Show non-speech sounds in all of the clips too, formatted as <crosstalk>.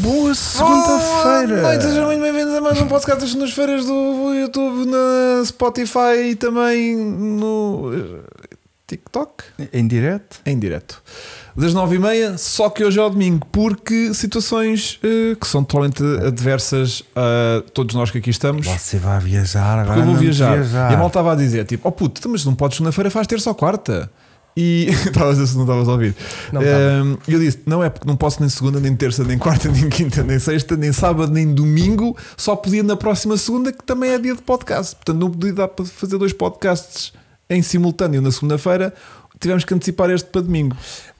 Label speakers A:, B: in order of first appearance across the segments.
A: Boa segunda-feira!
B: Boa noite, sejam muito bem-vindos a mais um podcast das segundas-feiras do YouTube, na Spotify e também no eh, TikTok.
A: Em direto?
B: Em direto. Das nove e meia, só que hoje é ao domingo, porque situações eh, que são totalmente adversas a todos nós que aqui estamos.
A: Você vai viajar agora?
B: Porque eu vou
A: Ah, não
B: viajar. E a malta estava a dizer, tipo, oh puto, tu, mas não podes segunda-feira, faz terça ou quarta. E <laughs> estavas a- não estavas a ouvir.
C: Não
B: Ehm, E eu disse: não é porque não posso nem segunda, nem terça, nem quarta, <laughs> nem quinta, nem sexta, nem sábado, nem domingo, só podia na próxima segunda, que também é dia de podcast. Portanto, não podia dar para fazer dois podcasts em simultâneo na segunda-feira. Tivemos que antecipar este para domingo.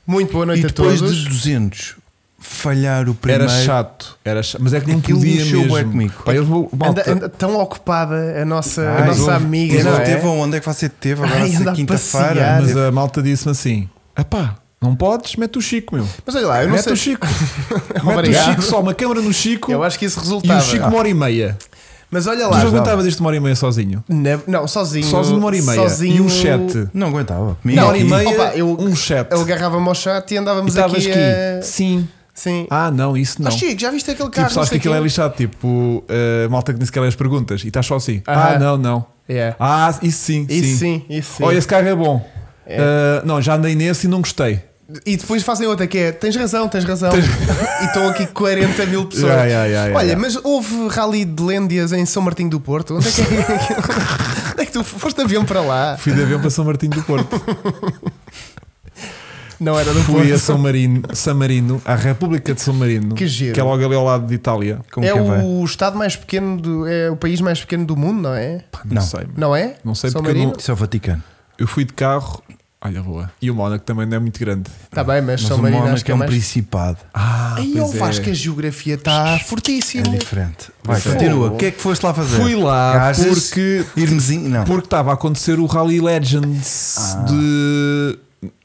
C: Muito boa
A: E
C: noite a
A: depois
C: todos.
A: de 200, falhar o primeiro.
B: Era chato, era chato, mas é que não
A: Aquilo
B: podia
A: mexeu
B: mesmo.
A: bué comigo.
B: Pá, eu vou, malta,
C: Anda, anda tão ocupada a nossa, a
A: Ai,
C: nossa
B: mas houve-
C: amiga.
A: Teve,
C: Não é?
A: teve onde é que você teve agora
C: Ai, anda
A: essa
C: a
A: quinta-feira?
C: passear.
B: mas
A: Teve-
B: a malta disse-me assim: epá, não podes, mete o Chico, meu.
C: Mas olha lá, eu não
B: Mete
C: sei.
B: o
C: <laughs>
B: Chico. Mete o
C: Obrigado.
B: Chico só, uma câmara no Chico
C: Eu acho que isso
B: e
C: resultava.
B: o Chico uma hora e meia.
C: Mas olha
B: Tu
C: lá.
B: já aguentavas isto uma hora e meia sozinho?
C: Na- não, sozinho.
B: Sozinho uma hora e meia.
C: sozinho-
B: E um chat.
A: Não aguentava. Comigo
B: Uma
C: Não,
B: hora e
A: aqui.
B: meia,
C: Opa, eu-
B: um chat.
C: Ele agarrava-me ao chat e
B: E
C: andávamos
B: estavas
C: aqui.
B: aqui?
C: a-
B: Sim.
C: Sim.
B: Ah, não, isso
C: Oh,
B: não.
C: Chico, já viste aquele carro?
B: Tipo, sabes que
C: não sei
B: aquilo é
C: quê?
B: lixado, tipo, uh, malta que nem sequer lê as perguntas e estás só assim. Ah,
C: Aham.
B: não, não.
C: Yeah.
B: Ah, isso sim,
C: Isso
B: sim.
C: sim, isso sim.
B: Olha, esse carro é bom. Uh, não, já andei nesse e não gostei.
C: E depois fazem outra que é: tens razão, tens razão. e estão aqui 40 mil pessoas.
B: Yeah, yeah, yeah, yeah,
C: Olha,
B: yeah.
C: mas houve rally de Lêndias em São Martinho do Porto? Onde é <laughs> que, Onde é que tu foste de avião para lá?
B: Fui de avião para São Martinho do Porto.
C: Não era do
B: Fui
C: Porto.
B: a São Marino, San Marino, à República de São Marino,
C: Que giro.
B: que é logo ali ao lado de Itália.
A: Como
C: é
A: que vai?
C: o estado mais pequeno, do, é o país mais pequeno do mundo, não é?
B: Pá, não,
A: Não.
B: sei. meu.
C: Não é?
B: Não sei
C: São
B: porque eu
C: Marino?
B: não-
A: Isso é o Vaticano.
B: Eu fui de carro, olha boa. E o Mónaco também não é muito grande.
C: Está Tá bem, mas,
A: Mas
C: São
A: o
C: Marino acho
A: Mónaco é
C: que é
A: um
C: mais.
A: principado.
B: Ah,
C: Aí eu
B: pois
C: acho
B: é.
C: que a geografia está
A: É
C: fortíssima.
A: diferente. Vai,
B: Fogo.
A: continua. O que é que foste lá fazer?
B: Fui lá
A: Gajas?
B: porque
A: Irmezinho? Não.
B: porque estava a acontecer o Rally Legends de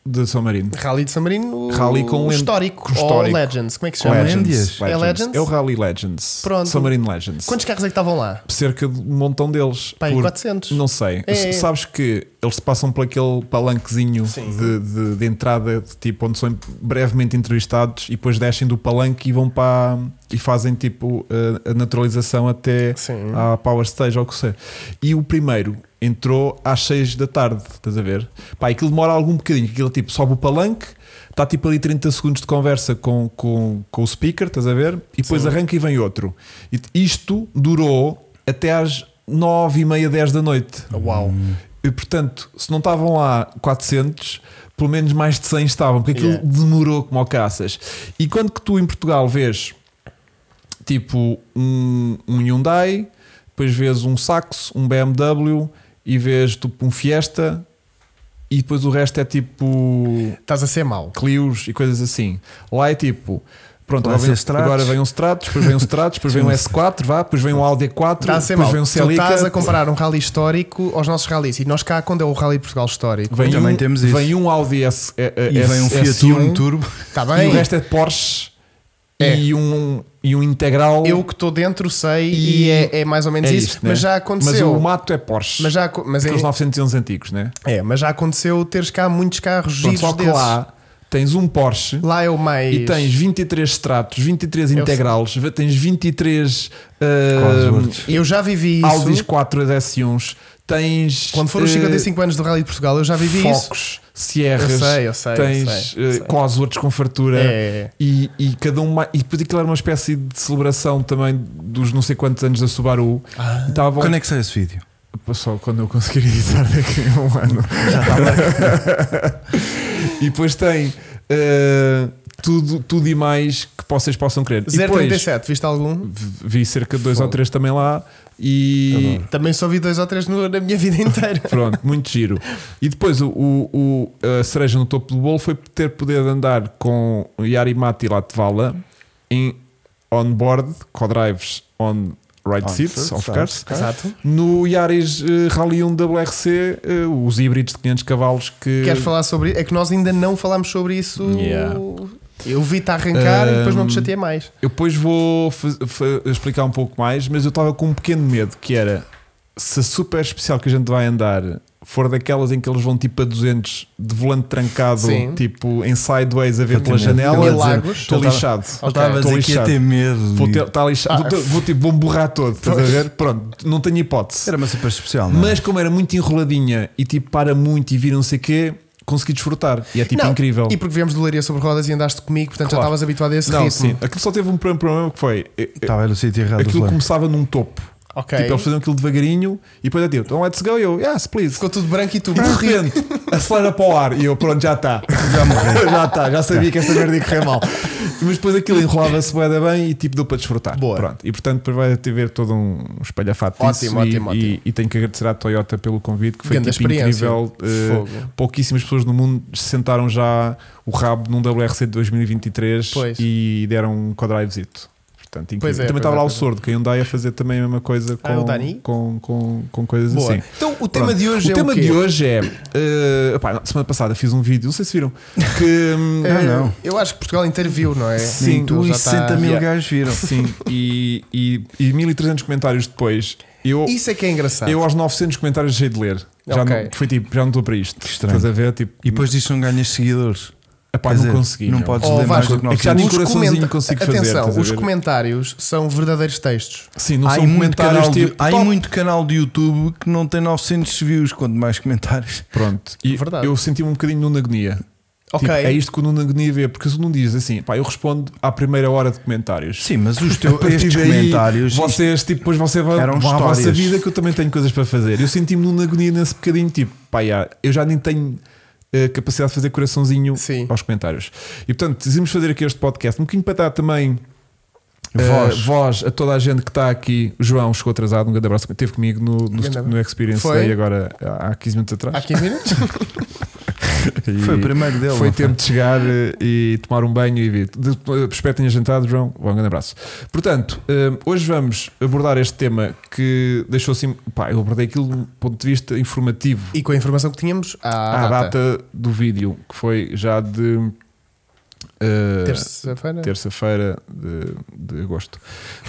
B: de São Marino.
C: Rally de São Marino, o-
B: Rally com
C: o
B: Lend-
C: histórico,
B: com histórico.
C: Ou Legends, como é que se chama?
A: Legends. Legends.
C: É Legends?
B: É o Rally Legends.
C: Pronto.
B: São Marino Legends.
C: Quantos carros é que estavam lá?
B: Cerca de um montão deles.
C: Pá, aí
B: Por-
C: 400.
B: Não sei.
C: É,
B: S-
C: é.
B: Sabes que eles se passam por aquele palanquezinho
C: Sim.
B: de, de- de entrada, de tipo, onde são brevemente entrevistados e depois descem do palanque e vão para. e fazem tipo a, a naturalização até
C: Sim.
B: à Power Stage ou o que seja. E o primeiro entrou às 6 da tarde, estás a ver? Pá, aquilo demora algum bocadinho, aquilo tipo sobe o palanque. Está tipo ali 30 segundos de conversa com, com, com o speaker, estás a ver? E depois arranca e vem outro. E isto durou até às 9 e meia, 10 da noite.
C: Uau.
B: E portanto, se não estavam lá 400, pelo menos mais de 100 estavam, porque aquilo
C: Yeah.
B: demorou como ao caças. E quando que tu em Portugal vês tipo um, um Hyundai, depois vês um Saxo, um BMW e vês tipo um Fiesta e depois o resto é tipo
C: Estás a ser mau.
B: Clios e coisas assim. Lá é tipo. Pronto,
A: Lá
B: agora
A: ser
B: vem,
A: Stratos.
B: agora vem um Stratos, depois vem um Stratos,
C: <laughs>
B: depois vem um S4, vá, depois vem um Audi A4,
C: Está a ser
B: depois
C: mau.
B: vem um
C: tu
B: Celica,
C: estás a comparar um rally histórico aos nossos rallies. E nós cá, quando é o Rally de Portugal histórico?
B: Vem
A: Também
B: um,
A: temos isso.
B: Vem um Audi S, eh, eh,
A: E
B: S,
A: vem um Fiat
B: S1,
A: Uno Turbo.
C: Está
B: e
C: Tá bem.
B: o resto é Porsche
C: É.
B: E, um, e um Integral.
C: Eu que estou dentro sei
B: E-
C: e, é, é mais ou menos
B: É
C: isso.
B: isto, né?
C: mas já aconteceu.
B: Mas o Mato é Porsche.
C: Mas já, aco- mas é,
B: Aqueles 911 antigos, né?
C: é, mas já aconteceu teres cá muitos carros
B: Pronto,
C: giros
B: só que
C: desses. Lá,
B: lá tens um Porsche
C: é o mais.
B: e tens 23 Stratos, 23
C: Eu
B: Integrales, tens 23 eh,
A: Cosworth.
C: Eu já vivi
B: Audis
C: isso.
B: 4 S1s, tens.
C: Quando foram os
B: eh,
C: 55 anos do Rally de Portugal, eu já vivi isso.
B: Focos, Sierras,
C: Eu sei, eu sei, eu
B: tens
C: sei, eu
B: eh,
C: sei.
B: Cosworths com fartura
C: É.
B: E, e cada um mais- e depois aquilo era uma espécie de celebração também dos não sei quantos anos da Subaru.
C: Ah,
B: E estavam-
A: Quando é que sai esse vídeo?
B: Só quando eu conseguir editar daqui a um ano.
C: tá
B: <laughs> e depois tem eh, tudo, tudo e mais que vocês possam querer. E depois
C: 037, viste algum?
B: v- vi cerca de dois ou três também lá e,
C: Também só vi dois ou três no- na minha
B: <laughs>
C: vida inteira.
B: Pronto, muito giro. E depois o, o- o- a cereja no topo do bolo foi ter poder andar com o Yarimati Latvala em on-board, co-drives on right seats, of cars,
C: Exato.
B: no Yaris eh, Rally 1 WRC, eh, os híbridos de 500 cavalos que.
C: Queres falar sobre É que nós ainda não falámos sobre isso.
B: Yeah.
C: Eu vi-te a arrancar e depois não
B: Um,
C: te chateei mais.
B: Eu depois vou fa- fa- explicar um pouco mais, mas eu estava com um pequeno medo que era se a super especial que a gente vai andar for daquelas em que eles vão tipo a 200 de volante trancado,
C: Sim.
B: tipo em sideways a ver pela
A: Exatamente.
B: janela,
C: E lagos.
B: estou
A: Eu tava-
B: lixado.
A: Eu estava a
B: Estou
A: dizer que ia
B: lixado.
A: ter medo.
B: Vou,
A: e-
B: ter, tá lixado.
C: Ah.
B: Vou, ter- vou, tipo, vou me borrar todo, estás a ver? Pronto, não tenho hipótese.
A: Era uma super especial, não é?
B: Mas como era muito enroladinha e tipo para muito e vira não sei o quê, consegui desfrutar. E é tipo
C: Não,
B: incrível.
C: E porque viemos de leiria sobre rodas e andaste comigo, portanto já
B: Claro.
C: estavas habituado a esse
B: Não,
C: ritmo.
B: sim. Aquilo só teve um problema- problema que foi. eh, eh,
A: Estava no sítio errado.
B: Aquilo
A: claro.
B: começava num topo.
C: Ok.
B: Tipo, eles faziam aquilo devagarinho e depois é tipo, então let's go. E eu, yes, please.
C: Ficou tudo branco e tu
B: E de
C: morri.
B: repente acelera para o ar e eu, pronto, já
C: <laughs>
B: está. Já morri. <laughs> já está, já sabia que esta merda ia correr mal. Mas depois aquilo enrolava-se bué da bem e tipo deu para desfrutar.
C: Boa.
B: Pronto. E portanto depois vai ter ver todo um espalhafato disso
C: Ótimo,
B: e,
C: ótimo,
B: e,
C: ótimo.
B: e tenho que agradecer à Toyota pelo convite que foi
C: Grande
B: tipo,
C: experiência.
B: incrível. Eh,
C: Fogo.
B: pouquíssimas pessoas no mundo sentaram já o rabo num WRC de 2023
C: Pois.
B: e deram um quadrivezito. Portanto, incrível.
C: Pois é,
B: também
C: pois
B: estava
C: é,
B: lá o
C: pois é.
B: sordo que a Hyundai a fazer também a mesma coisa com,
C: Ah, o Dani?
B: com, com, com coisas
C: Boa.
B: assim
C: Então o tema
B: Pronto.
C: de hoje
B: o
C: é
B: tema
C: o quê?
B: de hoje é. eh, epá, não, semana passada fiz um vídeo, não sei se viram, que.
C: <laughs>
B: hum,
C: Eh,
A: Ah, não.
C: Eu acho que Portugal interviu, não é?
B: Sim,
C: Aquilo já tá-
A: 160 mil
B: Yeah.
A: gajos viram.
B: Sim, e, e, e 1300 comentários depois. Eu,
C: Isso é que é engraçado.
B: eu aos 900 comentários deixei de ler. Já
C: Ok.
B: não, foi tipo, já não estou para isto.
A: Que estranho.
B: Estás a ver? Tipo,
A: E depois disto não ganhas seguidores.
B: epá,
A: Quer
B: não
A: dizer,
B: consegui.
A: Não
B: meu.
A: podes
C: Oh,
A: ler mais
C: Vasco,
A: do que
B: é que já nem
A: 900.
C: Os
B: coraçãozinho
C: comenta-
B: consigo fazer,
C: Atenção,
B: estás a
C: os
B: ver?
C: comentários são verdadeiros textos.
B: Sim, não
A: há
B: são
A: muito,
B: comentários
A: canal de,
B: tipo.
A: há
B: top.
A: muito canal de YouTube que não tem 900 views, quanto mais comentários.
B: Pronto,
A: É
B: e
C: Verdade.
B: eu senti-me um bocadinho Nuno Agonia.
C: Ok.
B: Tipo, é isto que o Nuno Agonia vê, porque se o Nuno diz assim, pá, eu respondo à primeira hora de comentários.
A: Sim, mas os
B: A
A: teus
B: partir
A: estes
B: daí,
A: comentários. isto-
B: Vocês, tipo, depois você vai,
A: Eram
B: vão à
A: histórias.
B: vossa vida que eu também tenho coisas para fazer. Eu senti-me numa agonia nesse bocadinho, tipo, pá, já, eu já nem tenho eh, capacidade de fazer coraçãozinho
C: Sim.
B: aos comentários. E portanto, decidimos fazer aqui este podcast um bocadinho para dar também. eh,
A: Voz.
B: voz a toda a gente que está aqui. O João chegou atrasado, um grande abraço. Teve comigo no,
C: Grande
B: no,
C: abraço.
B: no Experience
C: Foi?
B: Day agora há 15 minutos atrás.
C: Há
B: <laughs>
C: 15 minutos?
B: E-
A: Foi o primeiro dele.
B: foi
A: não
B: tempo de chegar eh, e tomar um banho e vir. De- eh, Espero que tenha jantado, João. Bom, um grande abraço. Portanto, eh, hoje vamos abordar este tema que deixou assim. Pá, eu abordei aquilo do ponto de vista informativo
C: e com a informação que tínhamos à,
A: Ah,
B: à
C: data,
B: Ah, data. do vídeo, que foi já de. eh,
C: terça-feira.
B: Terça-feira de, de agosto,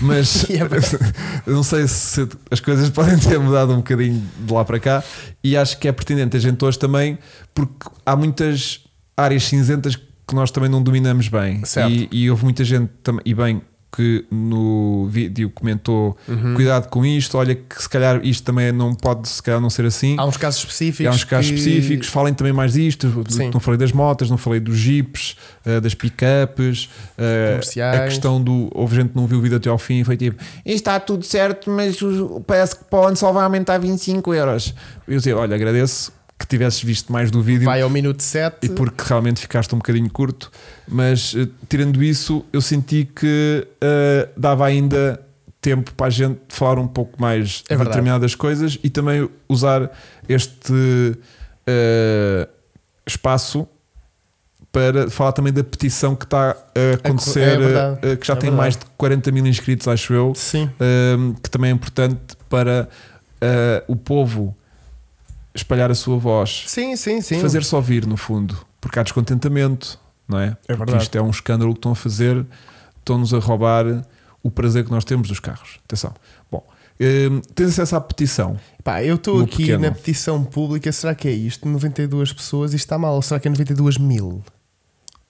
B: mas
C: <laughs> É
B: <laughs>
C: verdade.
B: não sei se as coisas podem ter mudado um bocadinho de lá para cá. E acho que é pertinente a gente hoje também, porque há muitas áreas cinzentas que nós também não dominamos bem.
C: Certo.
B: E, e houve muita gente também, e bem, que no vídeo comentou:
C: Uhum.
B: cuidado com isto, olha que se calhar isto também não pode, se calhar, não ser assim.
C: Há uns casos específicos.
B: E Há uns casos
C: que-
B: específicos, falem também mais disto.
C: Sim.
B: Não falei das motas, não falei dos jipes, eh, das pick-ups, eh,
C: Comerciais.
B: a questão do. Houve gente que não viu o vídeo até ao fim e foi tipo: Isto está tudo certo, mas os- parece que para o ano só vai aumentar 25 euros. Eu dizia: Olha, agradeço que tivesses visto mais do vídeo
C: Vai ao minuto 7.
B: e porque realmente ficaste um bocadinho curto, mas eh, tirando isso, eu senti que eh, dava ainda tempo para a gente falar um pouco mais
C: É
B: de
C: verdade.
B: determinadas coisas e também usar este eh, espaço para falar também da petição que está a acontecer,
C: verdade.
B: eh, que já
C: É
B: tem
C: verdade.
B: mais de 40 mil inscritos, acho eu,
C: Sim.
B: um, que também é importante para uh, o povo espalhar a sua voz,
C: Sim, sim, sim.
B: fazer-se ouvir, no fundo, porque há descontentamento, não é?
C: É
B: Porque
C: verdade.
B: isto é um escândalo que estão a fazer, estão-nos a roubar o prazer que nós temos dos carros. Atenção. Bom, um, tens acesso à petição.
C: Pá, eu estou
B: No
C: aqui
B: pequeno.
C: na petição pública. Será que é isto? 92 pessoas, isto está mal. Ou será que é 92 mil?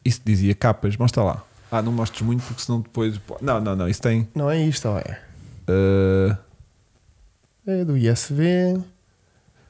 B: Isso dizia capas, mostra lá. Ah, não mostres muito porque senão depois. pô, Não, não, não, isso tem.
C: Não é isto, ou é?
B: uh,
C: É do ISV.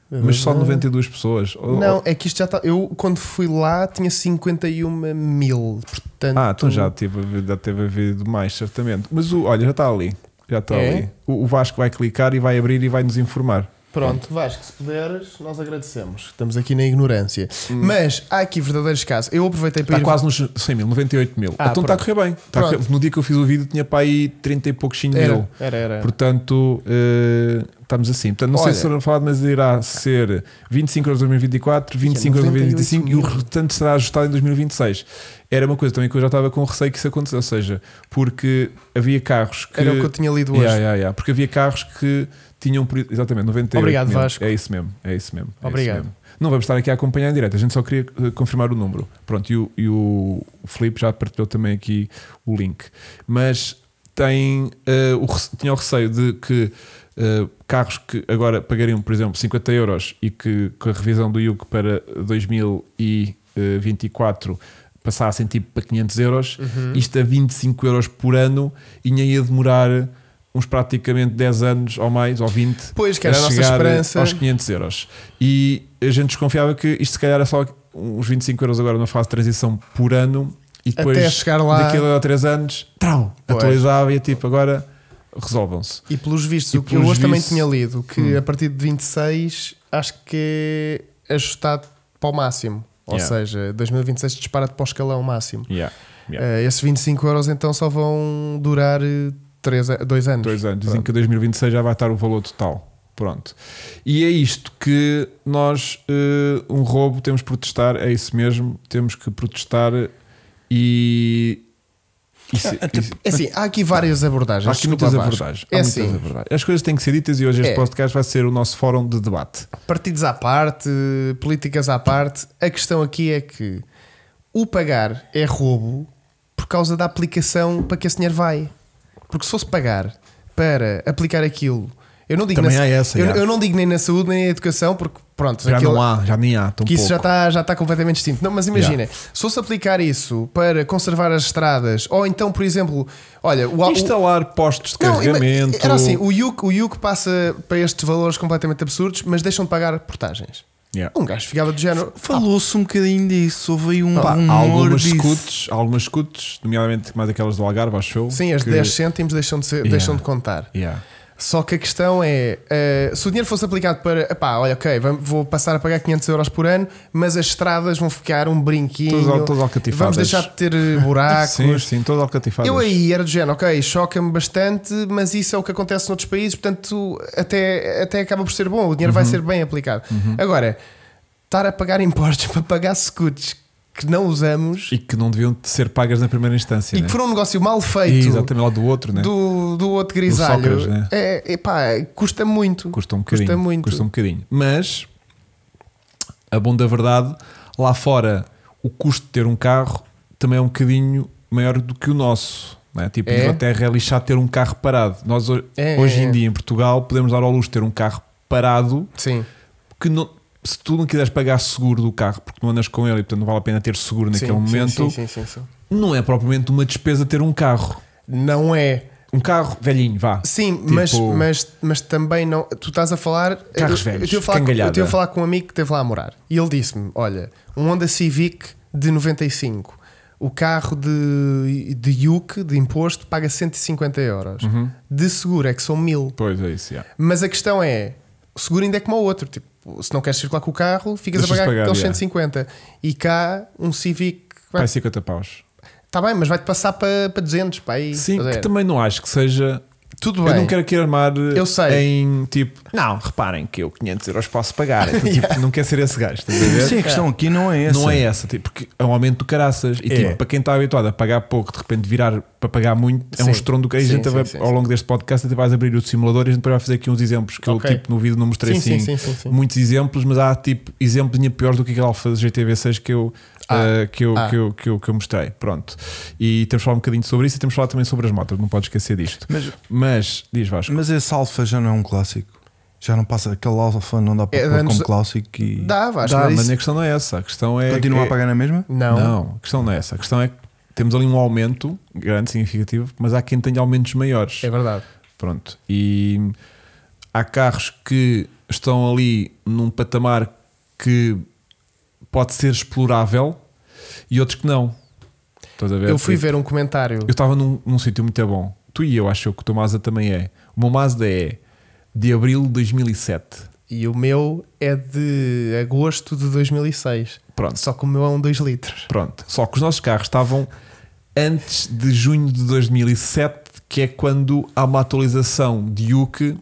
B: mas
C: Eh,
B: só 92 pessoas. Oh, Ou-
C: Uhum. Não, é que isto já está. Eu, quando fui lá, tinha 51 mil. Portanto,
B: Ah, então já teve, havido- já teve havido mais, certamente. Mas o, olha, já está ali. Já está
C: É?
B: ali. O, o Vasco vai clicar e vai abrir e vai nos informar.
C: Pronto, Vasco, se puderes, nós agradecemos. Estamos aqui na ignorância. Mas há aqui verdadeiros casos. Eu aproveitei para
B: Está
C: ir.
B: Hum. Tá quase nos 100 mil, 98 mil.
C: Ah,
B: então está a correr bem. Está a correr-
C: Pronto.
B: no dia que eu fiz o vídeo tinha para aí 30 e poucos mil.
C: Era, era, era.
B: Portanto, eh, estamos assim. Portanto, não
C: Olha.
B: sei se será falado, mas irá ser 25 euros em 2024, 25 euros em 2025 e o
C: 98 mil.
B: restante será ajustado em 2026. Era uma coisa também que eu já estava com receio que isso acontecesse. Ou seja, porque havia carros que.
C: Era o que eu tinha lido hoje.
B: Yeah, yeah, yeah. Porque havia carros que tinham. por- Exatamente, 90
C: Obrigado, Vasco.
B: É isso mesmo, é isso mesmo. é isso
C: Obrigado.
B: mesmo. Não vamos estar aqui a acompanhar em direto, a gente só queria eh, confirmar o número. Pronto, e o, e o Filipe já partilhou também aqui o link. Mas tem, eh, o rece- tinha o receio de que eh, carros que agora pagariam, por exemplo, 50 euros e que com a revisão do IUC para eh, 2024 passassem tipo para 500 euros, isto a 25 euros por ano ainda ia demorar uns praticamente 10 anos ou mais, ou 20,
C: Pois, que era a
B: a
C: nossa
B: chegar eh,
C: esperança.
B: aos 500 euros. E a gente desconfiava que isto se calhar era só uns 25 euros agora numa fase de transição por ano e depois
C: Até chegar lá.
B: daqui a dois ou três anos, trau,
C: Pois.
B: atualizava e é tipo, agora resolvam-se.
C: E pelos vistos,
B: E
C: o que
B: pelos
C: eu hoje também
B: vistos-
C: tinha lido, que
B: Hum.
C: a partir de 26 acho que é ajustado para o máximo. Ou
B: Yeah.
C: seja, 2026 dispara-te para o escalão máximo.
B: Yeah. Yeah.
C: Eh, esses 25 euros então só vão durar eh, 2 anos.
B: Dois anos. Dizem que 2026 já vai estar o valor total. Pronto. E é isto que nós, eh, um roubo, temos que protestar, é isso mesmo, temos que protestar e. e se- e se-
C: É assim, há aqui várias abordagens.
B: Há aqui
C: desculpa,
B: muitas
C: Vasco.
B: abordagens. Há
C: É
B: muitas
C: assim,
B: abordagens. As coisas têm que ser ditas e hoje este
C: É.
B: podcast vai ser o nosso fórum de debate.
C: partidos à parte, políticas à parte, a questão aqui é que o pagar é roubo por causa da aplicação para que esse dinheiro vai. Porque se fosse pagar para aplicar aquilo, eu não digo,
B: Também
C: na,
B: há essa,
C: eu,
B: já.
C: eu não digo nem na saúde nem na educação, porque pronto,
B: Já
C: aquilo-
B: não há, já nem há. Tão
C: que isso já
B: Um pouco.
C: está já está completamente distinto. Não, mas imagina, se fosse aplicar isso para conservar as estradas, ou então, por exemplo, olha, o, o,
B: Instalar postos de
C: não, ima-
B: carregamento.
C: Era assim, o Yuke, o Yuke passa para estes valores completamente absurdos, mas deixam de pagar portagens.
B: Yeah.
C: Um gajo ficava do género.
A: Falou-se um bocadinho disso, houve aí um
B: Pá, há
A: rumor
B: algumas
A: disso.
B: scooters, há algumas scooters, nomeadamente mais aquelas do Algarve, acho eu.
C: "Ah, sim, as
B: que-
C: 10 cêntimos deixam de, ser-
B: Yeah.
C: deixam de contar.
B: Yeah.
C: Só que a questão é: eh, se o dinheiro fosse aplicado para. Epá, olha, ok, vam- vou passar a pagar 500 euros por ano, mas as estradas vão ficar um brinquinho.
B: Todas al- todas alcatifadas.
C: vamos deixar de ter eh, buracos.
B: <laughs> Sim, sim, todo alcatifado.
C: Eu aí era do género, ok, choca-me bastante, mas isso é o que acontece noutros países, portanto, até, até acaba por ser bom, o dinheiro vai
B: Uhum.
C: ser bem aplicado. Agora, estar a pagar impostos <laughs> para pagar scooters que não usamos
B: E que não deviam ser pagas na primeira instância.
C: e
B: né?
C: que foram um negócio mal
B: E
C: feito
B: exatamente lá do outro, né?
C: do, do outro grisalho,
B: Sócrates, né?
C: é, epá, custa muito.
B: Custa um bocadinho.
C: Custa muito.
B: um bocadinho. Mas, a bom da verdade, lá fora, o custo de ter um carro também é um bocadinho maior do que o nosso. Não é? Tipo,
C: É.
B: na Inglaterra é lixado ter um carro parado. Nós, ho-
C: É,
B: hoje
C: é,
B: em
C: é.
B: dia, em Portugal, podemos dar ao luxo de ter um carro parado
C: Sim,
B: que não- se tu não quiseres pagar seguro do carro porque não andas com ele e portanto não vale a pena ter seguro naquele
C: sim,
B: momento,
C: Sim, sim, sim, sim.
B: não é propriamente uma despesa ter um carro.
C: Não é.
B: Um carro velhinho, vá.
C: Sim, mas,
B: Tipo-
C: mas, mas também não. Tu estás a falar.
B: Carros
C: eu-
B: velhos,
C: Eu estive a falar, com- eu
B: cangalhada.
C: estive a falar com um amigo que esteve lá a morar e ele disse-me: Olha, um Honda Civic de 95, o carro de, de Yuke, de imposto, paga 150 euros.
B: Uhum.
C: De seguro é que são mil.
B: Pois é isso, yeah.
C: Mas a questão é: o seguro ainda é como o outro. Tipo, se não queres circular com o carro, ficas
B: Deixas de
C: a pagar
B: pagar,
C: aqueles
B: yeah.
C: 150. E cá, um Civic.
B: Vai 50 paus.
C: Está bem, mas vai-te passar para, para 200. Para aí,
B: Sim,
C: fazer.
B: que também não acho que seja.
C: Tudo
B: Eu
C: bem.
B: não quero aqui armar
C: Eu sei.
B: em tipo, não, reparem que eu 500 euros posso pagar. Então,
C: <laughs>
B: tipo, não quero ser esse gajo, estás a ver?
A: Sim, a questão aqui não é essa.
B: Não é essa, tipo, porque é um aumento do caraças. E
C: É.
B: tipo, para quem está habituado a pagar pouco, de repente virar para pagar muito, é
C: Sim.
B: um estrondo que a
C: Sim,
B: gente
C: sim,
B: vai,
C: sim,
B: ao
C: sim.
B: longo deste podcast, até vais abrir o simulador e a gente depois vai fazer aqui uns exemplos que
C: Ok.
B: eu, tipo, no vídeo não mostrei
C: Sim, sim,
B: assim.
C: sim, sim, sim.
B: Muitos exemplos, mas há, tipo, exemplos ainda piores do que aquele Alfa GTV6 que eu,
C: Ah.
B: ah, que, eu,
C: Ah.
B: que, eu, que, eu, que eu mostrei. Pronto. E temos de falar um bocadinho sobre isso e temos de falar também sobre as motas, não podes esquecer disto.
A: Mas,
B: Mas, diz Vasco,
A: mas esse Alfa já não é um clássico. Já não passa. Aquele Alfa não dá para
C: É,
A: pôr
C: antes-
A: como clássico e.
C: Dá, Vasco,
B: dá,
C: mas
B: mas
C: isso-
B: a questão não é essa. A questão é.
A: Continua
B: é-
A: a pagar na mesma?
C: Não.
B: Não, a questão não é essa. A questão é que temos ali um aumento grande, significativo, mas há quem tenha aumentos maiores.
C: É verdade.
B: Pronto. E há carros que estão ali num patamar que pode ser explorável e outros que não. Estás a ver?
C: Eu fui
B: Tipo,
C: ver um comentário.
B: Eu estava num, num sítio muito bom. Tu e eu, acho eu que o teu Mazda também é. O meu Mazda é de abril de 2007.
C: E o meu é de agosto de 2006.
B: Pronto.
C: Só que o meu é um 2 litros.
B: Pronto. Só que os nossos carros estavam antes de junho de 2007, que é quando há uma atualização de UK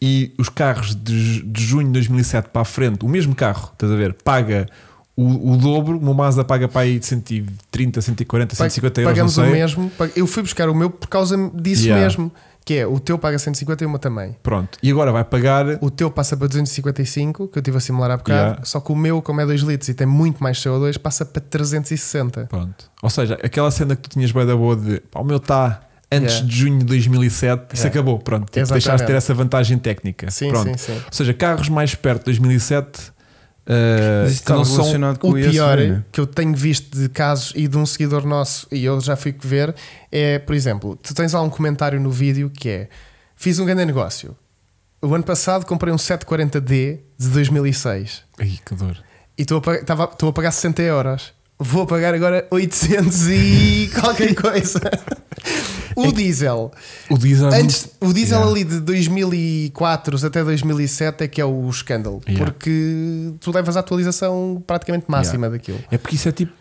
B: e os carros de, ju- de junho de 2007 para a frente, o mesmo carro, estás a ver, paga o, o dobro, o meu Mazda paga para aí de 130, 140, 150 euros,
C: Pagamos um
B: não
C: o
B: sei.
C: mesmo. pag- Eu fui buscar o meu por causa disso
B: Yeah.
C: mesmo. Que é o teu paga 150 e o meu também.
B: Pronto. E agora vai pagar...
C: O teu passa para 255, que eu estive a simular há bocado.
B: Yeah.
C: Só que o meu, como é 2 litros e tem muito mais CO2, passa para 360.
B: Pronto. Ou seja, aquela cena que tu tinhas bem da boa de pá, o meu está antes
C: Yeah.
B: de junho de 2007, isso
C: Yeah.
B: acabou, pronto. Tipo,
C: Exatamente.
B: deixaste de ter essa vantagem técnica.
C: Sim,
B: É, pronto.
C: sim, sim.
B: Ou seja, carros mais perto de 2007 uh,
A: Mas isto está
B: não são.
A: relacionado com
C: O
A: ISB,
C: pior
A: né?
C: que eu tenho visto de casos e de um seguidor nosso, e eu já fui ver, é, por exemplo, tu tens lá um comentário no vídeo que é: Fiz um grande negócio. O ano passado comprei um 740D de 2006
B: Ai, que dor.
C: e estou a, pag- tava- estou a pagar 60 euros. Vou pagar agora 800 e
B: <laughs>
C: qualquer coisa.
B: É
C: O diesel.
B: O diesel.
C: Antes, o diesel
B: Yeah.
C: ali de 2004 até 2007 é que é o escândalo.
B: Yeah.
C: Porque tu levas a atualização praticamente máxima daquilo.
B: É porque isso é tipo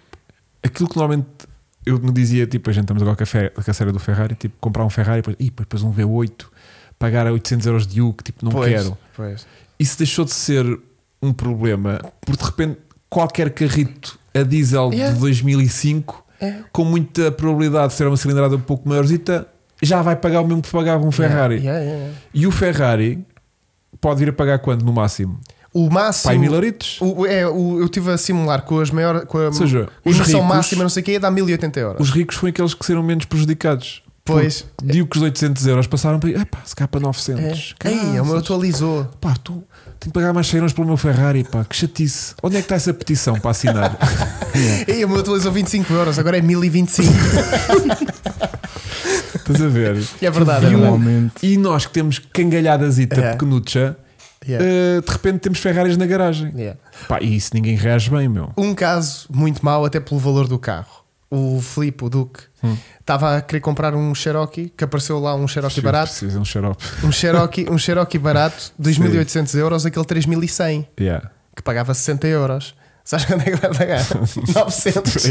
B: aquilo que normalmente eu me dizia, tipo, a gente estamos agora com a, fe- com a série do Ferrari, tipo, comprar um Ferrari e depois, "Ih, pá, depois um V8, pagar a 800 euros de U, que tipo, não
C: Pois,
B: quero.
C: pois.
B: Isso deixou de ser um problema, porque de repente qualquer carrito a diesel
C: Yeah.
B: de 2005,
C: É.
B: com muita probabilidade de ser uma cilindrada um pouco maiorzita, já vai pagar o mesmo que pagava um Ferrari.
C: Yeah, yeah, yeah.
B: E o Ferrari pode vir a pagar quanto no máximo? Pai,
C: O
B: mil
C: máximo.
B: euritos?
C: O, é, o, eu estive a simular com as maiores. Com a
B: Ou seja, os
C: emoção
B: ricos-
C: máxima, não sei o que, ia dar 1080 euros.
B: Os ricos foram aqueles que serão menos prejudicados.
C: Pois.
B: Digo que os 800 euros passaram para. Ah, pá, se cá para 900.
C: É. Ei, o meu
B: Caraças.
C: atualizou.
B: Pá, tu tenho que pagar mais 100 euros pelo meu Ferrari, pá, que chatice. Onde é que está essa petição para assinar? <laughs>
C: Ei, o meu atualizou 25 euros, agora
B: <laughs>
C: é 1025.
B: Estás a ver?
C: É verdade, é
A: E um
C: verdade.
A: aumento.
B: E nós que temos cangalhadasita
C: É.
B: pequenucha,
C: Yeah,
B: eh, de repente temos Ferraris na garagem.
C: yeah.
B: Pá, e isso ninguém reage bem, meu.
C: Um caso muito mau, até pelo valor do carro. O Filipe, o Duque,
B: Hum.
C: estava a querer comprar um Cherokee, que apareceu lá um Cherokee barato.
B: Precisa de um xarope.
C: Um Cherokee, um
B: <laughs>
C: Cherokee barato, 2800 euros, aquele 3100.
B: Yeah.
C: que pagava 60 euros. Sabes quando é que vai
B: <laughs>
C: pagar? 900.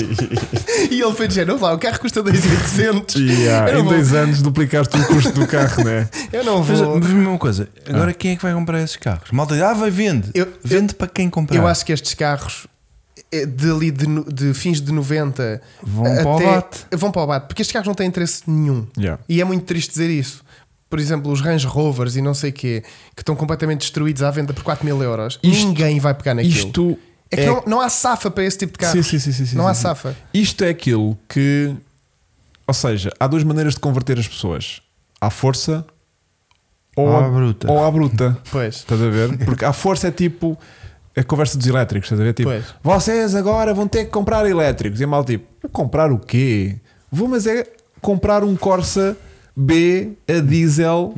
C: e ele foi dizer: não lá, o carro custa 2,800.
B: Yeah.
C: Eu
B: ah, Em
C: não
B: dois anos duplicaste o custo do carro, né?
C: Eu não
A: Mas
C: vou.
A: diz-me uma coisa, agora quem é que vai comprar esses carros? Malta, ah, vai vende.
C: Eu-
A: vende para quem comprar.
C: Eu acho que estes carros, eh, dali de, no- de fins de 90,
A: Vão para o abate.
C: Vão para o abate, porque estes carros não têm interesse nenhum.
B: <laughs> Yeah.
C: E é muito triste dizer isso. Por exemplo, os Range Rovers e não sei o quê, que estão completamente destruídos à venda por 4 mil euros.
B: Isto-
C: Ninguém vai pegar naquilo.
B: Isto
C: é que
B: é-
C: Não, não há safa para esse tipo de carro.
B: Sim, sim, sim, sim, sim,
C: não há
B: sim, sim.
C: safa.
B: Isto é aquilo que. Ou seja, há duas maneiras de converter as pessoas: à força ou,
A: Ou
B: à,
A: à bruta.
B: ou à bruta.
C: Pois.
B: Estás a ver? Porque à força é tipo. A conversa dos elétricos, estás a ver? Tipo,
C: Pois.
B: vocês agora vão ter que comprar elétricos. E é mal tipo, "Vou comprar o quê? Vou, mas é comprar um Corsa B a diesel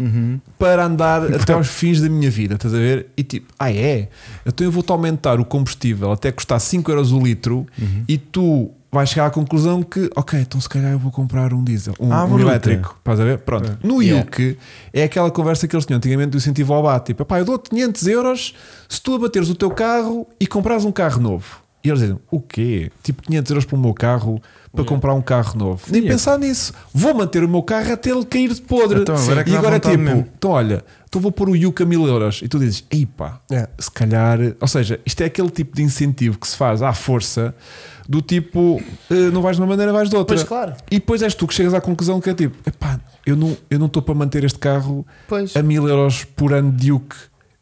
B: para andar até aos fins da minha vida, estás a ver? E tipo, ah é? Então eu vou-te aumentar o combustível até custar 5 euros o litro e tu vais chegar à conclusão que, ok, então se calhar eu vou comprar um diesel, um,
A: Ah,
B: um
A: bruta.
B: elétrico, estás a ver? Pronto. No
C: Yeah.
B: IUC é aquela conversa que eles tinham antigamente do incentivo ao abate, tipo, pá, eu dou 500 euros se tu abateres o teu carro e comprares um carro novo. E eles dizem, o quê? Tipo 500 euros para o meu carro para comprar um carro novo. Nem pensar nisso. Vou manter o meu carro até ele cair de podre.
A: Então, agora é que
B: e
A: dá
B: agora é
A: vontade
B: tipo,
A: mesmo.
B: então olha, então vou pôr o Yuke a 1000 euros. E tu dizes, ei pá,
C: É.
B: se calhar. Ou seja, isto é aquele tipo de incentivo que se faz à força do tipo, eh, não vais de uma maneira, vais de outra.
C: Pois, claro.
B: E depois és tu que chegas à conclusão que é tipo, epá, eu não eu não estou para manter este carro
C: Pois.
B: a 1000 euros por ano de Yuke.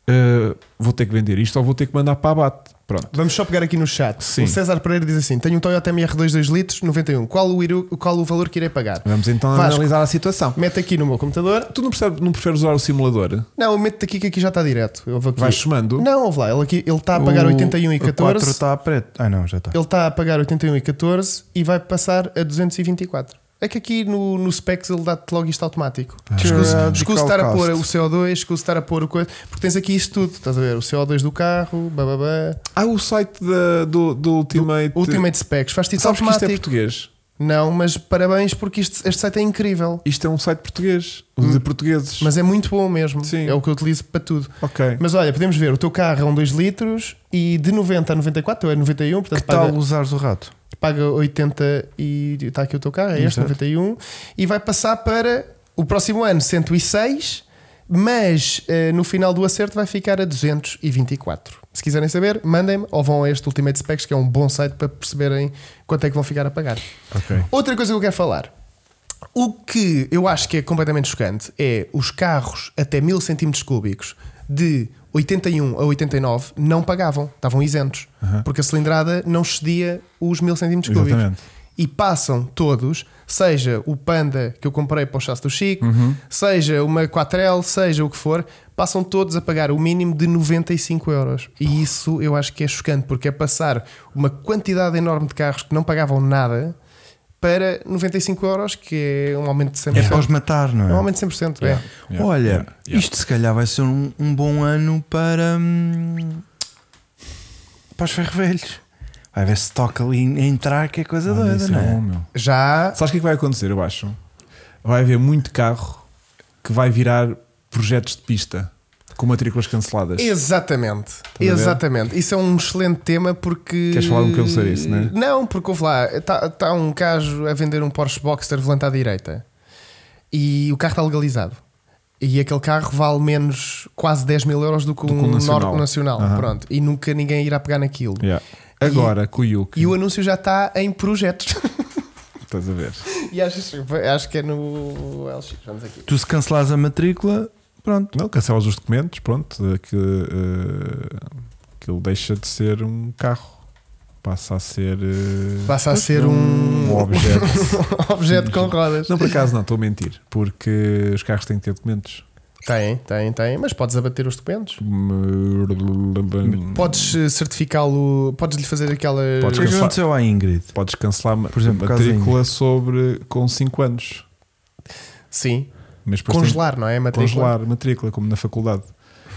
B: Eh, vou ter que vender isto ou vou ter que mandar para abate. Pronto.
C: Vamos só pegar aqui no chat.
B: Sim.
C: O César Pereira diz assim: tenho um Toyota MR2 2 litros, 91. Qual o, iru- qual o valor que irei pagar?
B: Vamos então
C: Vasco,
B: analisar a situação.
C: Mete aqui no meu computador.
B: Tu não, percebes, não preferes usar o simulador?
C: Não, mete aqui que aqui já está direto. Eu vou aqui.
B: Vais somando?
C: Não, ouve lá. Ele, aqui, ele está a pagar
A: O-
C: 81 e
A: O 4
C: 14.
B: tá-
A: está a preto. Ah, não, já está.
C: Ele está a pagar 81 e 14 e vai passar a 224. É que aqui no, no specs ele dá-te logo isto automático.
B: Ah.
C: Escuso
A: Radical
C: escuso estar a pôr o
A: cost.
C: CO2, escuso estar a pôr o coisa. Porque tens aqui isto tudo. Estás a ver? O CO2 do carro, bababá.
B: Ah, o site da- do, do Ultimate.
C: Ultimate specs. Faz-te isto
B: Sabes que isto é
C: automático.
B: português?
C: Não, mas parabéns porque isto- este site é incrível.
B: Isto é um site português, um de portugueses.
C: Hum. Mas é muito bom mesmo.
B: Sim.
C: É o que eu utilizo para tudo.
B: ok.
C: Mas olha, podemos ver, o teu carro é um 2 litros e de 90 a 94, ou é 91, portanto
A: Que
C: paga,
A: tal usares o rato?
C: paga 80 e está aqui o teu carro, é este,
A: Exato.
C: 91, e vai passar para o próximo ano 106, mas eh, no final do acerto vai ficar a 224. Se quiserem saber, mandem-me ou vão a este Ultimate Specs, que é um bom site para perceberem quanto é que vão ficar a pagar.
A: Ok.
C: Outra coisa que eu quero falar. O que eu acho que é completamente chocante é os carros até 1000 centímetros cúbicos de 81 a 89 não pagavam, estavam isentos, porque a cilindrada não excedia os 1000 centímetros cúbicos.
B: Exatamente.
C: e passam todos, seja o Panda que eu comprei para o chasse do Chico, seja uma Quatrel, seja o que for, passam todos a pagar o mínimo de 95 euros. E isso eu acho que é chocante, porque é passar uma quantidade enorme de carros que não pagavam nada para 95 euros, que é um aumento de 100%.
A: É para os matar, não é?
C: É um aumento de 100%, é.
B: Yeah,
A: Olha,
B: yeah, yeah.
A: isto se calhar vai ser um, um bom ano para, hum, para os ferrovelhos. Vai ver se toca ali a entrar, que é coisa
B: Ah,
A: doida,
B: isso
A: não
B: é
A: é?
B: bom, meu.
C: Já
B: Sabes o que é que vai acontecer, eu acho? Vai haver muito carro que vai virar projetos de pista com matrículas canceladas.
C: Exatamente,
B: a ver?
C: exatamente. Isso é um excelente tema porque.
B: Queres falar um bocadinho sobre isso, né?
C: Não, porque houve lá, está tá um gajo a vender um Porsche Boxster volante à direita e o carro está legalizado. E aquele carro vale menos quase 10 mil euros do que
B: que
C: um
B: um nacional.
C: Norte Nacional.
B: Aham. É.
C: Pronto, e nunca ninguém irá pegar naquilo.
B: Yeah. Agora, com o Yuki,
C: E o anúncio já está em projetos. <laughs>
B: estás a ver?
C: e acho, acho que é no LX. Vamos aqui.
A: Tu se cancelares a matrícula, pronto.
B: Não, cancelas os documentos, pronto, que, eh, que ele deixa de ser um carro, passa a ser eh,
C: Passa a ser um,
B: um
C: <laughs>
B: objeto.
C: objeto com rodas.
B: não, por acaso não, estou a mentir, porque os carros têm que ter documentos.
C: Tem, tem, tem. Mas podes abater os documentos. Podes eh, certificá-lo, podes lhe fazer aquela.
A: O
B: Podes
A: que é que
B: cancelar.
A: aconteceu à
B: <laughs>
A: Ingrid?
B: Podes cancelar
A: Por exemplo,
B: a matrícula sobre, com 5 anos,
C: Sim,
B: mas depois tem-
C: congelar, não é? A matrícula.
B: congelar matrícula, como na faculdade.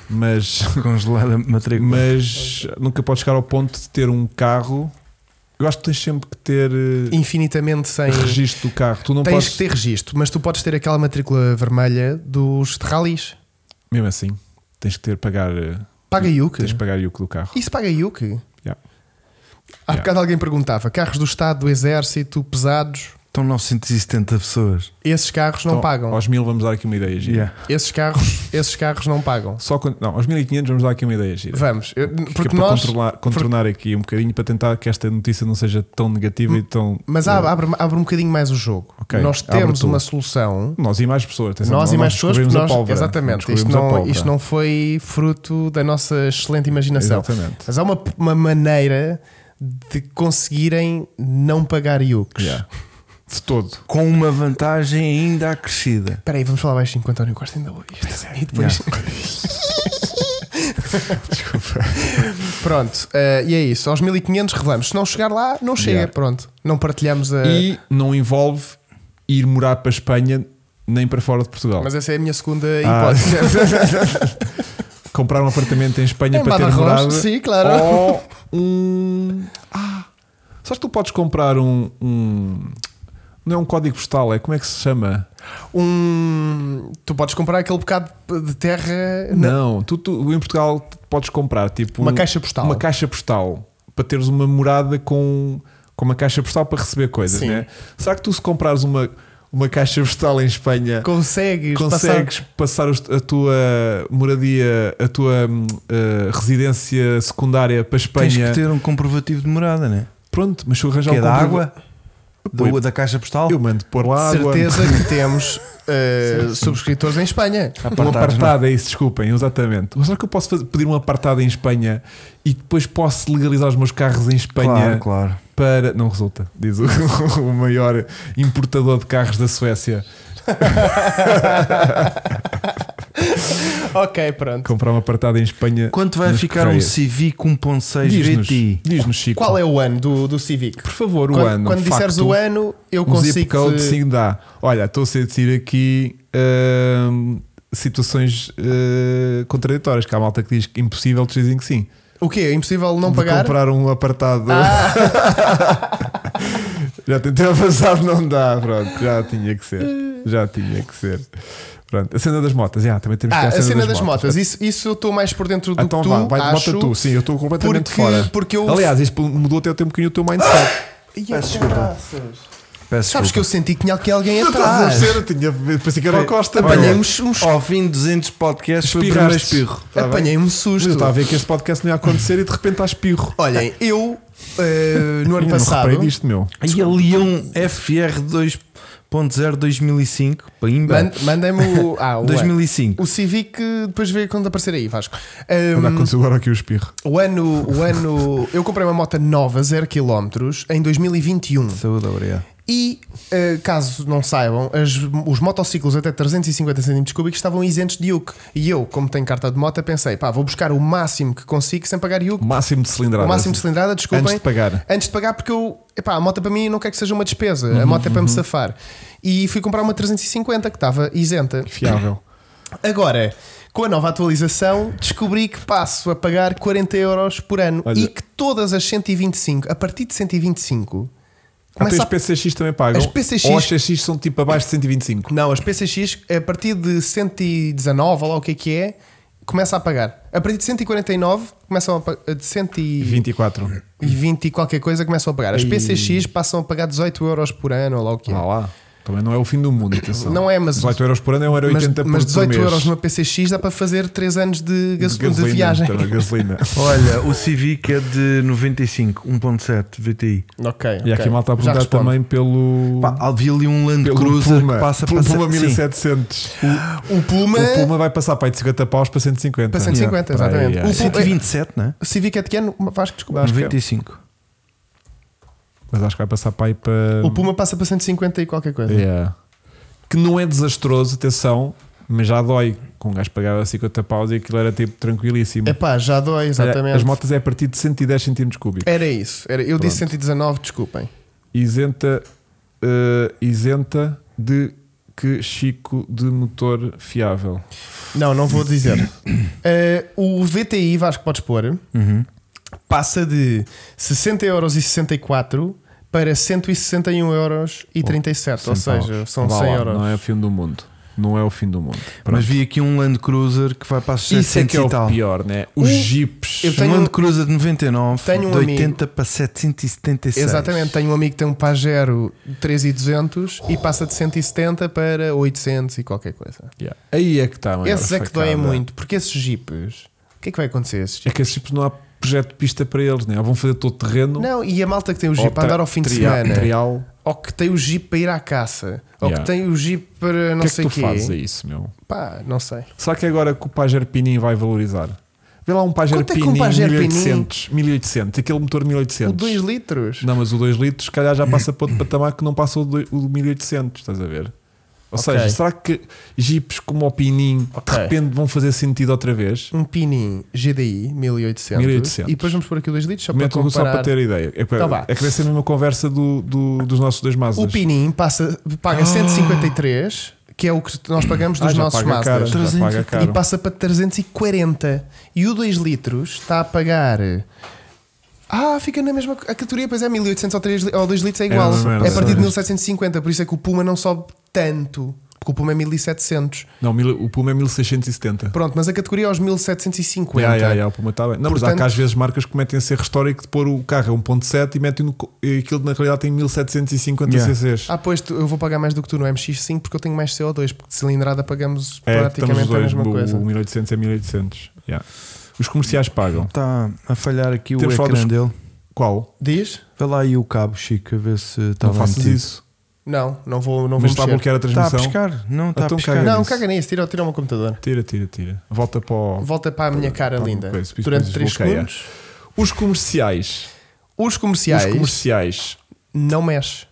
B: Mas,
A: Congelar a matrícula.
B: mas nunca podes chegar ao ponto de ter um carro. Eu acho que tens sempre que ter eh,
C: Infinitamente sem.
B: registro do carro. Tu não
C: Tens
B: podes.
C: que ter registro, mas tu podes ter aquela matrícula vermelha dos de ralis.
B: Mesmo assim, tens que ter pagar. eh,
C: Paga IUC.
B: Tens que pagar IUC do carro.
C: Isso paga IUC.
B: Yeah.
C: Há
B: Yeah.
C: bocado alguém perguntava: carros do Estado, do Exército, pesados,
A: Estão 970 pessoas.
C: esses carros não
B: Então,
C: pagam.
B: Aos 1000 vamos dar aqui uma ideia gira.
A: Yeah.
C: Esses carros, <laughs> esses carros não pagam.
B: Só quando, não, aos 1500 vamos dar aqui uma ideia gira.
C: Vamos, eu-
B: Que é
C: porque
B: para
C: nós.
B: controlar, contornar aqui um bocadinho para tentar que esta notícia não seja tão negativa e tão. eh,
C: Mas abre, abre, abre um bocadinho mais o jogo.
B: Ok,
C: Nós
B: abre
C: temos
B: tu.
C: uma solução
B: Nós e mais pessoas. atenção,
C: Nós e mais pessoas, porque
B: descobrimos a
C: nós,
B: pólvora.
C: exatamente, isto
B: descobrimos a
C: não,
B: pólvora.
C: isto não é foi fruto da nossa excelente imaginação.
B: Exatamente.
C: Mas há uma, uma maneira de conseguirem não pagar IUCs.
B: Yeah. De todo.
A: Com uma vantagem ainda acrescida.
C: Espera aí, vamos falar baixinho enquanto António Costa ainda ouve isto.
B: é.
C: E depois. Pronto, eh, e é isso. Aos 1500 revelamos. Se não chegar lá, não chega.
B: Yeah.
C: Pronto, não partilhamos a.
B: E não envolve ir morar para a Espanha nem para fora de Portugal.
C: Mas essa é a minha segunda
B: Ah. <laughs>
C: hipótese.
B: Comprar um apartamento em Espanha
C: Em
B: para ter
C: Badajoz,
B: morada.
C: sim, claro.
B: Ou um. Ah! Sabes que tu podes comprar um. um- não é um código postal, é como é que se chama?
C: um. Tu podes comprar aquele bocado de terra na-
B: Não, tu, tu em Portugal tu podes comprar tipo
C: Uma
B: um-
C: caixa postal.
B: uma caixa postal para teres uma morada com, com uma caixa postal para receber coisas,
C: Sim.
B: né? Será que tu se comprares uma, uma caixa postal em Espanha
C: Consegues,
B: consegues passar, os- a tua moradia, a tua hum, eh, residência secundária para a
A: Tens
B: Espanha?
A: que ter um comprovativo de morada, né?
B: Pronto, mas se eu arranjar
A: Que é
B: um
A: da
B: comprova-
A: água? Do, da caixa postal?
B: eu mando pôr lá
C: passar.
B: água.
C: Certeza que temos
B: eh,
C: uh, subscritores em Espanha.
B: Um
A: Apartados,
B: apartado, é isso, desculpem, exatamente. Mas será que eu posso fazer- pedir um apartado em Espanha e depois posso legalizar os meus carros em Espanha?
A: Claro, claro.
B: para. Não resulta, diz o, <laughs> o maior importador de carros da Suécia.
C: <laughs> ok, pronto.
B: Comprar uma apartada em Espanha.
A: Quanto vai
B: nas
A: ficar um
B: correias.
A: Civic 1.6
B: Diz-nos,
A: VTI?
B: diz-nos, Chico.
C: Qual é o ano do, do Civic?
B: Por favor, o
C: quando
B: ano.
C: quando
B: um
C: disseres
B: facto,
C: o ano, eu
B: um zip
C: consigo.
B: code, sim, dá. Olha, estou a sentir aqui hum, situações hum, contraditórias. Que há malta que diz que impossível, outros dizem que sim.
C: O quê? É impossível não
B: De
C: pagar? Ah.
B: comprar um apartado. <laughs> já tentei avançar, não dá. Pronto, já tinha que ser. Já tinha que ser. Pronto, a cena das motas. Já, também temos que
C: Ah,
B: ter
C: a cena das motas. Isso, isso eu estou mais por dentro do
B: Então
C: que tu.
B: vá, vai,
C: acho,
B: bota tu. Sim, eu estou completamente
C: porque,
B: fora.
C: Porque eu. Ah,
B: Aliás, isto mudou até um bocadinho o teu mindset.
C: Ia,
A: peço desculpa.
C: caraças.
A: Peço
C: Sabes que eu
A: desculpa.
C: senti que tinha alguém alguém
B: Tu estás a
C: atrás.
B: ser, eu tinha, pensei que era o Costa.
C: então, ah. Apanhei
B: Olha,
C: um, ch- um ch-
A: Ao fim de 200 podcasts foi o
B: Espirraste.
A: primeiro espirro.
B: tá bem.
C: apanhei um
B: Mas
C: susto.
B: eu estava a ver que este podcast não ia acontecer e de repente há espirro.
C: Olhem, eu eh, no ano
B: <laughs> Eu não
C: passado.
B: reparei disto, meu.
A: E ali é um FR 2.0 1.0 2005, Pimba.
C: Man- Mandem-me o. Ah, o, ano.
A: 2005.
C: o Civic eh, depois vê quando aparecer aí, Vasco.
B: Olha,
C: Ahm,
B: é aconteceu agora aqui o espirro.
C: o ano. O ano. Eu comprei uma moto nova, 0km, em 2021.
A: Saúde, obrigado.
C: E, eh, caso não saibam, as- os motociclos até 350 cm cúbicos estavam isentos de IUC. E eu, como tenho carta de moto, pensei, pá, vou buscar o máximo que consigo sem pagar IUC.
B: Máximo de cilindrada.
C: O máximo de cilindrada, desculpem.
B: Antes de pagar. Uhum,
C: Antes de pagar, porque eu, epá, a moto para mim não quer que seja uma despesa. a moto é para me safar. E fui comprar uma 350 que estava isenta.
B: Fiável.
C: Agora, com a nova atualização, descobri que passo a pagar 40 euros por ano
B: Olha.
C: e que todas as 125, a partir de 125,
B: Até
C: começa
B: as
C: a
B: PCX também pagam.
C: As PCX
B: Ou as CX são tipo abaixo de 125.
C: Não, as PCX, a partir de 119, ou lá o que é que é, começa a pagar. A partir de 149, começam a pagar. De 120
B: 24.
C: e qualquer coisa, começam a pagar. As PCX passam a pagar 18 euros por ano, ou lá o que é.
B: Vá lá. Também não é o fim do mundo, atenção.
C: Não é, mas-
B: 18 euros por ano é 1,80
C: mas,
B: por,
C: mas
B: por
C: 18
B: mês.
C: euros numa PCX dá para fazer 3 anos de, gaso- de,
B: gasolina,
C: viagem.
B: então,
C: <laughs>
B: gasolina.
A: Olha, o Civic é de 95, 1.7 VTI.
C: Ok,
B: E há aqui
C: ok.
B: mal está a
C: Já
B: perguntar
C: respondo.
B: também pelo.
A: Pá, havia ali um Land
B: pelo
A: Cruiser
B: Puma,
A: que passa
B: pelo
A: para
B: Puma
A: se- sim. Ah,
B: 1700.
C: O Puma,
B: O Puma vai passar para aí de 50 paus para 150.
C: Para
B: Yeah,
C: 150,
B: para aí,
C: exatamente.
B: yeah.
C: O Puma-
A: 127, não é?
C: o Civic é pequeno, Vasco, desculpa.
B: Acho que é.
A: 95.
B: Mas acho que vai passar para aí para.
C: O Puma passa para 150 e qualquer coisa.
B: Yeah. Que não é desastroso, atenção, mas já dói. Com um gajo pagava 50 paus e aquilo era tipo tranquilíssimo.
C: É pá, já dói, exatamente.
B: As motas é a partir de 110 centímetros cúbicos.
C: Era isso. Era, eu disse 119, desculpem.
B: Isenta, eh, isenta de que Chico de motor fiável.
C: Não, não vou dizer.
B: <coughs>
C: Eh, o VTI, Vasco, podes pôr,
B: Uhum.
C: passa de 60 euros e 64 para 161 euros e 37, ou
B: 100 paus.
C: seja, são
B: Vá
C: 100
B: lá,
C: euros.
B: Não é o fim do mundo. Não é o fim do mundo. Pronto.
A: Mas vi aqui um Land Cruiser que vai para as
B: Isso é
A: 700
B: que é
A: e
B: o
A: tal.
B: pior, né? Os
C: Um-
B: jipes.
C: Eu tenho-
A: Um Land Cruiser de 99,
C: Tenho um
A: de
C: amigo.
A: 80 para 776.
C: Exatamente, tenho um amigo que tem um Pajero 3200 e passa de 170 para 800 e qualquer coisa.
B: Yeah. Aí é que está. a maior
C: Esses é que doem
B: facada.
C: muito, porque esses jipes, o que é que vai acontecer a esses
B: É
C: jipes?
B: que esses jipes não há projeto de pista para eles, né? Ou vão fazer todo terreno.
C: Não, e a malta que tem o
B: ou
C: jeep para
B: tra-
C: andar ao fim de
B: tria-
C: semana,
B: Trial.
C: ou que tem o jeep para ir à caça, ou
B: Yeah.
C: que tem o jeep para
B: O
C: não
B: que é que
C: sei o
B: tu
C: quê.
B: fazes a isso, meu?
C: Pá, não sei.
B: Será que agora que o Pajero Pinin vai valorizar? Vê lá um Pajero
C: Quanto é que um
B: Pinin
C: Pajero
B: 1800, 1800, aquele motor 1800.
C: O 2 litros?
B: Não, mas o 2 litros, se calhar já
C: <coughs>
B: passa para outro patamar que não passa o do- o 1800, estás a ver? Ou
C: Ok.
B: seja, será que jipes como o Pinin
C: Ok.
B: de repente vão fazer sentido outra vez?
C: Um Pinin GDI 1800.
B: 1800.
C: E depois vamos pôr aqui o 2 litros só Então, para
B: Comento um só
C: comparar.
B: para ter ideia. É, que-
C: Então vá.
B: é que vai ser a mesma conversa do- do- dos nossos dois Mazdas.
C: O Pinin passa, paga 153, que é o que nós pagamos
B: Ah,
C: dos
B: já
C: nossos
B: paga caro,
C: Mazdas.
B: já
A: 300
B: paga
A: e
B: caro.
C: E passa para 340. E o 2 litros está a pagar. Ah, fica na mesma a categoria, pois é, 1800 ao, 3, li- ao 2 litros é igual.
B: É, não, não, não,
C: É a partir de
B: não.
C: 1750, por isso é que o Puma não sobe tanto. Porque o Puma é 1700.
B: Não, mil- o Puma é 1670.
C: Pronto, mas a categoria é aos 1750.
B: Ya, ya, ya, o Puma está bem. Não, mas há
C: Portanto-
B: que às vezes marcas que cometem esse erro histórico de pôr o carro a 1.7 e metem no, co- e aquilo na realidade tem 1750
A: Ya.
B: cc's.
C: Ah, pois tu- eu vou pagar mais do que tu no MX5 porque eu tenho mais CO2, porque de cilindrada pagamos
B: é, estamos os
C: praticamente a
B: dois,
C: mesma
B: o,
C: coisa.
B: o 1800 é 1800. Ya. Os comerciais pagam.
A: Está Tá a falhar aqui o
B: Temos
A: ecrã
B: falado dos-
A: dele.
B: Qual?
C: Diz?
A: Vê lá aí o cabo, Chico, a ver se tá está
B: não faças
A: metido.
B: isso.
C: Não, não vou, Tá não
B: mas
C: vou
B: está a
C: mexer. Tá
B: bloquear a
A: Está Tá a
B: transmissão.
A: pescar? Não, está a
B: Então
A: pescar.
B: caga
C: Não,
B: nisso.
C: caga nisso, tira, tira o meu computador.
B: Tira, tira, tira. Volta para o...
C: Volta para a minha cara
B: Alguma
C: linda.
B: coisa, por isso
C: Durante
B: depois
C: 3
B: desbloqueia.
C: segundos.
B: Os comerciais.
C: Os comerciais,
B: Os comerciais.
C: não mexe.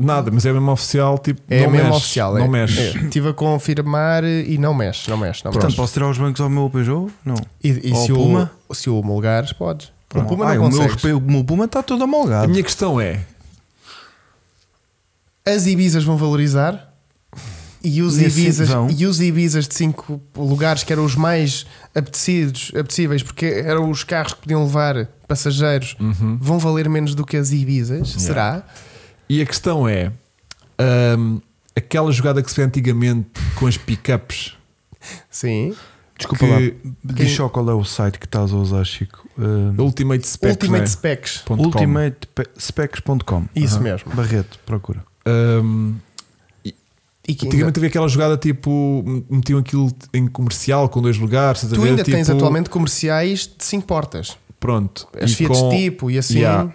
B: Nada, mas é mesmo oficial, tipo,
C: É
B: não
C: mesmo
B: mexe,
C: oficial.
B: Não
C: é.
B: mexe.
C: É. Estive a confirmar e não mexe, não mexe, não
A: Portanto,
C: mexe.
A: posso tirar os bancos ao meu Peugeot? Não.
C: E, e
A: Ou
C: se,
A: o Puma?
C: O, se o homologares, podes. O
A: Pronto.
C: Puma
A: Ai,
C: não
A: o, meu,
C: consegues.
A: repe- o meu Puma está todo
B: A
A: amolgado.
B: minha questão é,
C: as Ibizas vão valorizar e os,
A: E assim
C: Ibizas,
A: vão.
C: e os Ibizas de cinco lugares que eram os mais apetecidos, apetecíveis, porque eram os carros que podiam levar passageiros,
B: uhum,
C: vão valer menos do que as Ibizas, será?
B: E a questão é ahm, aquela jogada que se vê antigamente com as pickups.
C: Sim.
A: Desculpa
B: que-
A: lá. Diz só qual é o site que estás a usar, Chico. Uh,
B: Ultimate Specs.
C: Ultimate
B: né?
C: Specs.
B: Ponto com.
A: ultimatespecs.com.
C: Isso
A: Aham.
C: mesmo.
A: Barreto, procura.
B: Ahm,
C: E que
B: Hum,
C: ainda-
B: antigamente havia aquela jogada tipo metiam aquilo em comercial com dois lugares. estás a
C: tu
B: ver?
C: ainda tens
B: Tipo,
C: atualmente comerciais de cinco portas.
B: pronto,
C: As
B: e
C: Fiat
B: com-
C: tipo e assim.
B: Yeah.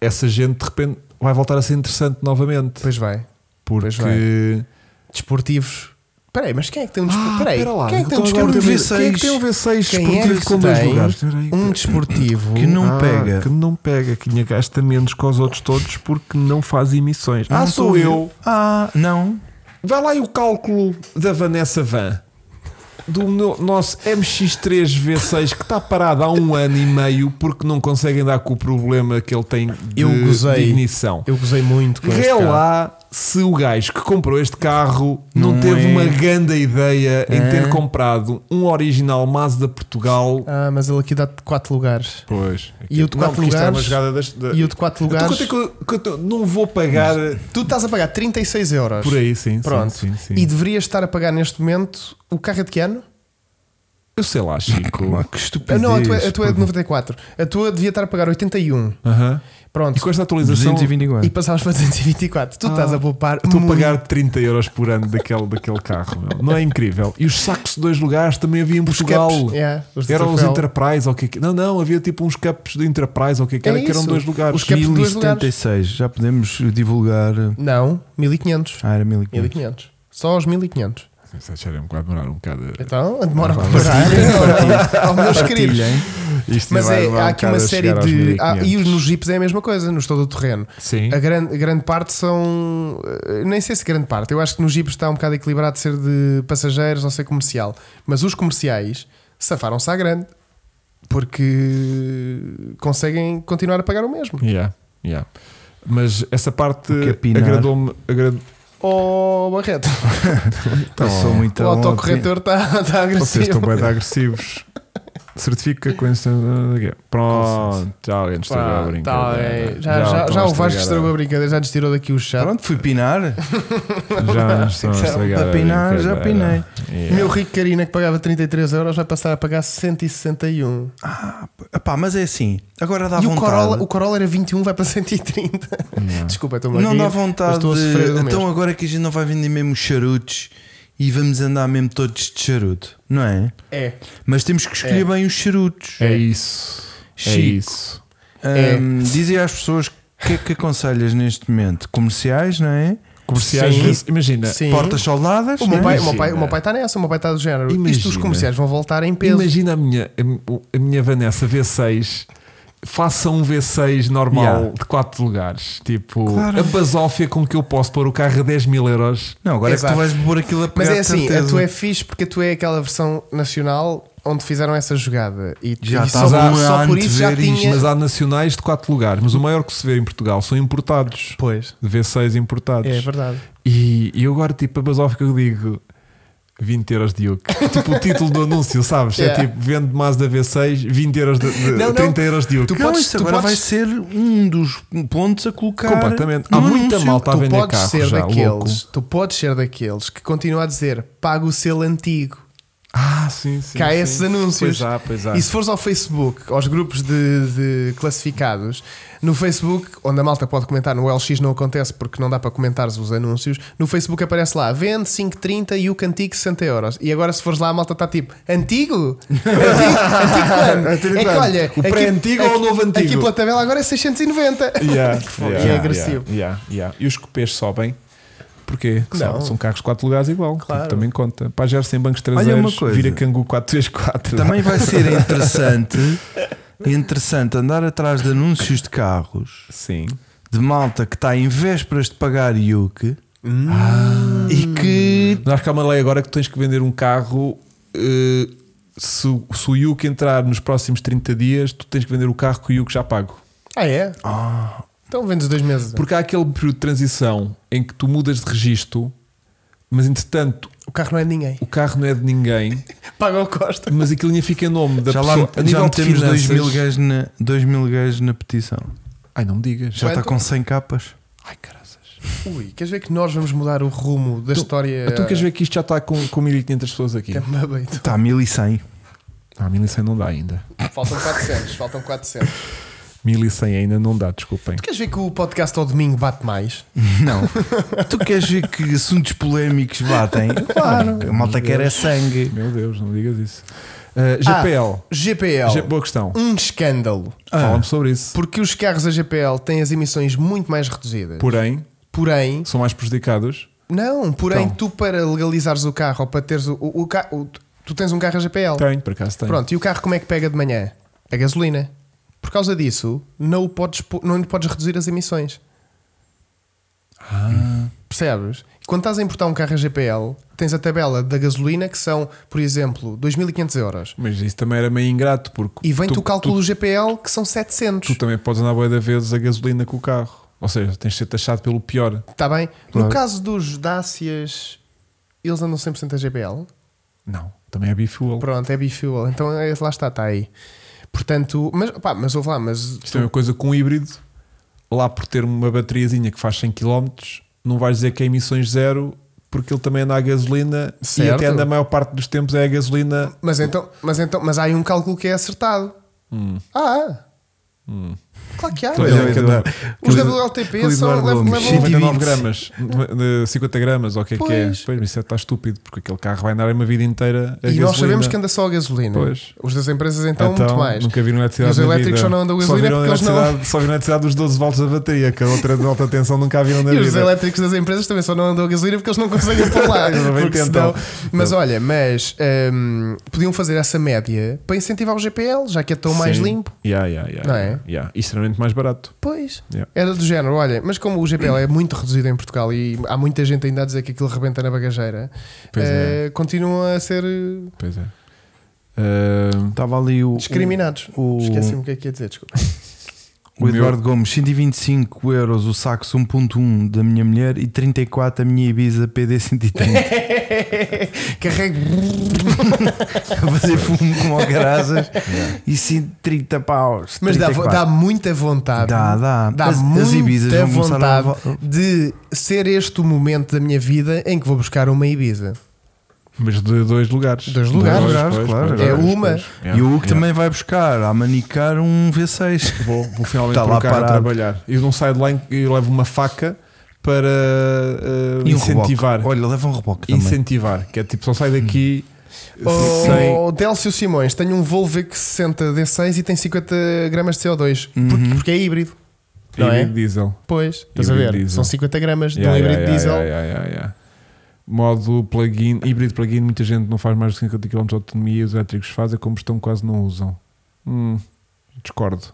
B: essa gente de repente vai voltar a ser interessante novamente.
C: Pois vai. Pois
B: Porque.
C: Desportivos. Espera aí, mas quem é que tem um desportivo?
B: Ah,
C: Peraí,
B: espera lá,
C: quem é que tem um
B: então agora
C: desportivo?
A: tem
B: temos- Quem é que tem um V6
C: Quem é
B: desportivo
C: que
B: com dois
C: tem
B: lugares? Espera aí,
C: Um desportivo
A: Que não-
B: Ah,
A: pega.
B: Que não pega, que ainda gasta menos que os outros todos porque não faz emissões.
A: Não
B: ah,
A: estou a
B: sou
A: ouvir.
B: eu.
A: Ah, não.
B: Vai lá e o cálculo da Vanessa Van. Do no- nosso MX3V6 que está parado há um ano e meio porque não conseguem dar com o problema que ele tem de,
C: Eu gozei.
B: de ignição.
C: Eu gozei muito com este
B: Vê
C: carro.
B: lá se o gajo que comprou este carro não,
A: Não
B: teve
A: é.
B: uma grande ideia em
A: É.
B: ter comprado um original Mazda Portugal.
C: Ah, mas ele aqui dá-te 4 lugares.
B: Pois. é
C: E o de
B: Não,
C: quatro
B: porque isto era
C: lugares-
B: uma jogada das- da-
C: E o de 4
B: Então,
C: lugares.
B: quanto é que eu- quanto eu não vou pagar
C: Tu estás a pagar 36 euros.
B: por aí, sim. sim,
C: Pronto.
B: sim, sim.
C: E deverias estar a pagar neste momento. O carro é de que ano?
B: Eu sei lá, <laughs> Chico.
A: Ah, que
C: Ah,
A: estupidez.
C: não, a tua, a tua é de 94. A tua devia estar a pagar 81.
B: Aham.
C: Pronto.
B: E com esta atualização,
A: 224.
C: E passámos para 224. Tu
B: Ah,
C: estás a poupar.
B: estou a
C: muito.
B: pagar 30 euros por ano daquele, daquele carro. meu. Não é incrível? E os sacos de dois lugares também havia em
C: Os
B: Portugal.
C: caps, É, yeah, os de
B: Eram os
C: troféu.
B: Enterprise ou o que é que Não, não, havia tipo uns cups de Enterprise ou o que é que
C: É
B: era, que eram
C: isso.
B: dois lugares.
C: Os caps de dois lugares.
A: 76. Já podemos divulgar.
C: Não, 1500.
A: Ah, era 1500.
C: 1500. Só os 1500.
B: Isso acharam que vai demorar um bocado.
C: Então,
B: Ah,
C: demora a comparar. Aos <laughs> meus queridos.
A: Partilhem.
B: Isto
C: Mas
B: vai
C: é,
B: demorar um
C: há aqui uma
B: bocado a
C: série
B: chegar aos
C: de. ah,
B: 1500.
C: e nos Jeeps é a mesma coisa, no todo o terreno.
B: Sim.
C: A grande, a grande parte são. eh, Nem sei se grande parte. Eu acho que nos Jeeps está um bocado equilibrado ser de passageiros ou ser comercial. Mas os comerciais safaram-se à grande. Porque conseguem continuar a pagar o mesmo.
B: Yeah, yeah. Mas essa parte
C: é
A: O capinar.
B: agradou-me. agrad-
C: Oh, Barreto,
A: Passou muito
C: É. o
A: a
C: autocorretor está está
B: Então, Vocês
C: agressivo.
B: estão bem de agressivos. Certifica com esta. Pronto, já alguém nos estragou a
C: Pá, tá
B: brincadeira. né?
C: bem. já, já, já,
B: estão a
C: o Vasco
B: estragar
C: estragou a brincadeira, já nos tirou daqui o chat.
A: Pronto, fui pinar.
B: Já estão a
A: Já
B: estragar a
A: pinar, já
B: brincadeira. Yeah.
C: Meu rico Carina que pagava 33 euros vai passar a pagar 161.
A: Epá, mas é assim. Agora dá
C: e o
A: vontade.
C: Corolla, o Corolla era 21, vai para 130.
B: Ah.
C: Desculpa, estou-me a
A: Não
C: rir,
A: dá
C: mas
A: vontade.
C: estou a sofrer do
A: de- Então
C: mesmo.
A: agora que a gente não vai vender mesmo charutos e vamos andar mesmo todos de charuto, não é?
C: É.
A: Mas temos que escolher
C: É.
A: bem os charutos.
B: É isso. É
A: Chico.
B: isso.
C: É.
A: Ahm, Dizem às pessoas o que é que aconselhas neste momento? Comerciais, não é?
B: Comerciais,
C: Sim.
B: vezes- imagina,
C: Sim.
A: Portas soldadas.
C: O meu
A: não é?
C: pai, o
B: Imagina.
C: meu pai, o meu pai está nessa, o meu pai está do género. Isto os
B: Imagina.
C: comerciais vão voltar em peso.
B: imagina a minha, a minha Vanessa V6. Faça um V6 normal
A: Yeah.
B: de 4 lugares, tipo
A: Claro.
B: a basófia com que eu posso pôr o carro a 10 mil euros.
A: Não, agora é
C: Exato.
A: que tu vais pôr aquilo a pegar
C: Mas é
A: de
C: assim, a
A: certeza.
C: tua é fixe porque a tua é aquela versão nacional onde fizeram essa jogada. E,
A: Já
C: e só,
A: estás
B: um
A: a
C: só por isso já
A: antever isto,
C: tinha.
B: Mas há nacionais de 4 lugares, mas o maior que se vê em Portugal são importados.
C: Pois,
B: V6 importados.
C: é verdade.
B: E, e eu agora, tipo, a basófica eu digo 20 euros de Duke. tipo, o título do anúncio, sabes?
C: Yeah.
B: É tipo, vende Mazda V6, 20 euros de, de-
C: Não, não.
B: 30 euros de Duke.
C: Tu
A: Não,
C: podes-
A: isso
C: tu
A: agora
C: podes-
A: vai ser um dos pontos a colocar.
B: Completamente. Há
A: no
B: muita
A: anúncio.
B: malta tá a
C: tu
B: vender
C: podes
B: carro
C: ser
B: já,
C: daqueles,
B: louco.
C: tu podes ser daqueles que continua a dizer paga o selo antigo.
B: Ah, sim, sim.
C: que há
B: sim.
C: esses anúncios.
B: Pois há, pois há.
C: E se fores ao Facebook, aos grupos de, de classificados, no Facebook, onde a malta pode comentar, no LX não acontece porque não dá para comentares os anúncios, no Facebook aparece lá, vende 5,30 e o cantigo 60 euros. E agora se fores lá a malta está tipo,
B: <laughs>
C: antigo? Antigo, antigo quando?
B: Antigo
C: é que
B: quando?
C: olha,
B: tipo, O pré-antigo
C: aqui-
B: ou o novo antigo?
C: Aqui pela tabela agora é 690. <laughs>
B: Yeah,
C: E é agressivo.
B: yeah, yeah. E os cupês sobem. Porquê? Que
C: Não.
B: São, são carros 4 lugares igual.
C: Claro.
B: Tipo, também conta. Para Gerson em bancos
A: uma
B: traseiros,
A: coisa.
B: vira Cangu 434.
A: Também vai ser interessante, interessante andar atrás de anúncios de carros
B: Sim.
A: de malta que está em vésperas de pagar Ah. IUC Hum. e que
B: Acho que há uma lei agora que tens que vender um carro. eh, se, o- se o Yuke entrar nos próximos 30 dias, tu tens que vender o carro que o Yuke já pago.
C: Ah é? Então vendes dois meses.
B: Porque há aquele período de transição em que tu mudas de registro, mas entretanto
C: O carro não é de ninguém.
B: o carro não é de <laughs> ninguém,
C: Paga o Costa.
B: mas aquilo ainda fica em nome da
A: já lá
B: pessoa. a nível
A: já
B: de
A: temos 2
B: finanças-
A: mil gajos na, dois mil gajos na petição.
B: Ai, não me digas.
A: Já está
C: Quanto?
A: com 100 capas.
B: Ai, caraças.
C: Ui, queres ver que nós vamos mudar o rumo da história?
B: Tu Então, queres ver que isto já está com, com 1500 pessoas aqui?
C: Camba bem, tu.
A: Está <laughs> 1100.
B: Ah, 1100 não dá ainda.
C: Faltam 400, faltam 400.
B: 1100 ainda não dá, desculpem.
C: Queres ver que o podcast ao domingo bate mais?
A: Não. tu queres ver que assuntos polémicos batem? Claro. A malta quer é sangue.
B: Meu Deus, não digas isso. Ah, GPL.
C: GPL,
B: G- boa questão.
C: um escândalo.
B: Fala-me sobre isso.
C: Porque os carros a GPL têm as emissões muito mais reduzidas.
B: Porém,
C: Porém,
B: São mais prejudicados.
C: não, porém,
B: Então.
C: tu para legalizares o carro ou para teres o, o, o ca- o- Tu tens um carro a GPL.
B: Tenho, por acaso tenho.
C: Pronto, e o carro como é que pega de manhã? A gasolina. Por causa disso, não, o podes, po- não lhe podes reduzir as emissões.
B: Ah.
C: Percebes? Quando estás a importar um carro a GPL, tens a tabela da gasolina que são, por exemplo, 2.500 euros.
B: Mas isso também era meio ingrato, porque
C: E vem-te
B: tu,
C: o cálculo
B: tu,
C: do GPL que são
B: tu
C: 700.
B: também podes andar boa da vezes a gasolina com o carro. Ou seja, tens de ser taxado pelo pior.
C: Está Tá bem?
A: Claro.
C: No caso dos Dacias, eles andam 100% a GPL.
B: Não, também é bifuel.
C: Pronto, é bifuel. Então é- lá está, está aí. Portanto, mas, pá, mas ouve lá, mas
B: Isto é uma coisa com um híbrido, lá por ter uma bateriazinha que faz 100 km, não vais dizer que é emissões zero, porque ele também anda a gasolina e
C: Certo.
B: até anda a maior parte dos tempos é a gasolina.
C: Mas então, mas então, mas há aí um cálculo que é acertado. Ah, claro que há.
B: Pois
C: meu.
B: Hum. é, que
A: Eduardo-
C: Os
A: que o- que o
C: WLTP são
A: Eduardo
C: levam,
A: Gomes.
C: levam-
B: 59
A: 120.
B: gramas, de 50 gramas, ou o que é que é?
C: Pois.
B: Pois, mas isso está estúpido, porque aquele carro vai andar uma vida inteira a
C: E
B: gasolina.
C: nós sabemos que anda só a gasolina.
B: Pois.
C: Os das empresas então, muito mais.
B: Nunca viram
C: E
B: eletricidade.
C: os
B: na vida.
C: elétricos só não andam a
B: Só
C: gasolina
B: viram
C: porque eles não-
B: eletricidade- Só viram eletricidade dos 12 volts da bateria, que a outra de alta tensão nunca viram na
C: E
B: vida.
C: os elétricos das empresas também só não andam a gasolina porque eles
B: <laughs>
C: não conseguem pôr lá.
B: Eles não
C: porque
B: tentam.
C: senão- Mas olha, mas hum, podiam fazer essa média para incentivar o GPL, já que é tão mais
B: Sim.
C: limpo.
B: Yeah, yeah, yeah,
C: Não é?
B: yeah, yeah. E extremamente mais barato.
C: Pois.
B: Yeah.
C: Era do género, olha, mas como o GPL é muito reduzido em Portugal e há muita gente ainda a dizer que aquilo rebenta na bagageira,
B: Pois é.
C: eh, continua a ser
B: Pois é. Ah, Ahm,
A: Estava ali o.
C: discriminados.
A: O,
C: Esqueci-me o que é que ia dizer, desculpa.
A: o Eduardo Gomes, 125 euros o saxo 1.1 da minha mulher e 34 a minha Ibiza PD
C: <laughs>
A: 130
C: Carrego.
A: a fazer fumo como ao caraças e 130 paus.
C: Mas dá,
A: 34.
C: dá muita vontade.
A: Dá, dá.
C: Dá
A: As- as
C: muita
A: Ibizas vão começar a
C: vontade
A: vol-
C: de ser este o momento da minha vida em que vou buscar uma Ibiza.
B: mas de dois lugares.
C: Dois lugares,
A: claro, claro.
C: É uma.
A: E o Hugo também vai buscar a manicar um V6.
B: Vou, vou finalmente
A: Está Tá lá
B: colocar a
A: parado.
B: trabalhar. E não saio de lá e levo uma faca para ah,
A: E um
B: incentivar.
A: reboque. Olha, leva um reboque também. Hum.
B: incentivar. Que é tipo, só sai daqui sem.
A: Oh,
C: O Delcio Oh, Simões tem um Volvo que 60 D6 e tem 50 gramas de CO2. Porque, porque é híbrido. Não é?
B: híbrido diesel.
C: Pois, estás a
B: Híbrido
C: ver?
B: diesel.
C: São 50 gramas de um
B: Yeah,
C: híbrido
B: yeah,
C: diesel.
B: yeah, yeah, yeah, yeah. Modo plug-in, híbrido plug-in, muita gente não faz mais de 50 km de autonomia, os elétricos fazem, a combustão quase não usam. Hum, discordo.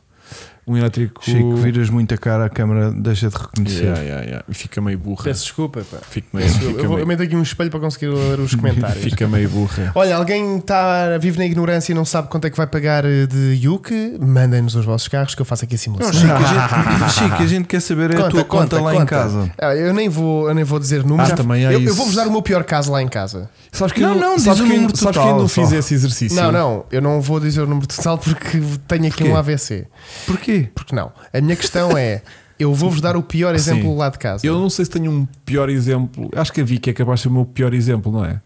B: Um elétrico.
A: Chico, viras muito a cara, a câmara deixa de reconhecer.
B: Yeah, yeah, yeah. E Fica meio burra.
C: Peço desculpa, pá.
B: Fica meio,
C: Peço desculpa.
B: fica
C: Eu, vou- eu
B: meio,
C: meto aqui um espelho para conseguir ler
B: <laughs>
C: os comentários.
B: fica meio burra.
C: Olha, alguém está vive na ignorância e não sabe quanto é que vai pagar eh, de Yuke, mandem-nos os vossos carros que eu faço aqui
B: É um
C: a
A: Não,
C: simulação.
A: Chico, a gente, <laughs> Chico, a gente quer saber é a tua conta, lá em casa.
C: Ah, Eu nem vou, eu nem vou dizer números.
B: Ah, também há
C: eu, eu
B: isso.
C: vou-vos dar o meu pior caso lá em casa.
B: Sabes
A: Não, não, diz
B: sabes
A: o
B: que, eu-
A: número
B: sabes que
A: total
B: eu um não
A: só.
B: fiz esse exercício.
C: Não, não, eu não vou dizer o número total porque tenho aqui
A: Porquê?
C: um AVC.
A: Porquê?
C: Porque não. A minha questão é: eu vou-vos dar o pior exemplo lá de casa.
B: Eu não sei se tenho um pior exemplo. Acho que a Vicky é capaz de ser o meu pior exemplo, não é?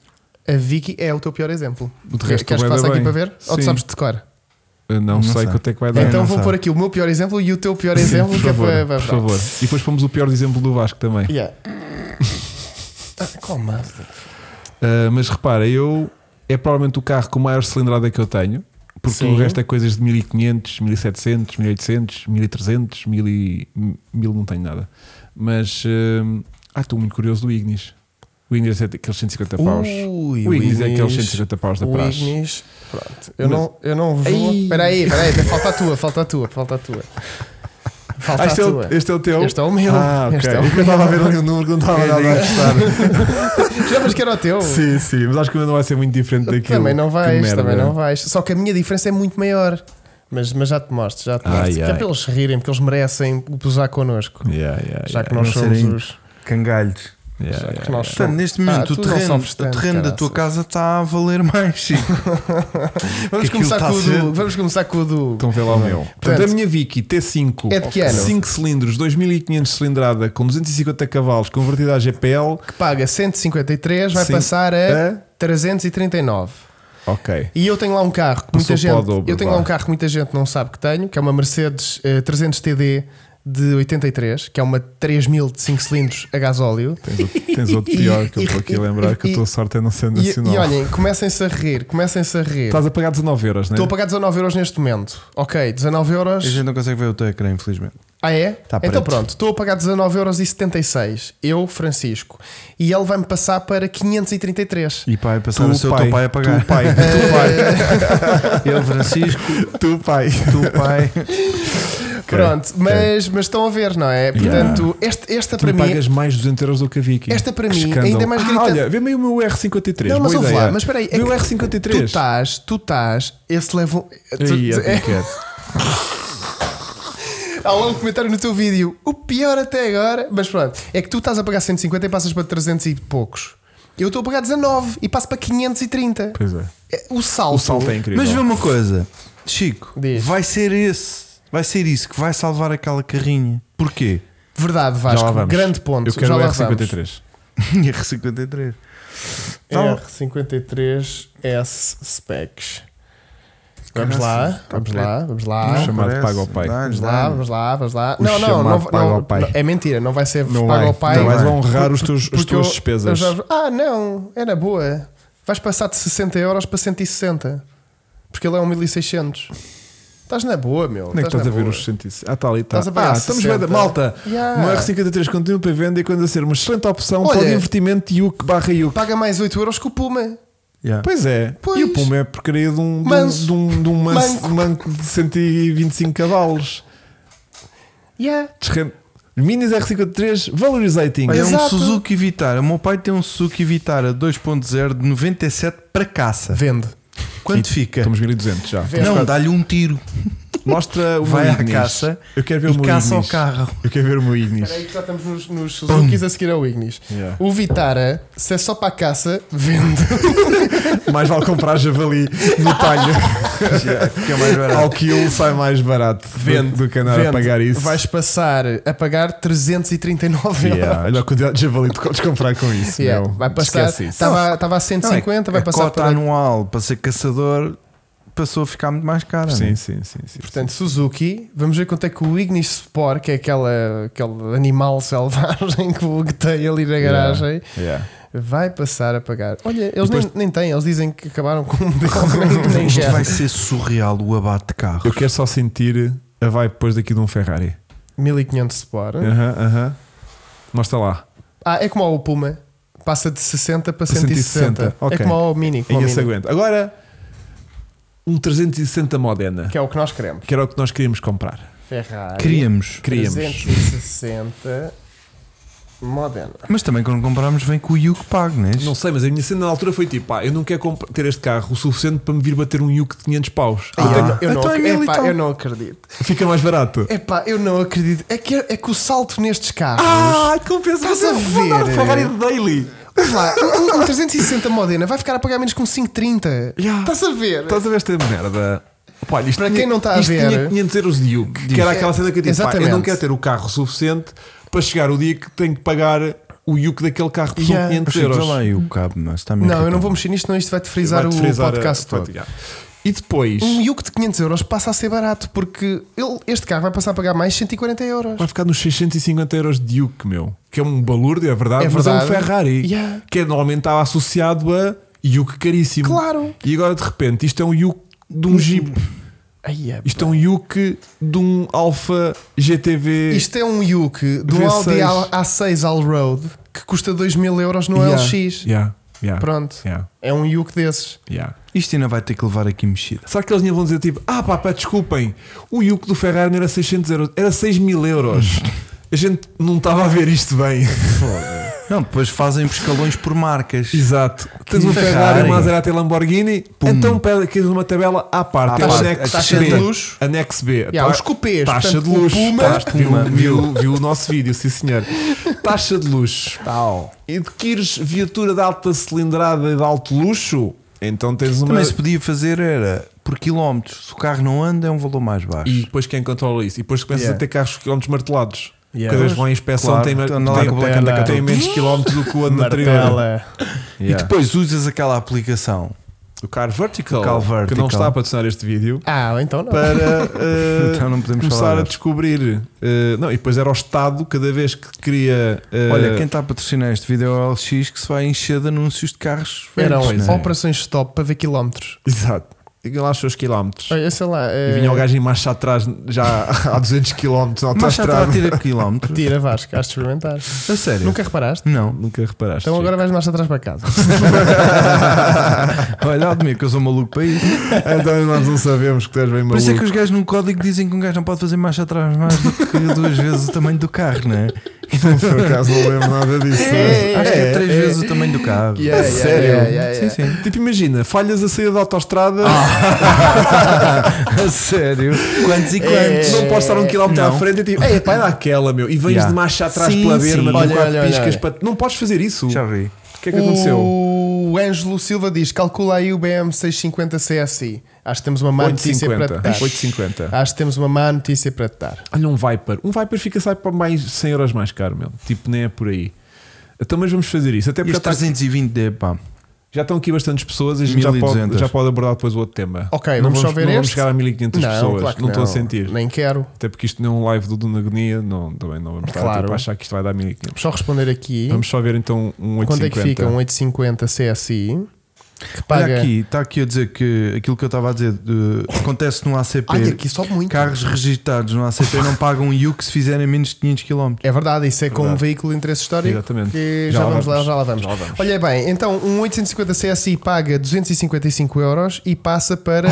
C: A Vicky é o teu pior exemplo.
B: O de resto
C: Queres
B: vai
C: que faça
B: dar
C: aqui
B: bem.
C: para ver? Ou
B: Sim.
C: tu sabes de cor?
B: Eu Não,
A: Não
B: sei
A: sei.
B: quanto é que vai dar.
C: Então
A: não
C: vou
A: sei.
C: pôr aqui o meu pior exemplo e o teu pior exemplo,
B: por
C: que
B: favor,
C: é para.
B: por favor. E depois pomos o pior exemplo do Vasco também.
C: Yeah. Ah, qual Mazda?
B: Uh, mas repara, eu é provavelmente o carro com maior cilindrada que eu tenho, porque
C: Sim.
B: o resto é coisas de 1500, 1700, 1800, 1300, 1000, e, 1000 não tenho nada. Mas uh, ah, estou muito curioso do Ignis. O Ignis é aqueles 150 paus.
C: Ui,
B: o Ignis, é aqueles 150 paus da
C: o
B: praxe.
C: Ignis. Pronto, eu
B: Mas-
C: não, eu não vou.
B: Ei.
C: Espera aí, espera aí, falta a tua, falta a tua, falta a tua. Falta
B: Ah, este, é
C: a
B: o,
C: tua.
B: este é o teu?
C: Este é o meu.
B: Ah, ok.
C: Este é o
B: É que eu estava a ver ali o número que não estava nada a gostar.
C: <laughs> Já mas que era o teu.
B: sim, sim, mas acho que o meu não vai ser muito diferente daquilo.
C: também não
B: Que
C: vais,
B: merda.
C: também não vais. Só que a minha diferença é muito maior. Mas, mas já te mostro, já te
B: Ai,
C: mostro. que é
B: ai.
C: para eles rirem, porque eles merecem gozar connosco.
B: Yeah, yeah,
C: Já
B: yeah,
C: que nós
A: não
C: somos
A: serem-
C: os.
A: Cangalhos.
B: yeah,
C: já
B: yeah,
C: que nós
A: Portanto, neste
C: Ah,
A: momento
C: tu
A: o
C: não
A: terreno,
C: sofres
A: o
C: tanto,
A: terreno da tua
C: caraças.
A: casa está a valer mais, <laughs> Chico.
C: Vamos
A: Que aquilo
C: começar,
A: está
C: com o
A: cedo.
C: do, vamos começar com o do.
B: Então vê lá o meu. Portanto,
C: Portanto,
B: a minha Vicky T5
C: é de que ano?
B: 5 cilindros, 2500 cilindrada com 250 cavalos, convertida a GPL.
C: que paga 153 vai
B: Sim.
C: passar a
B: É?
C: 339.
B: Ok.
C: E eu tenho lá um carro que muita
B: Passou para o
C: gente,
B: dobro,
C: eu tenho
B: vá.
C: lá um carro que muita gente não sabe que tenho, que é uma Mercedes eh, 300 TD de 83, que é uma 3000 de 5 cilindros a gasóleo.
B: Tens outro, tens outro pior
C: <laughs>
B: que eu estou aqui a lembrar que a tua sorte é não Tá, ser
C: E, e
B: nacional.
C: olhem, comecem-se a rir, comecem-se a rir.
B: Estás a pagar 19 euros, né?
C: Estou a pagar 19 euros neste momento. Ok, 19
A: A
C: euros.
A: gente não consegue ver o teu ecrã, infelizmente.
C: Ah, é?
A: Tá
C: então
A: preto.
C: pronto, estou a pagar 19,76€, eu, Francisco, e ele vai-me passar para 533.
A: E pai, passar
B: Tu,
A: a ser o teu pai a pagar.
B: Tu,
A: <laughs>
B: pai. tu, pai.
A: Eu, Francisco,
B: tu, pai.
A: tu, pai.
C: Pronto, mas, mas estão a ver, não é? Portanto, este- esta
B: Tu
C: para
B: me
C: mim.
B: pagas mais 200 euros do que a Vicky.
C: Esta para
B: Que
C: mim
B: escândalo.
C: ainda é mais
B: Ah,
C: gritante.
B: olha, vê-me aí o meu R53.
C: Não, mas
B: boa
C: ouve
B: ideia.
C: lá, mas espera aí. é
B: Vê o
C: que
B: R53.
C: Tu estás, tu estás, esse level. tu-
B: Aí, tipo. é
C: é-
B: brinquedo.
C: Há lá um comentário no teu vídeo. O pior até agora, mas pronto, é que tu estás a pagar 150 e passas para 300 e poucos. Eu estou a pagar 19 e passo para 530.
B: Pois é.
C: É, O salto.
B: O salto é incrível.
A: Mas vê uma coisa, Chico,
C: Diz.
A: vai ser esse, vai ser isso que vai salvar aquela carrinha. <laughs> Porquê?
C: Verdade,
B: Já lá
C: Vasco.
B: vamos.
C: Grande ponto.
B: Eu quero
C: Já
B: o
C: lá
B: R53.
A: R53. Então-
C: vamos. R53S Specs. Vamos lá, vamos lá, vamos
A: Ah,
C: lá.
B: Não. Chamado
A: Parece.
B: Paga ao Pai.
A: Dá,
C: Vamos
A: dá.
C: lá, vamos lá, vamos lá.
B: O
C: Não, não, não,
B: chamado
C: não,
B: paga ao
C: não,
B: pai.
C: É mentira, não vai ser
B: Não
C: pago
B: vai.
C: ao pai.
B: Não vais
A: vai.
B: honrar os teus, as
C: Porque
B: tuas
C: eu-
B: despesas.
C: eu já- ah, não, é na boa. Vais passar de 60 euros para 160. Porque ele é um 1600. Estás na boa, meu.
B: Onde é que estás a
C: na
B: ver
C: boa.
B: os 160? Ah, está ali, está.
C: Estás a pagar
B: Ah, estamos
C: 60.
B: bem da malta.
C: Yeah.
B: Um R53 continua para venda e quando a ser uma excelente opção
C: Olha.
B: para o investimento Yuk barra Yuk.
C: Paga mais 8 euros que o Puma.
A: Yeah.
B: Pois é.
C: Pois.
B: E o Puma é a porcaria de um, de um-
C: Manso.
B: de um, de um manso,
C: Manco.
B: manco de 125 cavalos.
C: Yeah.
B: Desren- Minis R53 Valorizating.
A: Olha, é um
C: Exato.
A: Suzuki Vitara. O meu pai tem um Suzuki Vitara 2.0 de 97 para caça.
C: Vende.
A: Quanto fica?
B: Estamos 1200 já.
C: Vê.
A: Não,
C: Quase.
A: dá-lhe um tiro. <laughs>
B: Mostra o
A: Vai
B: meu
A: à
B: Ignis.
A: caça
B: Eu quero ver
A: e
B: o meu
A: caça ao
B: Ignis.
A: <laughs> carro.
B: Eu quero ver o meu Ignis.
C: Espera aí que já estamos nos, nos Suzuki's a seguir ao Ignis.
B: Yeah.
C: O Vitara, se é só para a caça, vende.
B: Mais vale comprar javali no talho.
A: Fica mais barato. é
B: Ao quilo sai mais barato do- do que andar a
C: Vende.
B: pagar isso.
C: Vais passar a pagar 339 euros.
B: Yeah, Olha a quantidade de javali que tu podes comprar com isso.
C: Yeah,
B: meu.
C: é. vai passar.
B: Esquece isso.
C: Estava estava a
A: Não, é
C: 150,
A: que
C: vai
A: a
C: passar
A: cota
C: para.
A: anual para ser caçador passou a ficar muito mais cara.
B: Sim,
A: né?
B: sim, sim. sim.
C: Portanto, Suzuki, vamos ver quanto é que o Ignis Sport, que é aquela, aquele animal selvagem que tem ali na garagem,
B: Yeah.
C: vai passar a pagar. Olha, eles
B: depois-
C: nem, nem têm, eles dizem que acabaram com um modelo que <laughs> nem
A: Isto
C: quer.
A: vai ser surreal o abate de
B: Eu
A: carros.
B: quero só sentir a vibe depois daqui de um Ferrari.
C: 1500 Sport.
B: Aham, aham. Mostra lá.
C: Ah, é como ao Puma, passa de 60 para 160.
B: 160, ok.
C: É como ao Mini, como ao
B: Ainda se
C: Mini,
B: aguenta. Agora, um 360 Modena.
C: que é o que nós queremos.
B: Que era o que nós queríamos comprar.
C: Ferrari.
A: Queríamos.
B: Queríamos.
C: 360 Modena.
A: Mas também quando compramos vem com o Yuke pago, né?
B: Não sei, mas a minha cena na altura foi tipo: pá, eu não quero comp- ter este carro o suficiente para me vir bater um Yuke de 500 paus.
A: Ah.
C: Eu não- eu,
A: Então
C: não,
A: é
C: ac-
A: mil e
C: epá,
A: tal.
C: eu não acredito.
B: Fica mais barato.
C: Epá, eu não acredito. É que, é que o salto nestes carros.
B: Ah, que compensa
C: Estás a
B: vou
C: ver?
B: dar um Ferrari Daily.
C: Vamos lá, um, um- um 360 Modena vai ficar a pagar menos que um 530.
B: Yeah.
C: Estás a ver?
B: Estás a ver esta merda? Pá, olha, isto
C: Para
B: tinha-
C: quem não está a
B: isto
C: ver-
B: tinha 500 euros de Yuke, que era aquela cena que eu disse: pá, eu não
C: Exatamente.
B: quero ter o carro suficiente para chegar o dia que tenho que pagar o Yuke daquele carro por
C: Yeah.
B: 500
A: Chico, vê
B: euros.
A: lá aí o cabo, mas está
C: Não, eu não vou mexer nisto, não. Isto vai-te frisar
B: Vai-te
C: o
B: frisar a-
C: podcast
B: vai-te-
C: todo.
B: yeah. E depois
C: Um Yuke de 500 euros passa a ser barato porque ele- este carro vai passar a pagar mais 140 euros.
B: vai ficar nos 650 euros de Duke, meu. Que é um balúrdio, é verdade,
C: É
B: mas é um
C: verdade.
B: Ferrari.
C: Yeah.
B: Que é, normalmente estava associado a Duke caríssimo.
C: Claro.
B: E agora de repente isto é um Duke de um Jeep.
C: Ai, é-
B: Isto é um Duke de um Alfa GTV.
C: Isto é um Yuke do
B: V6.
C: Audi A6 Allroad que custa 2 mil euros no
B: Yeah. Yeah,
C: LX.
B: yeah,
C: é um Pronto,
B: yeah,
C: é um Yuke desses.
B: yeah.
A: Isto ainda vai ter que levar aqui mexida.
B: Será que eles não vão dizer tipo, ah pá, pá, desculpem, o Yuke do Ferrari não era 600 euros, era 6 mil
C: <laughs>
B: euros. A gente não estava a ver isto bem.
A: Não, depois fazem por escalões por marcas.
B: Exato. Tens um
A: Ferrari.
B: Ferrari, uma Maserati Lamborghini, então pede aqui uma tabela à parte. é
A: À
B: Tem o
A: parte.
B: anexo
A: Taxa
B: B.
A: de
C: luxo.
B: Anexo B.
C: Yeah, os cupês,
B: Taxa
C: portanto,
B: de luxo.
C: o Puma-
B: Taxa-
A: Puma.
B: Viu, viu, viu o nosso vídeo, sim senhor. Taxa de luxo. Adquires viatura de alta cilindrada e de alto luxo, então tens uma...
A: Também se podia fazer era por quilómetros. Se o carro não anda, é um valor mais baixo.
B: E depois quem controla isso? E depois começas
A: Yeah.
B: a ter carros com quilómetros martelados.
C: Yeah.
B: Cada vez que vão à inspeção
A: Claro, Então
B: tem,
A: anda
B: ma-
A: lá
B: tem-
A: com o Black and
B: tem
A: Decker.
B: menos quilómetros do que o ano anterior.
C: Martela.
A: E depois usas aquela aplicação.
B: O Car Vertical,
A: O Car
B: que não
A: Vertical.
B: está a patrocinar este vídeo,
C: Ah, então não.
B: <laughs> para eh,
A: Então não podemos
B: começar
A: falar
B: a
A: deles.
B: descobrir. eh, não, e depois era o Estado, cada vez que queria. eh,
A: Olha, quem está a patrocinar este vídeo é o LX que se vai encher de anúncios de carros velhos.
C: Eram
A: né?
C: operações stop para ver quilómetros.
B: Exato. Digam lá os seus quilómetros.
C: Olha, sei lá.
B: E
C: eh,
B: vinha o gajo em marcha atrás já <laughs> a 200 km na
A: Mas já está a
B: autostrada.
A: tirar
B: <laughs>
A: quilómetros.
C: Tira, Vasco, has de experimentar.
B: A sério?
C: Nunca reparaste?
A: Não.
B: Nunca reparaste.
C: Então
B: Chico.
C: agora vais mais atrás para casa.
B: <laughs>
A: Olha, admiro que eu sou maluco para isso.
B: Então nós não sabemos que tu és bem
A: Por
B: maluco.
A: isso é que os gajos num código dizem que um gajo não pode fazer marcha atrás mais do que duas vezes o tamanho do carro, não é?
B: Por acaso não lembro nada disso.
C: É,
A: Acho que é três
B: é.
A: vezes o tamanho do carro.
C: Yeah, yeah,
B: sério?
C: yeah, yeah, yeah.
A: Sim, sim.
B: Tipo, imagina, falhas a saída da autostrada,
A: A
C: <laughs>
A: <laughs> sério? Quantos e
C: É.
A: quantos?
B: não podes estar um quilómetro à
A: Não.
B: frente e tipo, ei, pá, é daquela, meu. E vens
A: Yeah.
B: de marcha atrás
A: Sim,
B: pela
A: sim.
B: berma, com
C: Olha,
B: quatro
C: olha, olha,
B: piscas.
C: olha.
B: Para... Não podes fazer isso.
A: Já
B: O
A: ri.
B: que é que aconteceu?
C: O Ângelo Silva diz: calcula aí o BM 650 CSI. Acho que temos uma má notícia para te
B: 8,50.
C: dar.
B: 8,50.
C: Acho que temos uma má notícia para te dar.
B: Olha, um Viper. Um Viper fica sai para mais 100 euros mais caro, meu. Tipo, nem é por aí. Então, mas vamos fazer isso. Até
A: E
B: porque já,
A: os
B: está-
A: 320 de pá.
B: já estão aqui bastantes pessoas e a gente já pode,
A: 1200.
B: já pode abordar depois o outro tema.
C: Ok,
B: não
C: vamos só ver
B: não vamos
C: este?
B: chegar a 1500 pessoas.
C: claro que
B: não estou a sentir.
C: Nem quero.
B: Até porque isto não é um live do Duna Agonia, não, também não vamos estar
C: Claro.
B: tipo, a achar que isto vai dar 1500.
C: Só responder aqui.
B: Vamos só ver então um 850.
C: Quanto é que fica um 850 CSI? Que paga.
A: Olha aqui, está aqui a dizer que aquilo que eu estava a dizer de- acontece no ACP.
C: Ai, aqui sobe muito.
A: Carros registados no ACP não pagam IUC se fizerem menos de 500 km.
C: É verdade, isso é com um
B: Verdade.
C: veículo de interesse histórico.
B: Exatamente.
C: que já, vamos lá, já lá vamos.
B: Já lá vamos.
C: Olha bem, então um 850 CSI paga 255 euros e
B: <laughs>
C: passa para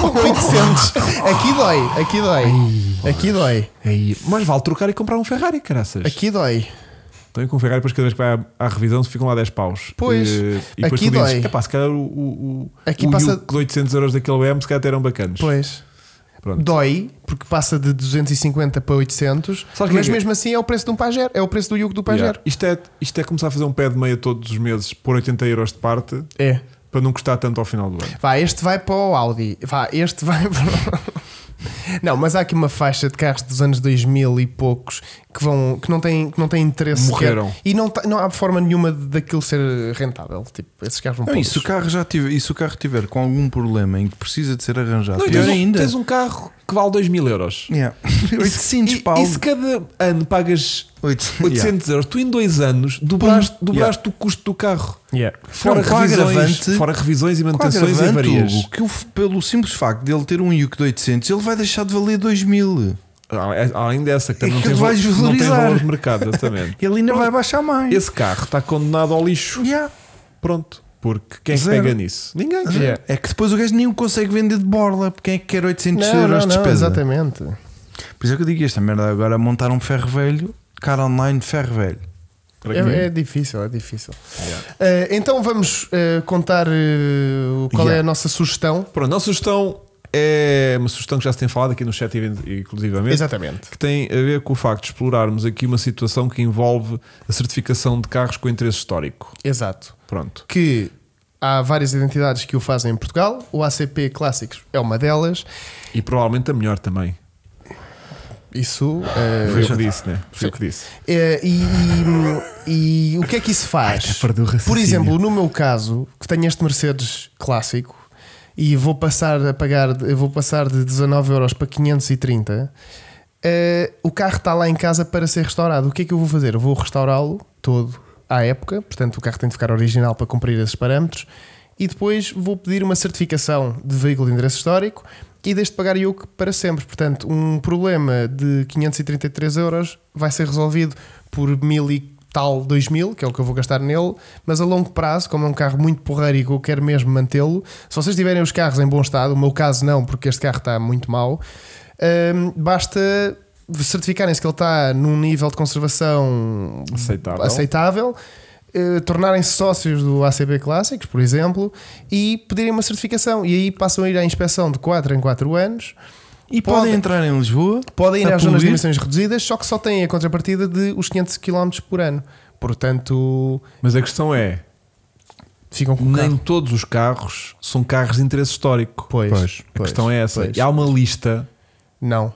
C: 800. Aqui dói, aqui dói. Aqui dói,
B: Aí, mas vale trocar e comprar um Ferrari, caraças.
C: aqui dói.
B: Então, com um Ferrari, depois cada vez que vai à, à revisão ficam lá 10 paus.
C: Pois,
B: E, e depois
C: aqui
B: tu dizes,
C: dói.
B: "Epá, se calhar o, o, o,
C: Aqui
B: o
C: passa-
B: Yuke de 800 euros daquele BM, se calhar até eram bacanas.
C: Pois.
B: Pronto.
C: Dói, porque passa de 250 para 800,
B: Sabes que
C: mas
B: é que-
C: mesmo assim é o preço de um Pajero, é o preço do Yugo do Pajero.
B: Yeah. Isto, é, isto é começar a fazer um pé de meia todos os meses por 80 euros de parte
C: É.
B: para não custar tanto ao final do ano.
C: Vá, este vai para o Audi. Vá, este vai <laughs> para. o- Não, mas há aqui uma faixa de carros dos anos 2000 e poucos que, vão, que, não, têm, que não têm interesse
B: Morreram.
C: sequer. E não, tá- não há forma nenhuma de- daquilo ser rentável. Tipo, esses carros vão
A: Não,
C: para
A: e se o
C: o lixo.
A: carro já tiver, e se o carro tiver com algum problema em que precisa de ser arranjado,
B: e
A: pior
B: tens, um,
A: ainda.
B: tens um carro que vale 2 mil euros.
A: Yeah. <laughs>
B: E-
A: 800
B: e,
A: pau.
B: se cada ano pagas
A: <laughs>
B: 800
A: Yeah.
B: euros, tu em dois anos dobraste, dobraste o custo do carro.
C: Yeah.
B: Fora,
A: Não, com
B: revisões,
A: agravante-
B: fora revisões e
A: Com
B: manutenções e
A: agravante,
B: avarias.
A: Hugo, que o, pelo simples facto dele ter um IUC de 800, ele vai deixar de valer 2000.
B: Ale- Além dessa, que
A: É
B: também
A: que
B: não,
A: vais
B: tem, val- não tem
A: valorizar.
B: valor de mercado,
A: <laughs>
B: exatamente.
A: Ele ainda vai baixar mais.
B: Esse carro está condenado ao lixo.
A: Yeah.
B: Pronto. Porque quem é que
A: Zero.
B: pega nisso? Ninguém.
C: Yeah.
A: É que depois o gajo nem o consegue vender de borla. Porque quem é que quer 800
C: Não,
A: euros
C: não,
A: de
C: não,
A: despesa?
C: exatamente.
A: Por isso é que eu digo esta merda. Agora montar um ferro velho, cara online de ferro velho.
B: Para quem?
C: É, é difícil, é difícil. Eh, então vamos eh, contar eh, qual é a
A: Yeah.
C: nossa sugestão.
B: Pronto, a nossa sugestão é uma sugestão que já se tem falado aqui no chat, e- inclusivamente.
C: Exatamente.
B: que tem a ver com o facto de explorarmos aqui uma situação que envolve a certificação de carros com interesse histórico.
C: Exato.
B: Pronto.
C: que há várias identidades que o fazem em Portugal. O ACP Clássicos é uma delas.
B: E provavelmente a melhor também.
C: Isso. eh,
B: Foi o que disse, né? Foi o que disse.
C: eh, e, e- e o que é que isso faz?
B: perdeu o raciocínio.
C: Por exemplo, no meu caso, que tenho este Mercedes clássico e vou passar a pagar, eu vou passar de 19 euros para 530. eh, o carro está lá em casa para ser restaurado. O que é que eu vou fazer? Eu vou restaurá-lo todo à época, portanto o carro tem de ficar original para cumprir esses parâmetros e depois vou pedir uma certificação de veículo de endereço histórico e deixo de pagar IUC para sempre. Portanto, um problema de 533 euros vai ser resolvido por mil e tal 2000, que é o que eu vou gastar nele, mas a longo prazo, como é um carro muito porreiro e que eu quero mesmo mantê-lo, se vocês tiverem os carros em bom estado, o meu caso não, porque este carro está muito mau, hum, basta certificarem-se que ele está num nível de conservação
A: Tá
B: Aceitável.
C: aceitável, eh, tornarem-se sócios do ACB Clássicos, por exemplo, e pedirem uma certificação. E aí passam a ir à inspeção de 4 em 4 anos,
A: E
C: Podem-
A: podem, entrar em Lisboa.
C: podem ir
A: a
C: às zonas
A: poluir.
C: de dimensões reduzidas, só que só têm a contrapartida de os 500 km por ano. Portanto,
B: Mas a questão é:
C: ficam com o
B: nem
C: Um carro.
B: todos os carros são carros de interesse histórico.
C: Pois,
B: A
C: pois,
B: questão é essa.
C: pois.
B: E há uma lista.
C: Não.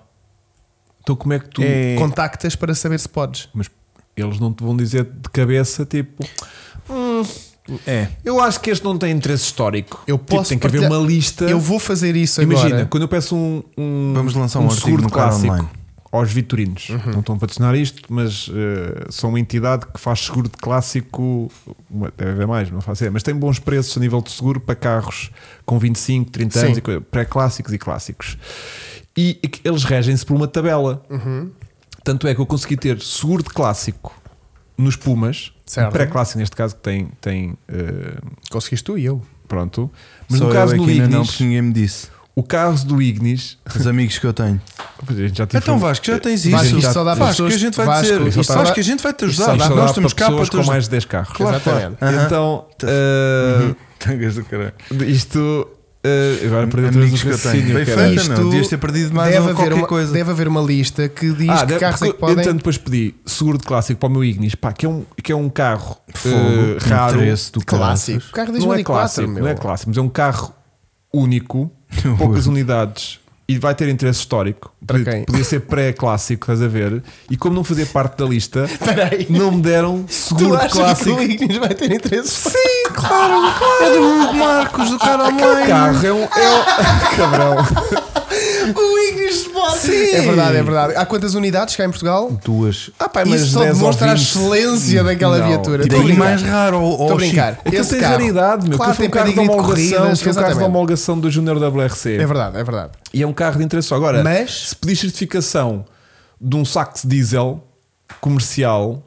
B: Então, como é que tu.
A: É-
C: Contactas para saber se podes.
B: Mas eles não te vão dizer de cabeça, tipo. "Hum,
A: É.
B: eu acho que este não tem interesse histórico.
C: Eu
B: Tipo,
C: posso
B: tem que haver
C: partilhar-
A: Tá.
B: uma lista.
C: Eu vou fazer isso
B: Imagina,
C: agora.
B: quando eu peço um, um-
A: Vamos lançar um artigo
B: seguro
A: no
B: de
A: Car
B: clássico
A: Online.
B: aos Vitorinos.
C: Uhum.
B: Não estão a patrocinar isto, mas eh, são uma entidade que faz seguro de clássico, uma- deve haver mais, não faço ideia, mas tem bons preços a nível de seguro para carros com 25, 30 anos,
C: Sim.
B: e coisa, pré-clássicos e clássicos. E que eles regem-se por uma tabela.
C: Uhum.
B: Tanto é que eu consegui ter seguro de clássico nos Pumas,
C: Certo.
B: pré-clássico neste caso que tem, tem eh,
C: Conseguiste tu e eu.
B: pronto. Mas
A: Só
B: no
A: eu
B: caso
A: é que
B: do
A: ainda não,
B: Ignis,
A: porque ninguém me disse.
B: o caso do Ignis,
A: Os amigos que eu tenho.
B: a gente já um- te
A: Então,
B: informou-
A: Vasco, já tens
B: Vasco,
A: isso.
B: isto
C: só dá
A: Vasco,
C: pessoas-
A: que a gente vai
C: Vasco,
A: dizer.
C: isto só
A: Vasco,
C: dá-
A: que a gente vai te
B: Isto
A: ajudar.
B: só dá
A: Nós
B: para
A: temos cá para
B: pessoas
A: te
B: com
A: ajudar.
B: mais <laughs> de 10 carros.
A: Claro,
C: Exatamente.
A: Aham.
B: Então, eh,
A: Tangas do caralho.
B: isto. eh, agora perdi outra vez
A: Amigos
B: o
A: que eu
B: raciocínio.
A: tenho. Bem
B: caralho.
A: feita, não. Devias ter perdido mais
C: deve
A: ou
C: haver
A: qualquer
C: uma,
A: coisa.
C: Deve haver uma lista que diz
B: Ah,
C: que
B: deve-
C: carros é que
B: porque
C: podem.
B: eu tanto depois pedi seguro de clássico para o meu Ignis, pá, que é um, que é um carro
A: Fogo,
B: eh,
A: que
B: raro.
A: interesse do
C: Clássico. O carro de
B: Não é
C: 2004,
B: clássico,
C: meu.
B: não é clássico, mas é um carro
A: <laughs>
B: único, poucas unidades e vai ter interesse histórico.
C: Para
B: Podia-
C: quem?
B: Podia ser pré-clássico, estás a ver? E como não fazia parte da
C: <laughs>
B: lista, não me deram
C: Tu
B: seguro de
C: achas que o
B: clássico.
C: Ignis vai
B: <laughs>
C: ter interesse?
B: Sim, claro, claro.
A: É do Hugo Marcos, do
C: Ah,
A: cara
B: Aquele
A: online.
B: carro é um. É um... <laughs> Cabrão.
C: o Ignis de Bora!
B: Sim.
C: É verdade, é verdade. Há quantas unidades cá em Portugal?
A: Duas.
B: Ah, pá,
C: Isso só
B: 10 ou
C: demonstra a
B: 20.
C: excelência daquela
B: Não,
C: viatura.
A: E
C: Estou a
A: daí
C: brincar.
A: mais raro ao
C: Estou a
A: ao
C: brincar.
A: Chico.
B: Aquilo
C: Esse
B: tem
C: carro,
B: raridade, meu.
C: Claro,
B: Aquilo foi um
C: tem
B: carro de
C: pedigree de
B: homologação.
C: corridas,
B: Foi um carro de
C: exatamente.
B: homologação do Júnior WRC.
C: É verdade, é verdade.
B: E é um carro de interesse. Agora,
C: Mas-
B: se pedir certificação de um saco de diesel comercial,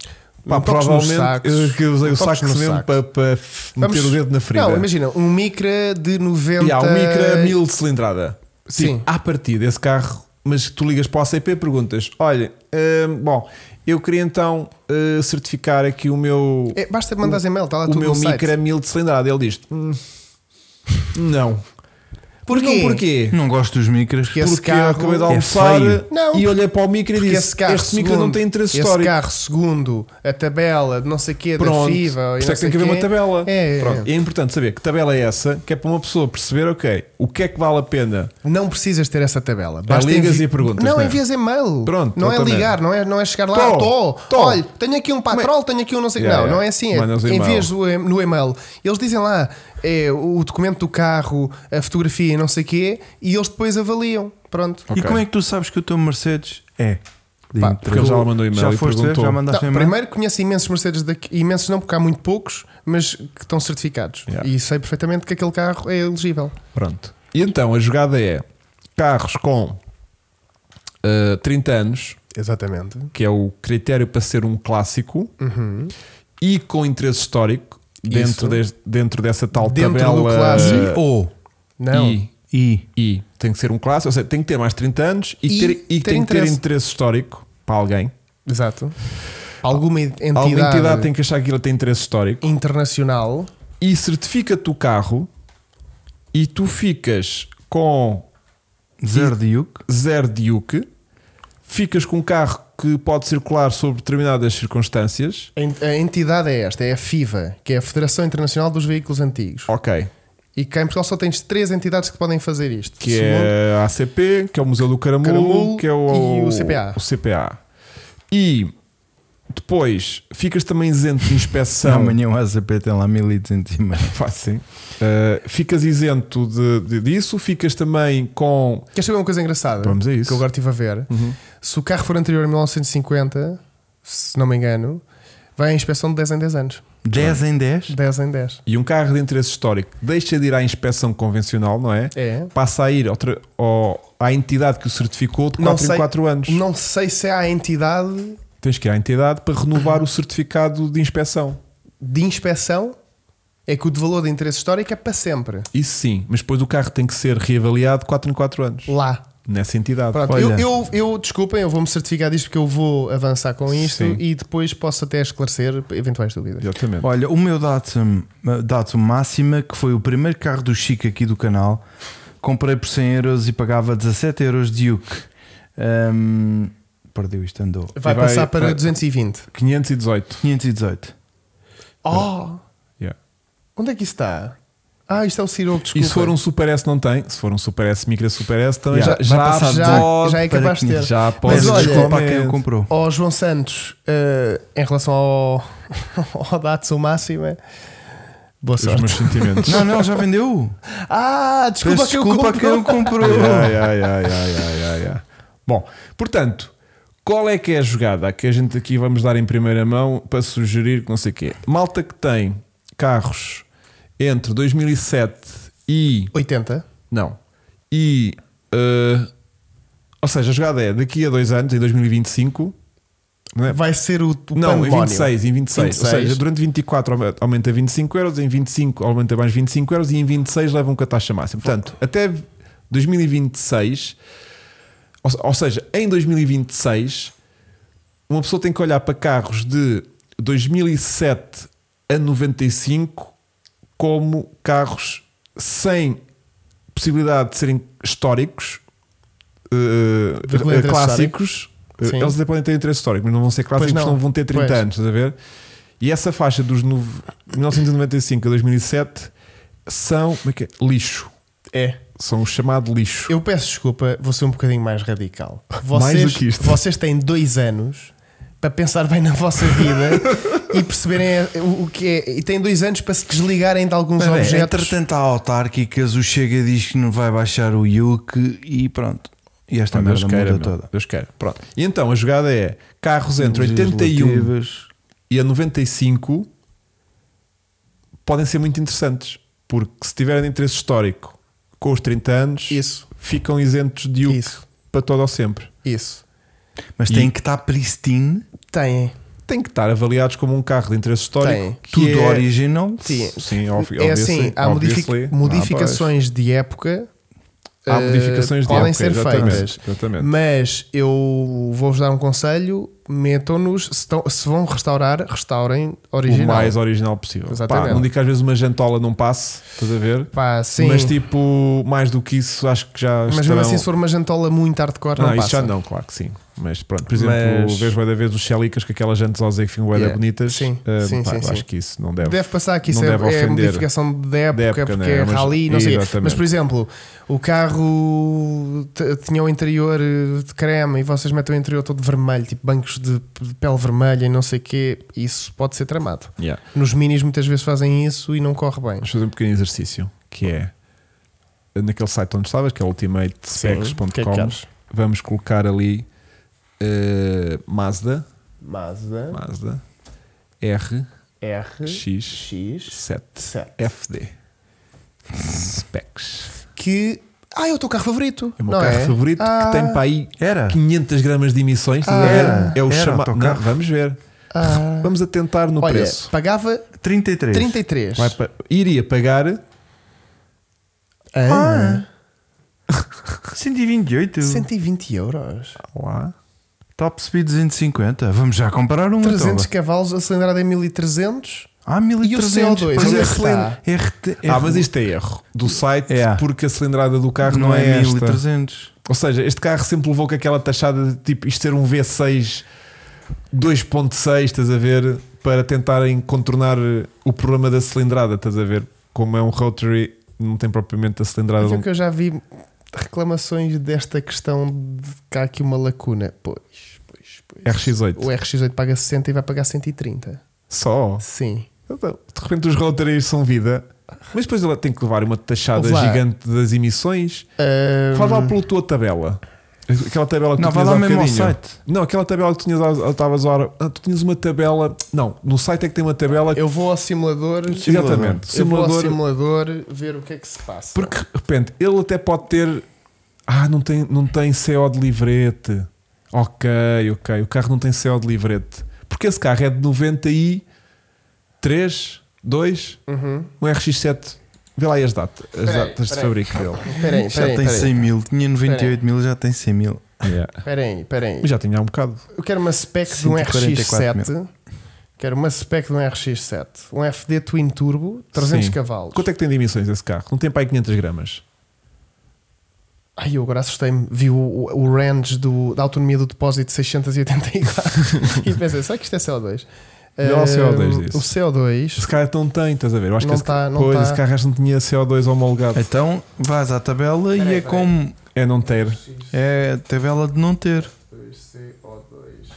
B: pá,
C: Não toques nos
B: provavelmente
C: sacos.
B: eu que usei
C: Não
B: o
C: toques
B: saco
C: nos
B: mesmo
C: sacos.
B: para, para meter o dedo na ferida.
C: Não, imagina, um Micra de 90.
B: E há um micro mil de cilindrada.
C: Sim.
B: Tipo, à partida, esse carro, mas tu ligas para o ACP e perguntas: olha, hum, bom, eu queria então hum, certificar aqui o meu.
C: É, basta mandares e-mail, está lá
B: o
C: tudo
B: meu
C: no site.
B: micro é mil de cilindrada. Ele diz: "Hum, não.
C: Porquê?
B: Não, porquê?
A: Não gosto dos micros.
C: Porque esse
B: Porque eu
C: carro-
B: acabei de
A: é
B: almoçar
A: feio.
C: Não.
B: e olhei para o micro e
C: Porque
B: disse:
C: esse carro,
B: Este micro não
C: segundo-
B: tem interesse
C: esse
B: histórico.
C: carro, segundo a tabela de não sei quê, da
B: Pronto,
C: FIVA.
B: por
C: e
B: isso
C: não
B: é que tem
C: sei
B: que haver
C: quê.
B: uma tabela.
C: É, é,
B: Pronto,
C: é.
B: é importante saber que tabela é essa, que é para uma pessoa perceber, ok, o que é que vale a pena
C: Não precisas ter essa tabela. Basta
B: ligas e perguntas,
C: Não,
B: não é?
C: envias e-mail.
B: Pronto,
C: não é
B: exatamente.
C: ligar, não é, não é chegar lá.
B: Tô,
C: Tô,
B: tô.
C: Olha, tenho aqui um patrol, tenho aqui um não sei
B: Yeah,
C: Não,
B: yeah.
C: não é assim. É,
B: Mandas o e-mail.
C: envias o e- no e-mail. Eles dizem lá é, o documento do carro, a fotografia e não sei o quê, e eles depois avaliam. Pronto.
A: E
B: Ok.
A: como é que tu sabes que o teu Mercedes é? de
C: assim. Pá,
A: interesse?
B: porque ele já lá mandou e-mail
A: Já
B: e
A: foste ver?
B: perguntou.
A: Já mandaste
C: Não,
A: e-mail?
C: primeiro conheço imensos Mercedes daqui, imensos não, porque há muito poucos, mas que estão certificados.
B: Yeah.
C: E sei perfeitamente que aquele carro é elegível.
B: Pronto. E então a jogada é carros com ah, 30 anos,
C: Exatamente.
B: que é o critério para ser um clássico, e com interesse histórico, dentro,
C: Uhum. Isso.
B: des- dentro dessa tal
C: Dentro do
B: tabela.
C: clássico.
B: ah,
A: Ou
C: Não.
B: E,
A: Oh, e
B: e tem que ser um clássico, ou seja, tem que ter mais 30 anos e,
C: E
B: ter, e tem
C: ter
B: que ter
C: interesse.
B: interesse histórico para alguém.
C: Exato. Alguma entidade,
B: Alguma entidade tem que achar que ele tem interesse histórico
C: internacional.
B: e certifica-te o carro e tu ficas com
A: zero de Duke.
B: zero Duke, ficas com um carro que pode circular sob determinadas circunstâncias.
C: A en- A entidade é esta, é a FIVA, que é a Federação Internacional dos Veículos Antigos.
B: Ok.
C: E cá em Portugal só tens três entidades que podem fazer isto.
B: Que é a ACP, que é o Museu do Caramulo,
C: Caramulo
B: que é o,
C: e o CPA.
B: o CPA. E depois ficas também isento de
C: <laughs>
B: inspeção.
A: Amanhã o ACP tem lá 1200
C: é
A: e-mail.
B: Pá, sim. Uh, ficas isento de, de- disso, ficas também com.
C: Queres saber uma coisa engraçada?
B: Vamos a isso. Uhum.
C: Que eu agora estive a ver. Se o carro for anterior a 1950, se não me engano, vai à inspeção de 10 em 10 anos.
A: 10 em 10?
C: 10 em 10.
B: E um carro de interesse histórico deixa de ir à inspeção convencional, não é?
C: É.
B: Passa a ir outra, ao- à entidade que o certificou de 4 em 4 anos.
C: Não sei se há a entidade
B: Tens que ir à entidade para renovar o certificado de inspeção.
C: de inspeção. É que o de valor de interesse histórico é para sempre.
B: Isso sim, mas depois o carro tem que ser reavaliado 4 em 4 anos.
C: Lá.
B: Nessa entidade.
C: Pronto,
A: Olha.
C: eu, eu, eu- desculpem, eu vou-me certificar disto porque eu vou avançar com isto
B: Sim.
C: e depois posso até esclarecer eventuais dúvidas.
B: Exatamente.
A: Olha, o meu Datsun, uh, Datsun Máxima, que foi o primeiro carro do Chico aqui do canal, comprei por 100 euros e pagava 17 euros de Duke. Um, perdeu isto, andou.
C: Vai,
B: E vai-
C: passar para
B: vai-
C: 220.
B: 518.
A: 518.
C: Oh!
B: Yeah.
C: Onde é que isso está? Ah, isto é o Ciroco, desculpa.
B: E se for um Super S, não tem. Se for um Super S, micro Super S, também
A: Yeah.
B: já,
A: Vai
B: já,
A: passar de-
B: pode-
C: Então já é
A: para
C: capaz de ter.
A: 500.
B: Já pode
A: Mas
C: Mas olha-
A: desculpa a quem o comprou.
C: Oh, João Santos, eh, em relação ao, <laughs> ao Datsu Máxima, boa
B: os
C: sorte.
B: meus sentimentos.
A: Não, não,
C: <laughs>
A: já vendeu.
C: Ah, desculpa,
A: Peço
C: que eu
A: desculpa a
B: <laughs>
C: <laughs> compro.
A: quem o comprou.
B: Yeah, yeah, yeah, yeah, yeah, yeah, yeah. Bom, portanto, Qual é que é a jogada que a gente aqui vamos dar em primeira mão para sugerir que não sei o quê? Malta que tem carros entre 2007 e.
C: 80.
B: Não. E. eh, ou seja, a jogada é daqui a dois anos, em 2025. Não, é?
C: Vai ser o, o
B: não em
C: pandemónio.
B: 26, em 26. Ou
C: 26.
B: seja, durante 24 aumenta- aumenta 25 euros, em 25 aumenta mais 25 euros e em 26 levam com a taxa máxima. Portanto, até 2026, ou, se- ou seja, em 2026, uma pessoa tem que olhar para carros de 2007 a 95 como carros sem possibilidade de serem históricos, eh,
C: De ler interesse
B: clássicos. Eh,
C: Sim.
B: Eles até podem ter interesse histórico, mas não vão ser clássicos,
C: Pois
B: não.
C: não.
B: vão ter 30
C: Pois.
B: anos, estás a ver? E essa faixa dos no- 1995 a 2007 são como é que é? lixo.
C: É.
B: São o chamado lixo.
C: Eu peço desculpa, vou ser um bocadinho mais radical.
B: <laughs> Mais
C: Vocês,
B: do que isto.
C: vocês têm dois anos para pensar bem na vossa vida e perceberem o o que é. E têm dois anos para se desligarem de alguns
B: é,
A: Bem, bem,
C: objetos.
A: entretanto, há autárquicas, o Chega diz que não vai baixar o IUC e pronto. E esta
B: Pá, Deus
A: merda
B: queira,
A: muda
B: meu.
A: toda. é
B: Deus queira. Pronto. E então a jogada é carros entre 81
A: Legislativas.
B: e a 95 podem ser muito interessantes, porque se tiverem interesse histórico com os 30 anos,
C: Isso.
B: ficam isentos de UC
C: Isso.
B: para todo ou sempre.
C: Isso.
A: Mas
B: E-
A: tem que estar pristine,
C: Têm.
B: Tem que estar avaliados como um carro de interesse histórico.
C: Tem.
B: que
A: tudo
B: é-
A: original.
C: Sim.
B: Sim, obvi-
C: É
B: obviously,
C: assim, há modifi-
B: obviously.
C: modificações de época.
B: Ah, pois. Há
C: eh,
B: modificações de
C: podem
B: época,
C: ser
B: exatamente,
C: feitas,
B: exatamente.
C: mas eu vou-vos dar um conselho: metam-nos, se, estão- se vão restaurar, restaurem
B: O
C: original.
B: mais original possível.
C: Exatamente.
B: Pá, não digo que às vezes uma jantola não passe, estás a ver?
C: Pá, sim,
B: Mas tipo, mais do que isso, acho que já.
C: Mas
B: estarão...
C: mesmo assim, se for uma jantola muito hardcore,
B: Não,
C: não,
B: isso
C: passa.
B: já não, claro que sim. Mas pronto, por exemplo,
C: Mas-
B: vejo bué da vez os Xelicas com aquelas jantes aos que ficam bué da
C: Yeah.
B: bonitas.
C: Sim,
B: Ah,
C: sim,
B: pá,
C: sim,
B: eu
C: sim.
B: Acho que isso não deve.
C: Deve passar que isso
B: Não
C: é,
B: deve
C: é
B: ofender.
C: modificação da época,
B: época,
C: porque
B: né?
C: é
B: Mas-
C: rally, não sei o quê.
B: Exatamente.
C: Mas, por exemplo, o carro t- tinha o interior eh, de creme e vocês metem o interior todo vermelho, tipo bancos de p- de pele vermelha e não sei o quê. Isso pode ser tramado.
B: Yeah.
C: Nos minis muitas vezes fazem isso e não corre bem.
B: Vamos fazer um pequeno exercício que é naquele site onde estavas, que é ultimatespecs.com.
C: O que é que queres?
B: Vamos colocar ali eh, Mazda,
C: Mazda
B: Mazda RX7
C: Hum? RX7.
B: FD Specs.
C: Que. Ah, é o teu carro favorito.
B: É o meu
C: não
B: carro
C: é?
B: favorito
C: Ah,
B: que tem para aí
A: Era.
B: 500 gramas de emissões. estás a
C: Ah,
B: ver?
A: era.
B: é o
A: Era
B: chamado.
A: autocarro.
B: Vamos ver.
C: ah.
B: Vamos atentar no
C: Olha,
B: preço.
C: pagava
A: 33.
C: 33.
B: Vai pa- Iria pagar
A: Ah. 128.
C: 120 euros.
B: Ah, lá.
A: Top Speed 250. Vamos já comprar um.
C: 300
A: 300...
C: cavalos, a cilindrada é 1300.
A: Ah,
C: E o
A: 1300.
C: CO2?
A: Pois
C: Onde
A: é,
C: é que está?
A: RT,
B: Ah, mas isto é erro do site
A: É.
B: porque a cilindrada do carro
A: não,
B: não, é,
A: é
B: esta.
A: 1300.
B: Ou seja, este carro sempre levou com aquela taxada de tipo isto ser um V6 2.6, estás a ver? Para tentarem contornar o problema da cilindrada, estás a ver? Como é um rotary, não tem propriamente a cilindrada. um
C: Porque
B: não-
C: o que eu já vi reclamações desta questão de que há aqui uma lacuna. Pois, pois, pois.
B: RX8.
C: O RX8 paga 60 e vai pagar 130.
B: Só.
C: Sim.
B: Então, De repente os rotaries são vida. Mas depois ela tem que levar uma taxada
C: Ouve lá.
B: gigante das emissões.
C: Ahm,
B: Fala lá pela tua tabela. Aquela tabela que
A: Uhum. Não, vai
B: tu tinhas
A: lá
B: há
A: mesmo ao
B: um bocadinho.
A: site.
B: Não, aquela tabela que tu tinhas há- estavas a hora. Ah, tu tinhas uma tabela. Não, no site é que tem uma tabela.
C: eu vou ao simulador.
A: Simulador.
B: Exatamente.
C: Eu vou ao
B: Simulador.
C: simulador ver o que é que se passa.
B: Porque de repente ele até pode ter. Ah, não tem, não tem CO de livrete. Ok, ok. O carro não tem CO de livrete. Porque esse carro é de 93, 2,
C: Uhum.
B: um RX7. Vê lá aí as datas, as
C: Peraí,
B: datas de
C: peraí.
B: fabrico dele.
C: Peraí,
A: Já
C: peraí,
A: tem
C: peraí.
A: 100 mil. Tinha 98 mil, já tem 100 mil.
C: Peraí, peraí.
B: Mas já tinha há um bocado.
C: Eu quero uma spec de um
A: 144
C: RX7. Quero uma spec de um RX7. Um FD Twin Turbo, 300
B: Sim.
C: cavalos.
B: Quanto é que tem de emissões esse carro? Não tem para aí 500 gramas.
C: Ai, eu agora assustei-me. Vi o, o o range do, da autonomia do depósito
B: <laughs>
C: de 684 e pensei, será que isto é CO2?
B: Vê lá o CO2
C: Ah,
B: disso.
C: O CO2
B: Esse carro não tem, estás a ver? Eu acho
C: Não
B: que esse,
C: tá, não
B: pois,
C: tá.
B: esse carro acho que não tinha CO2 homologado.
A: Então vais à tabela e
C: Peraí,
A: é
C: peraí.
A: como.
B: É não ter.
A: É a tabela de não ter.
C: CO2.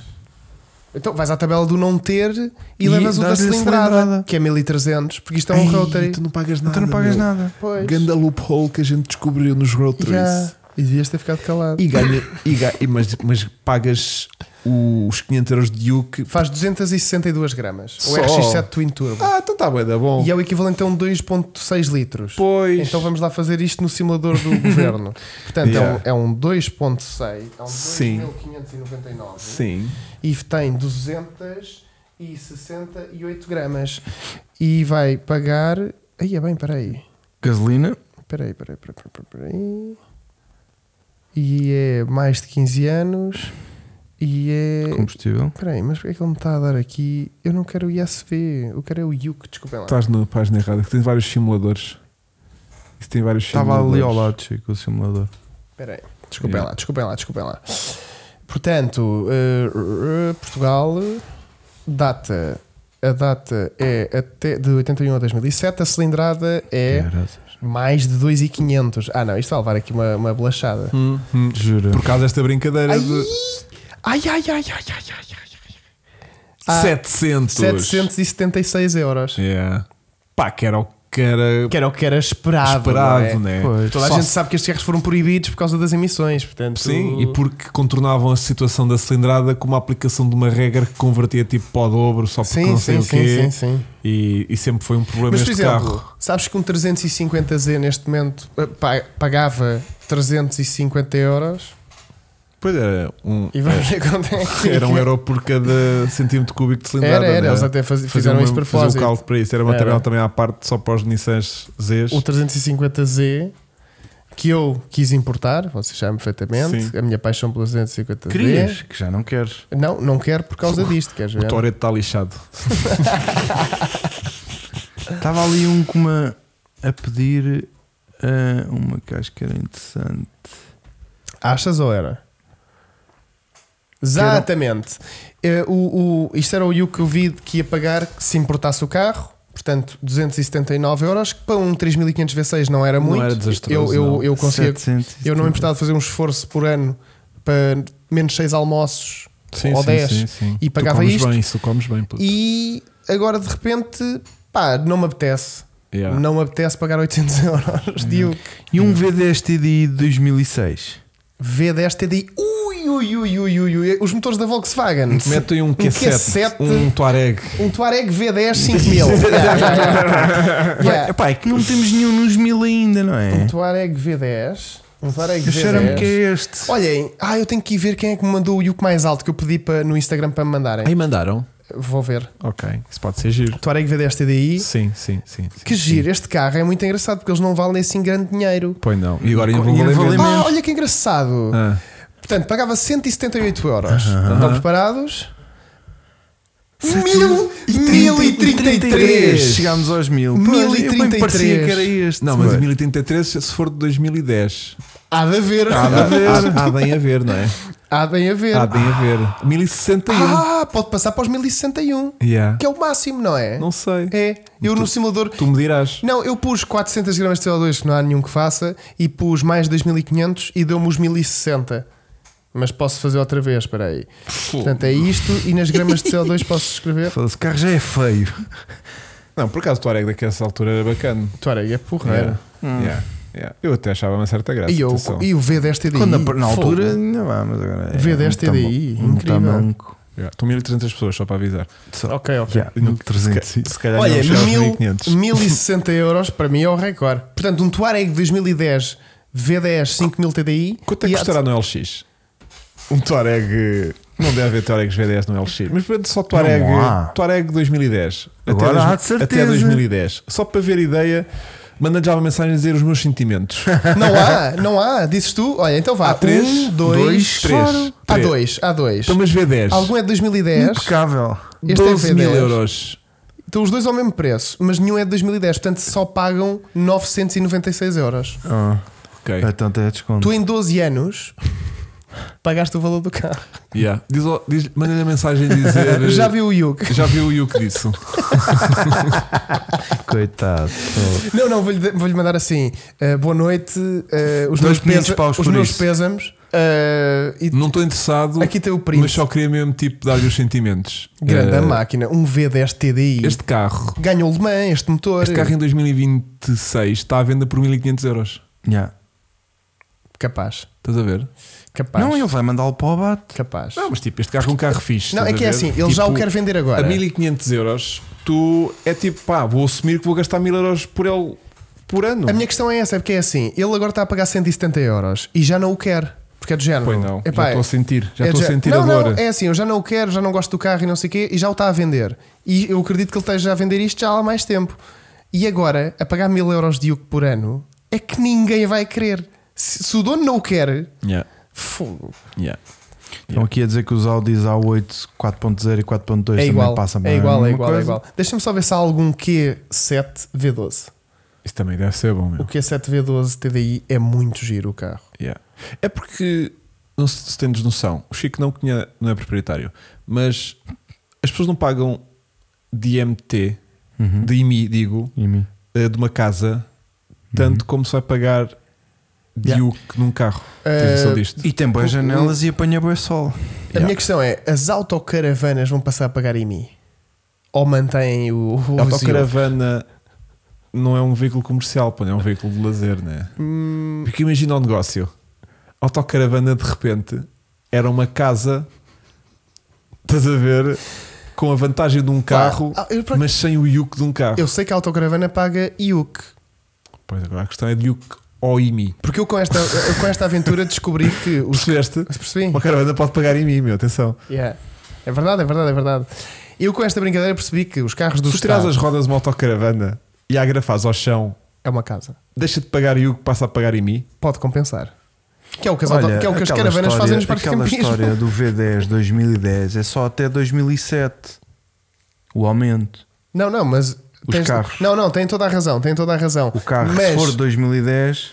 C: Então vais à tabela do não ter e,
A: E
C: levas o da
A: dás-lhe a
C: cilindrada,
A: cilindrada.
C: que é 1300, porque isto é um
B: Ei,
C: rotary.
B: Tu não pagas nada.
A: Então não pagas
B: meu.
A: nada.
C: Pois.
B: Ganda loophole que a gente descobriu nos road
C: Já.
B: trips.
C: E devias ter ficado calado.
B: E ganha, e ga- e mas, mas pagas os 500 euros de Duke.
C: Faz 262 gramas.
B: Só.
C: O RX7 Twin Turbo.
B: Ah, então está bem, dá bom.
C: E é o equivalente a um 2.6 litros.
B: Pois.
C: Então vamos lá fazer isto no
B: <laughs>
C: simulador do governo. Portanto,
B: Yeah.
C: é um, é um 2.6, é um
B: Sim.
C: 2599
B: Sim.
C: e tem 268 gramas. E vai pagar. Aí é bem, peraí.
A: Gasolina,
C: Peraí, peraí, peraí, peraí, peraí, peraí. E é mais de 15 anos. E é.
A: combustível.
C: Peraí, mas porque é que ele me está a dar aqui? Eu não quero o ISV, eu quero é o Yuk, desculpem lá.
B: Estás na página errada, que tem vários simuladores. Isso tem vários
A: Estava
B: simuladores.
A: ali ao lado, Chico, o simulador.
C: Espera aí. Desculpem
B: Yeah.
C: lá, desculpem lá, desculpem lá. Portanto, eh, eh, Portugal, data. A data é até de 81 a 2007, a cilindrada é
A: Caraças.
C: mais de 2,500. Ah, não, isto vai levar aqui uma, uma blachada.
B: Hum, hum.
A: Jura.
B: Por causa desta brincadeira
C: Ai,
B: de
C: ai, ai, ai, ai, ai, ai, ai, Ah,
B: 700.
C: 776 euros.
B: Yeah. Pá, que era o que era
C: Que era o que era esperado. não é?
B: esperado, né?
A: Pois.
C: Toda a
B: Só
C: gente
B: se-
C: sabe que estes carros foram proibidos por causa das emissões, portanto.
B: Sim, e porque contornavam a situação da cilindraada com uma aplicação de uma regra que convertia tipo para o dobro, só porque
C: Sim,
B: não sei
C: sim,
B: o quê.
C: sim, sim, sim.
B: E, e sempre foi um problema
C: Mas, por
B: este
C: exemplo,
B: carro.
C: sabes que um 350Z neste momento eh, pa- pagava 350 euros
B: Pois era um,
C: e vamos ver quanto é
B: <laughs>
C: que
B: era
C: <laughs>
B: um euro por cada centímetro cúbico de cilindrada.
C: Era, era,
B: né?
C: eles até faz-
B: Faziam
C: fizeram isso
B: uma-
C: para
B: faziam
C: propósito.
B: o cálculo para isso. Era uma
C: Era.
B: tabela também à parte só para os Nissans Zs.
C: O 350Z que eu quis importar, vocês sabem perfeitamente,
B: Sim.
C: a minha paixão pelo 350Z.
A: Querias? Que já não queres.
C: Não, não quero por causa disto, queres
B: O
C: ver?
B: Toreto está tá lixado.
A: Estava ali um com uma a pedir ah, uma que acho que era interessante.
C: Achas ou era? Exatamente. Eh, O, o, isto era o Yuke que eu vi que ia pagar se importasse o carro. Portanto, 279 euros, que para um 3500 V6 não era
B: Não
C: muito.
B: era desastroso,
C: eu, eu,
B: não.
C: eu conseguia.
A: 770.
C: Eu não me importava de fazer um esforço por ano para menos 6 almoços ou 10 e
B: tu
C: pagava
B: comes
C: isto.
B: bem, isso, tu comes bem. puto.
C: E agora de repente, pá, não me apetece.
B: Yeah. Uhum.
C: Não me apetece pagar 800 <laughs> euros de Yuke.
A: E um V10 TDI de 2006.
C: V10 TDI. é Ui, ui, ui, ui, ui, ui. Os motores da Volkswagen.
B: Metem um Q7,
C: Q7.
B: um Touareg.
C: Um Touareg V10 5000. yeah, yeah, yeah.
A: Ué,
C: Yeah.
A: epá, é que não temos nenhum nos mil ainda, não
C: Um
A: é?
C: Touareg V10. Um Touareg
A: Eu cheiro-me que
C: V10.
A: é este.
C: Olhem, ah, eu tenho que ir ver quem é que me mandou o Yuke mais alto que eu pedi para, no Instagram para me mandarem.
B: Aí mandaram.
C: Vou ver.
B: Ok, isso pode ser giro.
C: Touareg V10 TDI.
B: Sim, sim, sim. sim
C: Que
B: sim.
C: giro, este carro é muito engraçado porque eles não valem assim grande dinheiro.
B: Pois não. E agora
A: E
B: ainda vou
A: ainda vou
B: valer
A: ler
B: mesmo.
C: Ah, olha que engraçado.
B: Ah,
C: Portanto, pagava 178 euros. Estão preparados? Mil, mil e trinta e três.
A: Chegámos aos mil.
C: Mil
A: Pois,
C: e
A: eu bem
C: trinta e
A: parecia
C: três.
A: que era este.
B: Não, mas
A: Bem.
B: o 1083, se for de 2010,
C: Há de haver.
B: há, há, há bem a ver, não é?
C: Há bem a ver.
B: Há bem a ver. 1061.
C: Ah, pode passar para os 1061.
B: Yeah.
C: Que é o máximo, não é?
B: Não sei.
C: É. Eu no simulador.
B: Tu me dirás.
C: Não, eu pus 400 gramas de CO2, que não há nenhum que faça, e pus mais 2500 e deu-me os 1060. Mas posso fazer outra vez, espera aí. Portanto, é isto, e nas gramas
B: <laughs>
C: de CO2 posso escrever.
A: Foda-se, o carro já é feio.
B: Não, por acaso o Touareg daqui a essa altura era bacana.
C: Tuareg é porreiro.
B: Yeah, yeah. Eu até achava uma certa graça.
C: E, eu-
B: É, atenção.
C: e o V10 TDI.
A: Quando na, na
C: Fogo.
A: altura, ainda vá, mas agora é.
C: V10
A: um tamo-
C: TDI,
A: um
C: incrível.
A: tamanco.
B: Yeah. Estão 1300 pessoas, só para avisar.
A: Só.
C: Ok, ok.
A: Yeah, 1300.
B: Se calhar
C: Olha,
B: Olha, não mil...
C: mil,
B: 1500.
C: 1060 euros para mim é o recorde. Portanto, um Touareg 2010 V10 5000 TDI.
B: Quanto é
C: e
B: que
C: há-
B: custará no LX? Um Touareg. Não deve haver Touaregs V10 no LX, mas pronto, só Touareg,
A: Não há.
B: Touareg 2010.
A: Agora
B: dois-
A: há de certeza.
B: até 2010. Só para ver ideia, manda já uma mensagem a dizer os meus sentimentos.
C: <laughs> Não há, não há. Dizes tu? Olha, então vá.
B: Há três,
C: um, dois,
B: dois, três,
C: claro. Há
B: três.
C: dois, há dois.
B: Então, mas V10.
C: Algum é de 2010.
A: Impecável.
C: Este é
B: 12 mil
C: V10.
B: euros.
C: Estão os dois ao mesmo preço, mas nenhum é de 2010. Portanto, só pagam 996 euros.
A: Ah,
B: Ok.
A: então até desconto.
C: Tu em 12 anos pagaste o valor do carro.
B: Yeah. Diz, ao- diz, manda-lhe a mensagem a dizer.
C: <laughs>
B: eh,
C: Já viu o Yuke?
B: Já viu o Yuke disso?
A: Coitado. pô.
C: Não, não, vou-lhe vou-lhe mandar assim. eh, boa noite, eh, os,
A: Dois
C: meus,
A: quinhentos
C: pesa-
A: paus
C: os
A: por
C: meus
A: isso.
C: pésames. eh, e
B: Não estou interessado,
C: aqui tem o print.
B: mas só queria mesmo tipo dar-lhe os sentimentos.
C: Grande
B: Eh,
C: máquina, um V10 TDI.
B: Este é carro,
C: Ganhou o Le Mans, este motor. É
B: este carro em 2026 está à venda por 1500 euros.
A: Yeah.
C: Capaz.
B: Estás a ver?
C: Capaz.
A: Não, ele vai mandá-lo para o abate.
C: Capaz.
B: Não, mas tipo, este carro é um carro fixe.
C: Não, é
B: estás a
C: que é
B: ver?
C: assim, ele já o
B: Tipo,
C: quer vender agora.
B: A 1500 euros, tu é tipo, pá, vou assumir que vou gastar 1000 euros por ele por ano.
C: A minha questão é essa, é porque é assim, ele agora está a pagar 170 euros e já não o quer, porque é do género.
B: Pois não,
C: Epá,
B: já estou a sentir, já
C: é
B: estou
C: do
B: a
C: género.
B: sentir
C: não,
B: agora.
C: Não, é assim, eu já não o quero, já não gosto do carro e não sei o quê, e já o está a vender. E eu acredito que ele esteja a vender isto já há mais tempo. E agora, a pagar mil euros de Uke por ano, é que ninguém vai querer. Se, se o dono não o quer,
B: Yeah,
C: fogo.
B: yeah.
A: Estão aqui a dizer que os Audis A8 4.0 e 4.2
C: é
A: também
C: igual,
A: passam para
C: é igual,
A: a mesma
C: é igual, é
A: coisa.
C: igual. Deixa-me só ver se há algum Q7 V12.
B: Isso também deve ser bom,
C: O
B: meu.
C: Q7 V12 TDI é muito giro o carro.
B: Yeah. É porque, não sei se tens noção, o Chico não, conhe- não é proprietário, mas as pessoas não pagam DMT,
A: Uhum.
B: de IMI, digo,
A: E mim?
B: eh, de uma casa, tanto como se vai pagar de
A: Yeah.
B: Uke num carro.
C: Eh,
B: Tens noção disto?
A: E tem boas
C: O-
A: janelas e apanha boa sol.
C: A
B: Yeah.
C: minha questão é: as autocaravanas vão passar a pagar em mim? Ou mantêm o, o
B: A autocaravana não é um veículo comercial, pô, é um veículo de lazer, né?
C: Hum,
B: Porque imagina o negócio: a autocaravana de repente era uma casa, estás a ver, com a vantagem de um carro,
C: ah, eu, por-
B: mas sem o Yuke de um carro.
C: eu sei que a autocaravana paga IUC.
B: Pois agora a questão é de Yuke ou IMI.
C: Porque eu com esta, eu com esta aventura descobri que os. <laughs>
B: Percebeste?
C: Percebi?
B: Uma caravana pode pagar em mim, meu, atenção.
C: Yeah. É verdade, é verdade, é verdade. Eu com esta brincadeira percebi que os carros do
B: Se tu tiras
C: Estado
B: as rodas de uma autocaravana e a agrafas ao chão,
C: é uma casa.
B: deixa de pagar Yuke, passa a pagar em mim.
C: Pode compensar. Que é o que as, auto- que é o que as
A: aquela
C: caravanas
A: história-
C: fazem nos parques de
A: Aquela
C: campismo.
A: história do V10 2010 é só até 2007 o aumento.
C: Não, não, mas.
A: Os
C: tens-
A: carros.
C: Não, não, tem toda a razão, tem toda a razão.
A: O carro,
C: mas
A: se for 2010,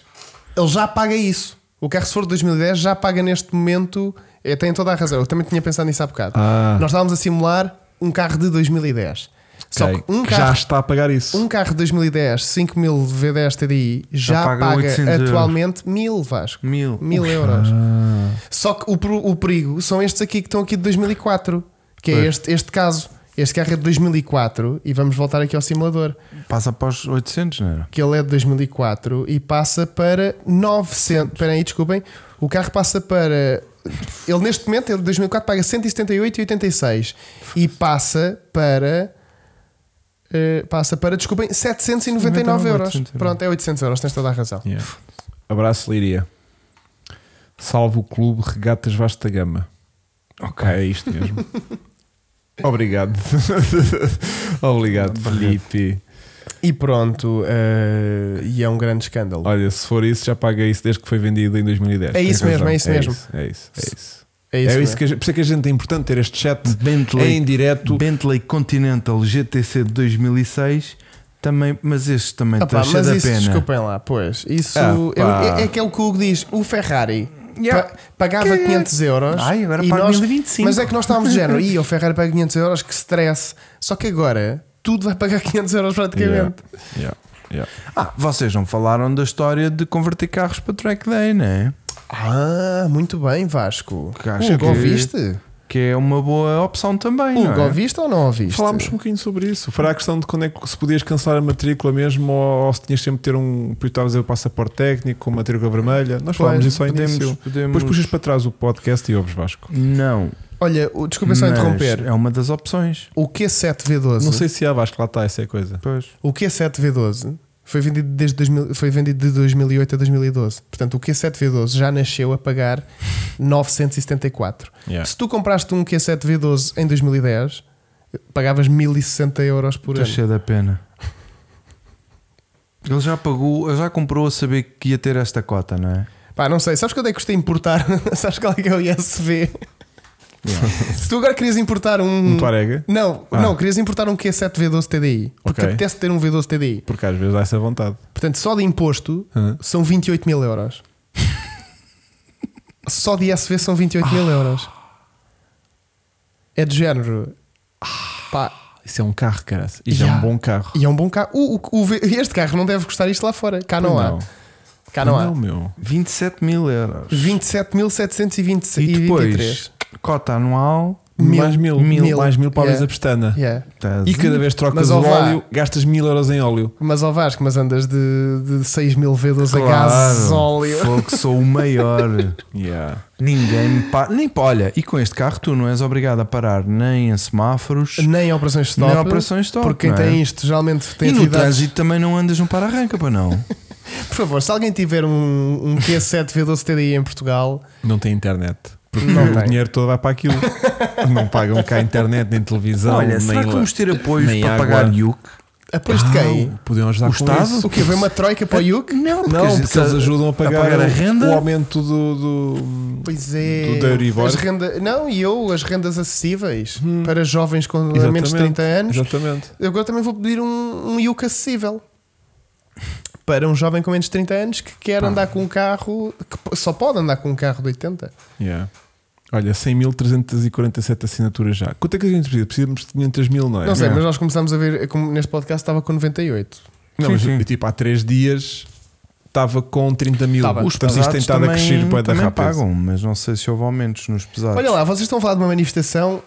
C: ele já paga isso. O carro, se for de 2010, já paga neste momento. eh, Tem toda a razão. Eu também tinha pensado nisso há bocado.
B: Ah.
C: Nós estávamos a simular um carro de 2010. Só
B: Ok,
C: que um
B: que já
C: carro,
B: está a pagar isso.
C: um carro de 2010, 5000 V10 TDI, já,
A: Já paga
C: paga,
A: 800 euros. Ah.
C: atualmente 1000 Vasco.
A: mil.
C: 1000 euros. Só que o, pro- o perigo são estes aqui que estão aqui de 2004, que é
A: Pois.
C: este, este caso. Este carro é de 2004 e vamos voltar aqui ao simulador
A: Passa para os 800, não era?
C: que ele é de 2004 e passa para 900. Espera aí, desculpem. O carro passa para. Ele neste momento, ele de 2004, paga 178,86 e passa para. eh, passa para, desculpem, 799 euros.
A: 800 euros.
C: Pronto, é 800 euros, tens toda a razão.
B: Yeah. Abraço, Liria. Salvo o Clube Regatas Vasta Gama. Ok, é isto
C: <laughs>
B: mesmo. Obrigado. <laughs> Obrigado, Felipe.
C: E pronto, eh, e é um grande escândalo.
B: Olha, se for isso, já paga isso desde que foi vendido em 2010.
C: É
B: Tens
C: isso mesmo,
B: razão.
C: é isso mesmo.
B: é isso, é isso.
C: É
B: É
C: isso,
B: isso que a gente- por isso é que a gente é importante ter este chat
A: Bentley,
B: em direto.
A: Bentley Continental GTC de 2006, também, mas este também
C: Ah, pá,
A: está Então, cheio
C: mas
A: da
C: isso,
A: pena.
C: desculpem lá, pois. Isso
B: Ah,
C: eu-
B: pá.
C: é, é aquele que o Hugo diz: o Ferrari
A: Yeah.
C: pa- pagava
A: Que- é?
C: 500 euros.
A: Ai, agora
C: e
A: paga
C: nós,
A: 1025.
C: Mas é que nós estávamos
A: <laughs>
C: de género: e o Ferrari paga 500 euros, que stress. Só que agora tudo vai pagar 500 euros
B: Yeah,
C: praticamente.
B: yeah, yeah.
A: Ah, vocês não falaram da história de converter carros para track day, não é?
C: Ah, muito bem, Vasco.
A: Que acho
C: Hugo,
A: que-
C: ouviste?
A: Que é uma boa opção também,
C: Hugo,
A: não é?
C: ouviste ou não ouviste?
B: Falámos um bocadinho sobre isso. Fará a questão de quando é que se podias cancelar a matrícula mesmo ou, ou se tinhas sempre de ter um. Porque estavas a dizer o passaporte técnico com matrícula vermelha. Nós falámos isso ao início.
A: podemos...
B: Depois puxas para trás o podcast e ouves Vasco.
A: Não.
C: Olha, o- desculpa só
A: mas
C: interromper.
A: É uma das opções.
C: O Q7V12.
B: Não sei se há Vasco, lá está, essa é a coisa.
A: Pois.
C: O Q7V12 foi vendido, desde 2000 foi vendido de 2008 a 2012. Portanto, o é Q7V12 já nasceu a pagar 974.
B: Yeah.
C: Se tu compraste um Q7V12 em 2010, pagavas 1060 euros por
A: Está
C: ano.
A: cheio da pena. Ele já pagou, ele já comprou a saber que ia ter esta cota, não é?
C: Pá, não sei. Sabes quando é que custa importar? <laughs> Sabes qual é que é o ISV? Se tu agora querias importar um.
B: Um Tuarega,
C: não,
B: Ah.
C: não, querias importar um Q7V12 TDI. Porque
B: Ok.
C: apetece ter um V12 TDI.
B: porque às vezes há essa vontade.
C: Portanto, só de imposto
B: Hã?
C: são 28 mil euros. Só de SV são 28 mil
A: Ah.
C: euros. É de género. Pá,
B: Isso é um carro, cara. Isso é um
C: Yeah.
B: bom carro.
C: e é um bom carro. O- o- o V- este carro não deve custar isto lá fora. Cá não, há. Cá não, há.
B: meu.
A: 27 mil euros.
C: 27.723.
A: E depois, cota anual, tá
C: Mil.
B: mais mil,
C: Mil.
B: mais mil para
C: Yeah.
B: a pestana.
C: Yeah.
A: Estás-
B: E cada vez trocas
C: Mas,
B: o
C: ó, vá.
B: óleo, gastas mil euros em óleo.
C: Mas ao Vasco, mas andas de, de 6 mil V12 a
A: Claro.
C: gás, óleo.
A: Fogo, sou o maior. Ninguém me pa... nem pa- Olha, e com este carro tu não és obrigado a parar nem em semáforos,
C: Nem operações stop.
A: nem em operações stop.
C: Porque quem
A: não é?
C: tem isto geralmente tem
A: e no
C: atividades.
A: trânsito também não andas num para-arranca, para não.
C: Por favor, se alguém tiver um, um Q7 V12 TDI em Portugal,
B: Não tem internet. Porque
C: Não
B: o
C: tem.
B: dinheiro todo vai para aquilo. não pagam cá internet, nem televisão,
A: Olha,
B: nem
A: será que um
B: lá.
A: vamos ter apoios
B: nem
A: para
B: água.
A: pagar Yuk?
C: apoios de quem?
B: Ah, Podiam ajudar
A: O
B: com
A: Estado?
B: isso.
C: é O que? Vem uma troika para o Yuk?
A: Não, porque,
B: Não,
A: a gente-
B: porque eles ajudam a pagar,
A: pagar a
B: o-
A: renda?
B: o aumento do. do-
C: Pois é.
B: Do da Euribor.
C: As renda, não, e eu, as rendas acessíveis para jovens com menos de
B: Hum. Exatamente.
C: 30 anos.
B: Exatamente.
C: Eu agora também vou pedir um, um Yuke acessível para um jovem com menos de 30 anos que quer andar com um carro que p- só pode andar com um carro de 80.
B: Yeah. Olha, 100.347 assinaturas já. Quanto é que a gente precisa? Precisamos de 500 mil, não é?
C: Não sei,
A: É.
C: mas nós começámos a ver, como neste podcast estava com 98.
B: Não,
A: Sim,
B: mas
A: sim.
B: eu, tipo, há 3 dias estava com 30 mil.
C: Tava.
B: Os Portanto, isto tem
A: pesados
B: estado a
A: também,
B: crescer bué da
A: também
B: rápido.
A: pagam, mas não sei se houve aumentos nos pesados.
C: Olha lá, vocês estão a falar de uma manifestação.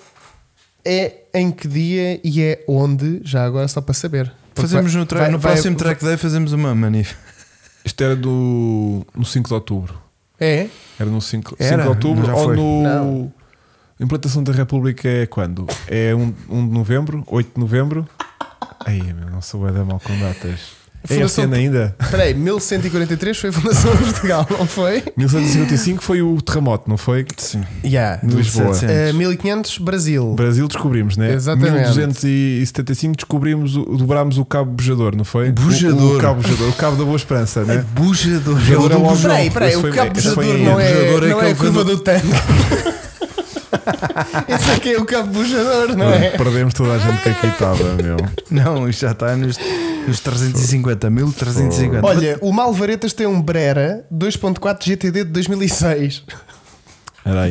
C: É em que dia e é onde? Já agora só para saber. Porque
A: fazemos
C: vai-
A: no, track,
C: vai-
A: no
C: vai-
A: próximo track day fazemos uma manif.
B: Isto era do, no 5 de outubro.
C: É?
B: Era no 5,
A: Era?
B: 5 de outubro
A: Já
B: ou
A: foi.
B: no.
C: Não.
B: A implantação da República é quando? É 1, 1 de novembro? 8 de novembro? Aí, meu, não sou bué da mal com datas. É
C: Fundação-
B: este ano ainda?
C: Espera aí, 1143 foi a Fundação de Portugal, não foi?
B: 1955 foi o terremoto, não foi?
A: Sim.
C: Yeah.
B: De Lisboa.
A: 1700.
C: Eh, 1500 Brasil.
B: Brasil descobrimos, né?
C: Exatamente.
B: 1275 descobrimos, o- dobrámos o cabo bujador, não foi?
A: Bujador.
B: O, o cabo bujador, o cabo da Boa Esperança,
A: <laughs> É
B: né?
A: bujador.
B: Bujador é um
A: bujador.
C: Peraí,
B: Não,
C: peraí,
B: esse
C: o
B: foi-
C: cabo
B: esse foi-
C: bujador não
A: o
C: é,
A: bujador é
C: não é a
A: aquele
C: curva
A: quando-
C: do tanque. Esse aqui é o cabo bujador, não é?
B: Perdemos toda a gente que aqui estava, meu.
A: Não, isto já está nos, nos 350 mil, 350.
C: Olha, o Malvaretas tem um Brera 2.4 GTD de 2006.
B: Era a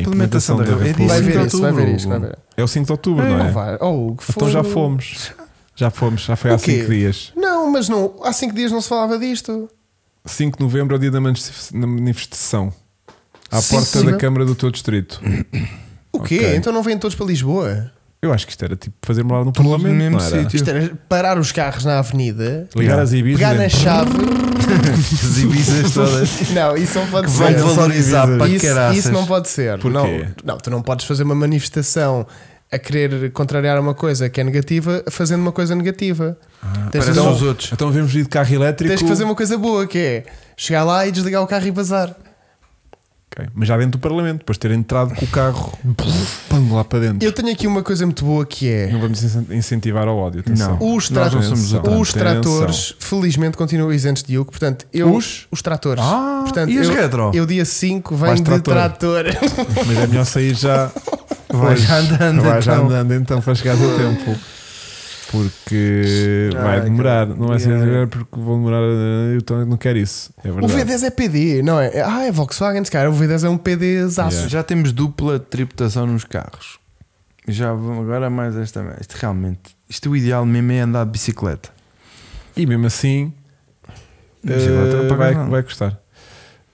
A: Implementação
B: implementação da
A: da- é
B: República.
C: Vai
A: Cinco de
C: ver isso, vai ver
A: outubro.
C: isto, vai ver.
B: É o 5 de outubro,
C: Não
B: tá não é?
C: vai. Oh, que
B: Então já
C: fogo.
B: fomos. Já fomos, já foi há
C: O quê?
B: 5 dias.
C: Não, mas não, há 5 dias não se falava disto.
B: 5 de novembro é o dia da manif- da manifestação. À
C: Sim,
B: porta
C: sim.
B: da Câmara do teu distrito.
C: O quê?
B: Ok.
C: Então não vêm todos para Lisboa?
B: Eu acho que isto era tipo fazer lá no
A: Tudo no
B: Parlamento.
A: mesmo
B: não era?
A: sítio.
C: Tipo, Isto era parar os carros na avenida,
B: Ligar
A: Yeah.
B: as ibis.
C: pegar na
B: né?
C: chave.
A: As <laughs> ibisas todas.
C: <laughs> Não, isso não pode
A: Que
C: ser.
A: vai valorizar para
C: isso,
A: caraças.
C: isso não pode ser.
B: Porquê?
C: Não, não, tu não podes fazer uma manifestação a querer contrariar uma coisa que é negativa fazendo uma coisa negativa. tens, de
A: Parece
C: fazer um-
A: os outros.
B: Então vemos ir de carro elétrico.
C: tens que fazer uma coisa boa que é chegar lá e desligar o carro e vazar.
B: Ok, Mas já dentro do Parlamento, depois de ter entrado com o
C: <laughs>
B: carro pum, lá para dentro.
C: Eu tenho aqui uma coisa muito boa que é
B: Não vamos incen- incentivar ao ódio. Atenção.
A: Não.
C: os,
A: Nós
C: tra-
A: não somos o
B: Atenção.
C: os tratores, felizmente, continuam isentos de IUC. Portanto, eu,
B: Os?
C: tratores.
A: Ah,
C: Portanto,
A: e as
C: eu,
A: retro?
C: eu dia 5 venho
B: Mais
C: de
B: trator.
C: trator. <laughs>
B: Mas é melhor sair já.
A: Vai já andando.
B: vai já
A: então.
B: andando então para chegar a tempo. Porque vai
A: Ai,
B: demorar. Não é
A: yeah.
B: yeah. porque vou demorar. eh, Eu também não quero isso. É
C: o
B: verdade.
C: V10 é PD, não é? Ah, é Volkswagen, se calhar o V10 é um PD zaço.
B: Yeah.
A: Já temos dupla tributação nos carros. Já vão agora mais esta. merda. Isto realmente. Isto o ideal mesmo é andar de bicicleta.
B: E mesmo assim.
A: Bicicleta
B: eh,
A: não paga
B: vai,
A: nada.
B: vai custar.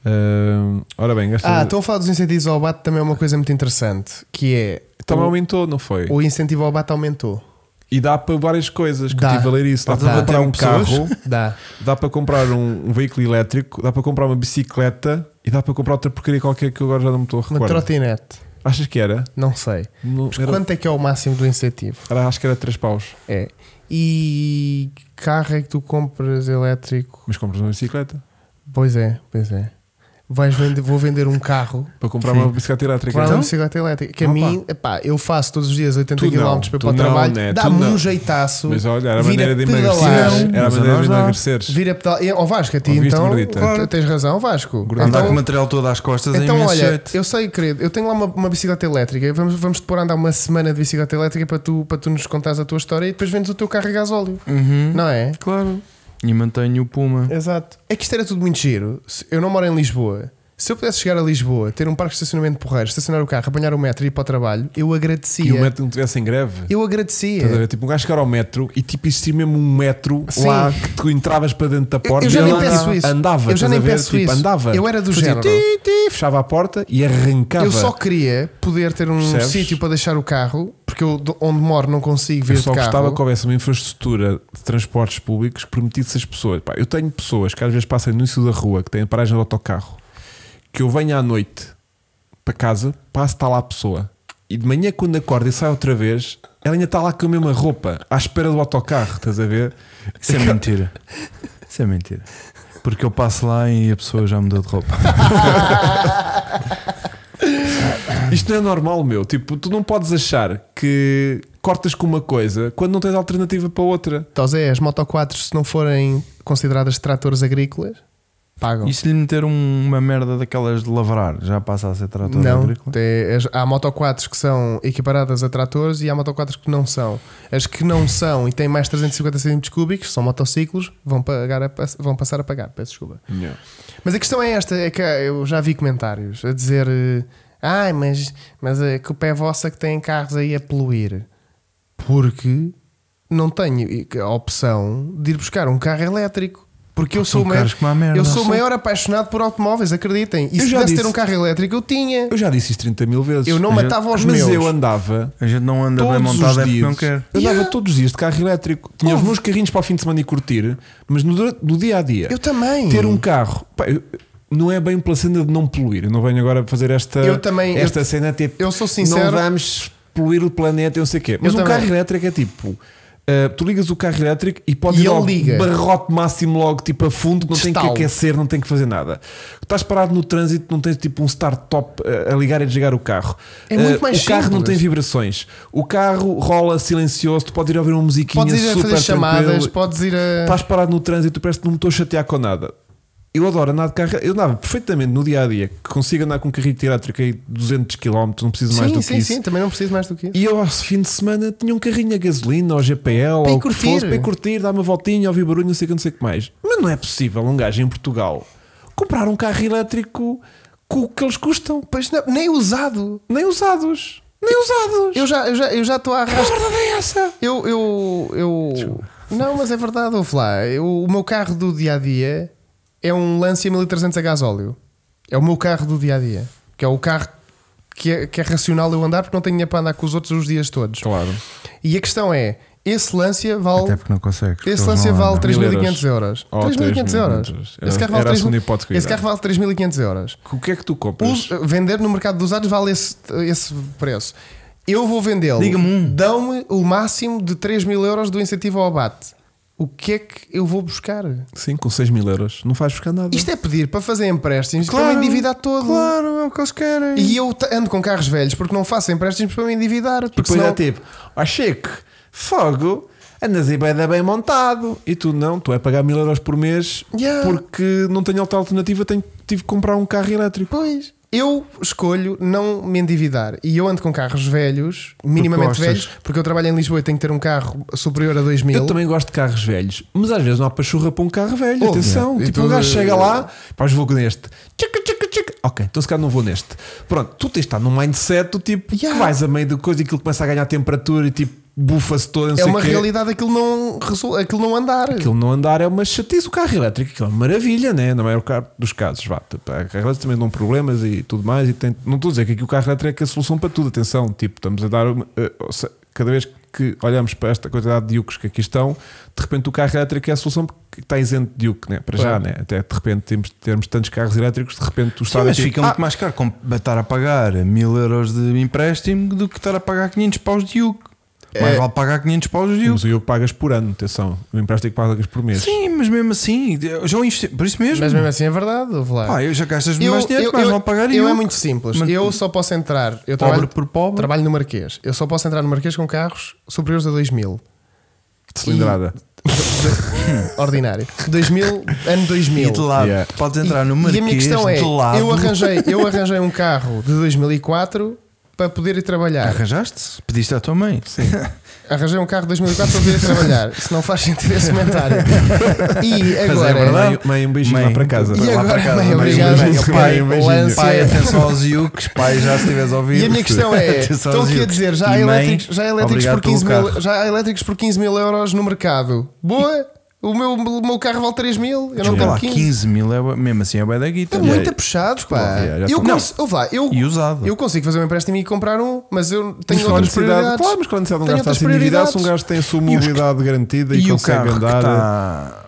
B: Eh, ora bem, gastas.
C: Ah, estão a falar dos incentivos ao bate também é uma coisa muito interessante, que é
B: também tá
C: o,
B: aumentou, não foi?
C: o incentivo ao bate aumentou.
B: E dá para várias coisas que
C: Dá.
B: eu tive a ler isso. Dá,
C: Dá.
B: para comprar um
A: Pessoas?
B: carro,
C: Dá.
B: dá para comprar um, um veículo elétrico, dá para comprar uma bicicleta e dá para comprar outra porcaria qualquer que eu agora já não me estou a
C: Uma
B: recordar.
C: trotinete,
B: Achas que era?
C: não sei.
B: Não,
C: Mas
B: era,
C: quanto é que é o máximo do incentivo?
B: era- Acho que era 3 paus.
C: É. E que carro é que tu compras elétrico?
B: Mas compras uma bicicleta.
C: Pois é, pois é. Vais vender, vou vender um carro
B: Para comprar
A: Sim.
B: uma bicicleta elétrica.
C: para uma
A: Então?
C: bicicleta elétrica. Que a
B: é. Opa.
C: mim, epá, eu faço todos os dias 80
B: Tu
C: km
B: não,
C: para ir
B: tu
C: para o
B: não,
C: trabalho,
B: né? Tu
C: dá-me
B: não.
C: um
B: Então,
C: jeitaço.
B: mas olha, era a
C: Vir a
B: maneira de
C: pedalar.
B: emagrecer. Era a
A: Mas a
B: maneira
A: nós
B: de
A: dá.
B: emagreceres.
C: Vira pedal. Ó Vasco, a ti
B: Ouviste,
C: então.
B: gordita?
C: Claro. Tens razão, Vasco.
B: Gordita.
A: Andar
C: Então-
A: com o material todo às costas é
C: Então,
B: um
A: imenso
C: olha,
A: jeito.
C: eu sei, querido, eu tenho lá uma, uma bicicleta elétrica. Vamos, vamos te pôr a andar uma semana de bicicleta elétrica para tu, para tu nos contares a tua história e depois vendes o teu carro a gasóleo,
B: Hum.
A: Uhum.
C: não é?
A: Claro. E mantenho o Puma.
C: Exato. É que isto era tudo muito giro. Se- Eu não moro em Lisboa. Se eu pudesse chegar a Lisboa, ter um parque de estacionamento porreiro, estacionar o carro, apanhar o metro e ir para o trabalho, eu agradecia.
B: E o um metro não estivesse em greve.
C: Eu
B: Estás a
C: agradecia.
B: ver? Tipo, um gajo chegar ao metro e tipo existir mesmo um metro
C: Sim.
B: lá que tu entravas para dentro da porta
C: eu já
B: e
C: nem
B: ele
C: penso
B: andava-
C: isso.
B: andava.
C: Eu já
B: estás
C: nem
B: a ver?
C: penso
B: Tipo,
C: isso.
B: andava.
C: Eu era do
B: Fazia
C: género.
B: ti, ti, fechava a porta e arrancava.
C: Eu só queria poder ter um
B: Percebes?
C: sítio para deixar o carro, porque eu do- onde moro não consigo vir
B: Eu
C: de
B: só
C: carro.
B: gostava que houvesse uma infraestrutura de transportes públicos que permitisse às pessoas. Pá, eu tenho pessoas que às vezes passam no início da rua, que têm paragem de autocarro, que eu venho à noite para casa, passo, está lá a pessoa. E de manhã, quando acorda e sai outra vez, ela ainda está lá com a mesma roupa, à espera do autocarro, estás a ver?
A: Isso é mentira. Isso é mentira. Porque eu passo lá e a pessoa já mudou de roupa.
B: <laughs> Isto não é normal, meu. Tipo, tu não podes achar que cortas com uma coisa quando não tens alternativa para outra.
C: Então, Zé, as Moto 4, se não forem consideradas tratores agrícolas, pagam.
A: E se lhe meter um- uma merda daquelas de lavrar, já passa a ser trator
C: não,
A: agrícola?
C: tem- as- há Moto 4 que são equiparadas a tratores e há Moto 4 que não são. As que não são e têm mais 350 cm cúbicos, são motociclos, vão, pagar a pass- vão passar a pagar. Peço desculpa. Mas a questão é esta: é que eu já vi comentários a dizer, eh, ai, mas, mas a culpa é vossa que têm carros aí a poluir. Porque não tenho a opção de ir buscar um carro elétrico. Porque eu
A: São
C: sou, o maior,
A: caros como a merda.
C: eu sou o
A: São-
C: maior apaixonado por automóveis, acreditem. E
B: Eu
C: se
B: já
C: pudesse ter
B: disse.
C: um carro elétrico, eu tinha.
B: Eu já disse isto 30 mil vezes.
C: Eu não
B: Já-
C: matava os
B: Mas
C: meus.
B: eu andava
A: A gente não anda
B: todos
A: bem
B: os
A: montado é
B: dias.
A: porque não quer.
B: Eu andava
C: Yeah.
B: todos os dias de carro elétrico. Tinha os
C: Ouve.
B: meus carrinhos para o fim de semana e curtir, mas no, dura- no dia a dia,
C: Eu também.
B: ter um carro. pá, eu- não é bem pela cena de não poluir. Eu não venho agora fazer esta,
C: Eu também-
B: esta cena tipo.
C: eu sou sincero.
B: Não vamos poluir o planeta, eu não sei o quê. Mas
C: Eu
B: um
C: também.
B: carro elétrico é tipo. ah, tu ligas o carro elétrico e podes
C: E
B: ir
C: ele
B: logo
C: liga.
B: barrote máximo logo, tipo a fundo, não tem que
C: Estalo.
B: aquecer, não tem que fazer nada. Estás parado no trânsito, não tens tipo um start-top ah, a ligar e desligar o carro.
C: É muito
B: Ah,
C: mais
B: O carro não
C: simples.
B: tem vibrações. O carro rola silencioso, tu podes ir ouvir uma musiquinha
C: Podes ir a
B: super
C: fazer chamadas,
B: tranquilo.
C: podes ir a.
B: Estás parado no trânsito, parece que não me estou a chatear com nada. Eu adoro andar de carro. Eu andava perfeitamente no dia a dia, que consigo andar com um carrinho elétrico aí 200 km, não preciso mais
C: sim,
B: do que
C: sim,
B: isso.
C: sim, também não preciso mais do que isso.
B: E eu, ao fim de semana, tinha um carrinho a gasolina ou GPL
C: Para
B: ou
C: ir
B: o que
C: curtir.
B: fosse, para ir curtir, dar uma voltinha, ouvir barulho, não sei o que, não sei o que mais. Mas não é possível um gajo em Portugal comprar um carro elétrico com o que eles custam,
C: Pois não, nem usado.
B: nem usados. Nem usados.
C: Eu já estou eu já, eu já estou a
B: A
C: arrastar.
B: verdade é essa.
C: Eu. eu, eu... Não, mas é verdade, ouve lá. Eu- o meu carro do dia a dia é um Lancia 1300 a gasóleo. É o meu carro do dia a dia. Que é o carro que é, que é racional eu andar porque não tenho dinheiro para andar com os outros os dias todos.
B: Claro.
C: E a questão é: esse Lancia
A: Até
C: vale.
A: porque não consegues. porque
C: Esse
A: eles
C: Lancia
A: não
C: vale
A: andam.
C: 3.500 euros.
B: Oh,
C: 3.500 euros.
B: 3.500.
C: Esse carro
B: Era
C: vale
B: a segunda hipótese que eu ia
C: 3.000 Esse carro
B: dar.
C: vale 3.500 euros.
B: O que é que tu compras?
C: Us- vender no mercado dos usados vale esse, esse preço. Eu vou vendê-lo.
A: Diga-me um.
C: Dão-me o máximo de 3 mil euros do incentivo ao abate. O que é que eu vou buscar?
B: Sim, com 6 mil euros. Não faz buscar nada.
C: Isto é pedir para fazer empréstimos para me endividar todo.
A: Claro, é o que eles querem.
C: E eu ta- ando com carros velhos porque não faço empréstimos para me endividar.
B: E
C: Porque
B: depois
C: senão...
B: é tipo, ó Chico, fogo, andas aí bem, bem montado. E tu não, tu é pagar mil euros por mês
C: Yeah.
B: porque não tenho outra alternativa, tenho, tive que comprar um carro elétrico.
C: Pois. Eu escolho não me endividar e eu ando com carros velhos, minimamente
A: gostas.
C: velhos, porque eu trabalho em Lisboa e tenho que ter um carro superior a 2 mil.
B: Eu também gosto de carros velhos, mas às vezes não há pachorra para um carro velho.
C: Oh,
B: Atenção,
C: yeah. E
B: tipo,
C: tu-
B: um gajo chega lá, pá, hoje vou neste. Tchica, tchica, tchica. Ok, então se calhar não vou neste. Pronto, tu tens de estar num mindset do tipo,
C: Yeah.
B: que vais a meio da coisa e aquilo começa a ganhar temperatura e tipo, bufa-se todo, não
C: É
B: sei
C: uma
B: quê.
C: realidade aquilo não, resol- aquilo não andar.
B: Aquilo não andar é uma chatice. O carro elétrico aquilo é uma maravilha, né? na maior parte dos casos. Vá, tipo, há carros elétricos também dão problemas e tudo mais. E tem- não estou a dizer que aqui o carro elétrico é a solução para tudo. Atenção, tipo, estamos a dar. uma- eh, ou se- cada vez que olhamos para esta quantidade de iucos que aqui estão, de repente o carro elétrico é a solução porque está isento de iuco, né? para já.
C: Claro.
B: Né? Até de repente temos, termos tantos carros elétricos, de repente
A: Sim,
B: o Estado. é
A: mas
B: tipo,
A: fica
B: "Ah,
A: muito mais caro com- estar a pagar mil euros de empréstimo do que estar a pagar 500 paus de Yuke.
C: É.
A: Mais vale pagar 500 paus de
B: mas
A: Yuke.
B: o iuco pagas por ano, atenção. O empréstimo que pagas por mês.
A: Sim, mas mesmo assim, eu já investi. Por isso mesmo,
C: Mas mesmo assim é verdade, ouve lá.
A: pá, eu já gastas mais dinheiro, mais vale pagar
C: eu
A: Yuke.
C: é muito simples.
A: Mas-
C: eu só posso entrar.
A: Pobre
C: Eu trabalho,
A: por pobre.
C: trabalho no Marquês. Eu só posso entrar no Marquês com carros superiores a 2000.
B: De cilindrada.
C: Ordinário. 2000, ano 2000.
A: E de lado,
B: Yeah.
A: podes entrar no
C: E-
A: Marquês,
C: e a minha questão é:
A: de lado.
C: eu arranjei, eu arranjei um carro de 2004 para para poder ir trabalhar.
A: Arranjaste? Pediste à tua mãe? Sim.
C: Arranjei um carro de 2004 para poder ir trabalhar. Se não faz sentido
A: <laughs>
C: esse comentário. E
B: Mas é
C: agora.
B: verdade. Mãe, um beijinho
A: Mãe.
B: lá para casa.
C: E
B: Lá
C: agora,
B: para casa,
C: mãe,
B: mãe, um
C: obrigado.
B: beijinho,
C: Pai,
B: mãe, um beijinho.
C: o lance-
A: Pai, atenção aos Yukes, pai, já se tivesse ouvido.
C: E a minha questão é:
A: <laughs> Atenção
C: estão
A: aos
C: aqui a
A: Yukes.
C: dizer já há
A: E mãe,
C: elétricos, já há elétricos
A: obrigado
C: por 15
A: pelo
C: mil,
A: carro.
C: já há elétricos por 15 mil euros no mercado. Boa! O meu, o meu carro vale 3 mil, eu não
A: Desculpa
C: tenho
A: lá,
C: 15.
A: 15 mil é bué- mesmo assim, é bem da guita.
C: Está muito apuxados, pá.
B: lá, já- já
C: Eu,
B: tô-
C: cons... Ouve lá, eu,
A: E usado.
C: eu consigo fazer um empréstimo e comprar um, mas eu tenho
A: é
B: Mas com a
C: outras
B: necessidade-
C: prioridades.
B: Claro, mas quando a necessidade de um
C: Tenho
B: gajo está
C: outras
B: assim endividado, se um
C: prioridades.
B: gajo tem a sua mobilidade garantida e,
A: E o
B: consegue
A: carro
B: andar.
A: que tá.
C: tá-
A: está.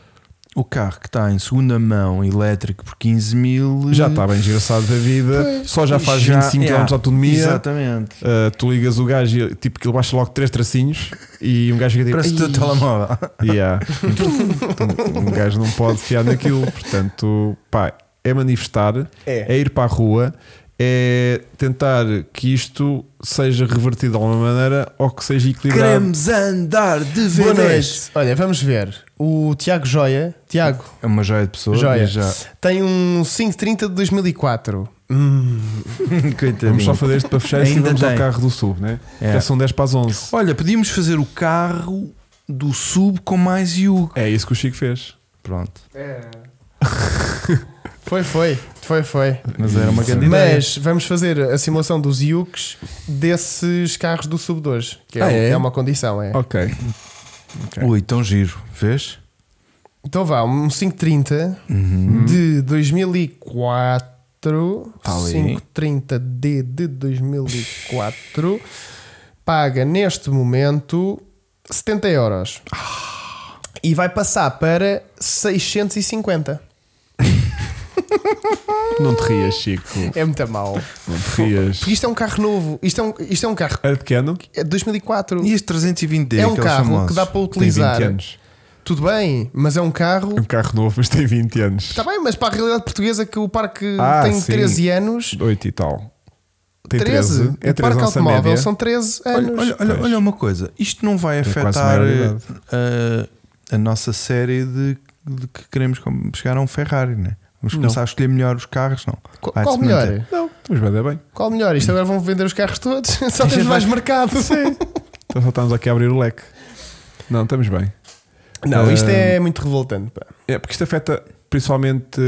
A: O carro que está em segunda mão, elétrico, por 15 mil.
B: Já está bem desgraçado da vida,
C: Pois.
B: só já faz 25
A: yeah,
B: km de autonomia.
A: Exatamente.
B: Ah, tu ligas o gajo e tipo que ele baixa logo três tracinhos e um gajo fica tipo,
A: Parece tá o teu
B: "Ai,
A: telemóvel.
B: <laughs> Yeah. <laughs> um gajo não pode fiar naquilo. Portanto, pá, é manifestar, é. ir para a rua, é tentar que isto seja revertido de alguma maneira ou que seja equilibrado.
A: andar de
C: Boa noite. Olha, vamos ver. O Tiago Joia, Tiago,
A: É uma joia de pessoa.
C: Joia.
A: mas
B: <laughs>
A: Já.
C: tem um 530 de 2004. Hum.
A: Coitadinho.
B: Vamos só fazer isto para fechar e
A: Ainda
B: vamos ao
A: tem.
B: carro do sul, né?
A: É.
B: Já são 10 para as 11.
A: Olha, podíamos fazer o carro do sub com mais Yuke.
B: É isso que o Chico fez.
A: Pronto.
C: Foi, foi, foi, foi.
A: Mas era uma
B: Isso.
A: grande ideia.
C: Mas vamos fazer a simulação dos Yukes desses carros do Sub 2, que é,
B: Ah, é?
C: é uma condição. É.
B: Ok. Ok.
A: Ui, tão giro. Vês?
C: Então vá, um 530 de 2004.
A: Tá ali.
C: 530D de 2004 paga neste momento 70 euros e vai passar para 650.
B: Não te rias, Chico.
C: É muito mal.
B: Não te rias.
C: Porque isto é um carro novo. Isto é um, isto é um carro.
B: Era pequeno?
C: É de 2004.
A: E este 320D?
C: é um
A: aqueles
C: carro
A: famosos?
C: que dá para
B: Tem 20
C: utilizar.
B: anos.
C: Tudo bem, mas é um carro.
B: É um carro novo, mas tem 20 anos.
C: Está Tá bem, mas para a realidade portuguesa que o parque
B: Ah,
C: tem
B: sim.
C: 13 anos.
B: 8 e tal. Tem
C: 13.
B: 13. É
C: o parque
B: 13 nossa
C: automóvel
B: média. É
C: são 13
A: Olha,
C: anos.
A: olha, olha,
B: Pois.
A: olha uma coisa, isto não vai
B: quase
A: afetar
B: maioridade.
A: eh, a, a nossa série de, de que queremos com- chegar a um Ferrari, né? Vamos
B: Não.
A: começar a escolher melhor os carros, não?
C: Qual,
A: Vai-se
C: qual melhor?
A: manter.
B: Não, mas vai dar bem.
C: Qual melhor? Isto agora vão vender os carros todos. <laughs> Só temos mais mercado.
B: Então só estamos aqui a abrir o leque. Não, estamos bem.
C: Não, isto
B: Ah,
C: é muito revoltante. pá.
B: É porque isto afeta principalmente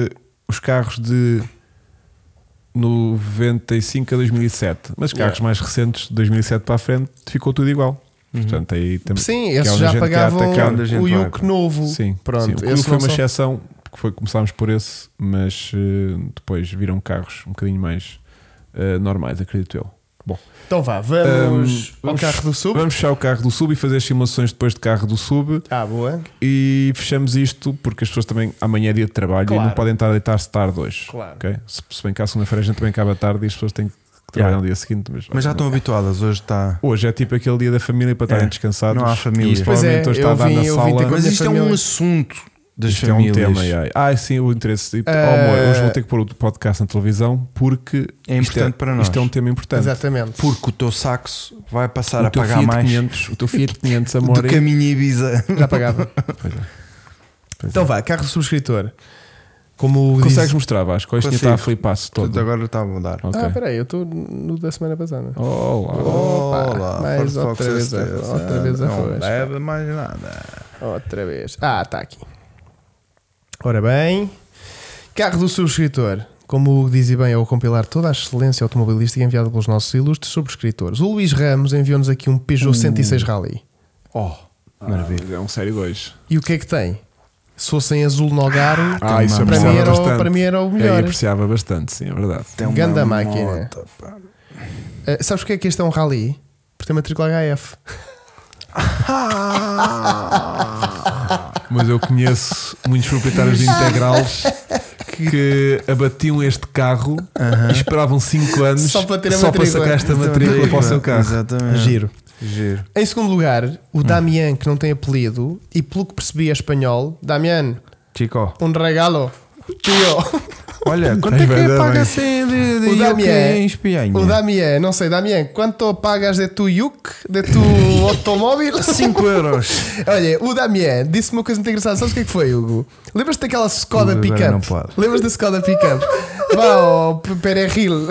B: os carros de 95 a 2007. Mas os carros mais recentes, de 2007 para a frente, ficou tudo igual.
A: Uhum.
B: Portanto, aí também.
C: Sim,
B: que é
C: esses
B: onde a
C: já
B: gente quer
C: pagavam
B: atacar.
A: onde a gente
C: o
A: vai,
C: Yuke
A: pá.
C: novo.
B: Sim, sim.
C: Pronto,
B: O Clio
C: esse
B: foi
C: não
B: uma
C: são-
B: exceção, porque foi, começámos por esse, mas eh, depois viram carros um bocadinho mais eh, normais, acredito eu. Bom,
C: Então vá, vamos
B: Um,
C: ao
B: vamos-
C: carro do Sub.
B: Vamos fechar o carro do sub e fazer as simulações depois de carro do sub
C: Ah, boa.
B: e fechamos isto porque as pessoas também amanhã é dia de trabalho
C: Claro.
B: e não podem estar a deitar-se tarde hoje.
C: Claro.
B: ok? Se, se bem que à segunda-feira a gente também acaba tarde e as pessoas têm que trabalhar
A: Yeah.
B: no dia seguinte. Mas,
A: Mas já
B: não.
A: estão habituadas, hoje está.
B: Hoje é tipo aquele dia da família para estarem
A: É,
B: descansados.
A: não há família.
B: E isto
C: Pois
B: provavelmente
C: é,
B: hoje está a
C: eu
B: dar
C: vim-
B: na
C: eu vim
B: sala.
C: ter
A: Mas
C: minha
A: isto é um
C: família-
A: assunto das
B: Isto é um
A: famílias.
B: tema. ai, ai. Ah, sim, o interesse.
C: É.
B: Oh, amor, hoje vou ter que pôr o podcast na televisão porque
A: É
B: isto
A: importante para nós.
B: Isto é um tema importante.
C: Exatamente.
A: Porque o teu saxo vai passar
B: o
A: a
B: teu
A: pagar
B: Fiat
A: mais
B: 500, o teu Fiat 500,
A: do
B: amor. e-
A: que a minha Ibiza.
C: Já pagava.
B: <laughs> Pois é. Pois é.
C: Então vá, carro do subscritor. Como
B: Consegues
C: diz...
B: mostrar, Vasco? Este tinha
A: Consigo.
B: está a flipar-se todo.
A: Portanto, agora está a mudar.
B: Ok. Oh,
C: Ah, peraí, eu estou no da semana passada.
B: Olá.
C: Opa,
A: Olá,
C: mais
A: Ford Focus
C: outra vez a-
A: STS.
C: outra vez a
A: Não
C: Ford.
A: leva mais nada.
C: Outra vez. Ah, está aqui. Ora bem, carro do subscritor. Como o Hugo diz e bem, é o compilar toda a excelência automobilística enviada pelos nossos ilustres subscritores. O Luís Ramos enviou-nos aqui um
B: Hum.
C: Peugeot 106 Rally.
A: Oh, maravilha.
B: É um série 2.
C: E o que é que tem? Se fosse em azul no Algarve,
B: Ah, isso
C: para, mim
B: apreciava
C: era o,
B: bastante.
C: para mim era o
B: Eu
C: melhor.
B: apreciava bastante, sim, é verdade.
A: Tem uma
C: Ganda máquina.
A: moto, pá.
C: Ah, sabes porque é que este é um Rally? Porque tem matrícula HF.
A: <laughs>
B: Mas eu conheço muitos proprietários de integrales
C: <laughs>
B: que abatiam este carro e esperavam 5 anos
C: Só para ter a matrícula.
B: sacar esta matrícula para o seu carro.
A: Exatamente.
C: Giro.
A: um Giro.
C: Em segundo lugar,
B: Hum.
C: o Damian, que não tem apelido, e pelo que percebi é espanhol. Damian,
A: Chico,
C: um regalo. Tio.
A: <laughs> olha, quanto é
B: Ai,
A: que
B: vai
A: é
B: dar
A: paga
B: bem.
A: assim de, de
C: O Damian.
A: Yuki em é Espianha?
C: O Damian, não sei, Damian, quanto pagas de tu yuk, de tu
A: <laughs>
C: automóvel?
A: 5 euros.
C: Olha, o Damian disse-me uma coisa muito engraçada. Sabes o que é que foi, Hugo? Lembras-te daquela Skoda
A: Hugo agora
C: Pickup?
A: não pode.
C: Lembras da Skoda Pickup? Vá, oh, Pereril.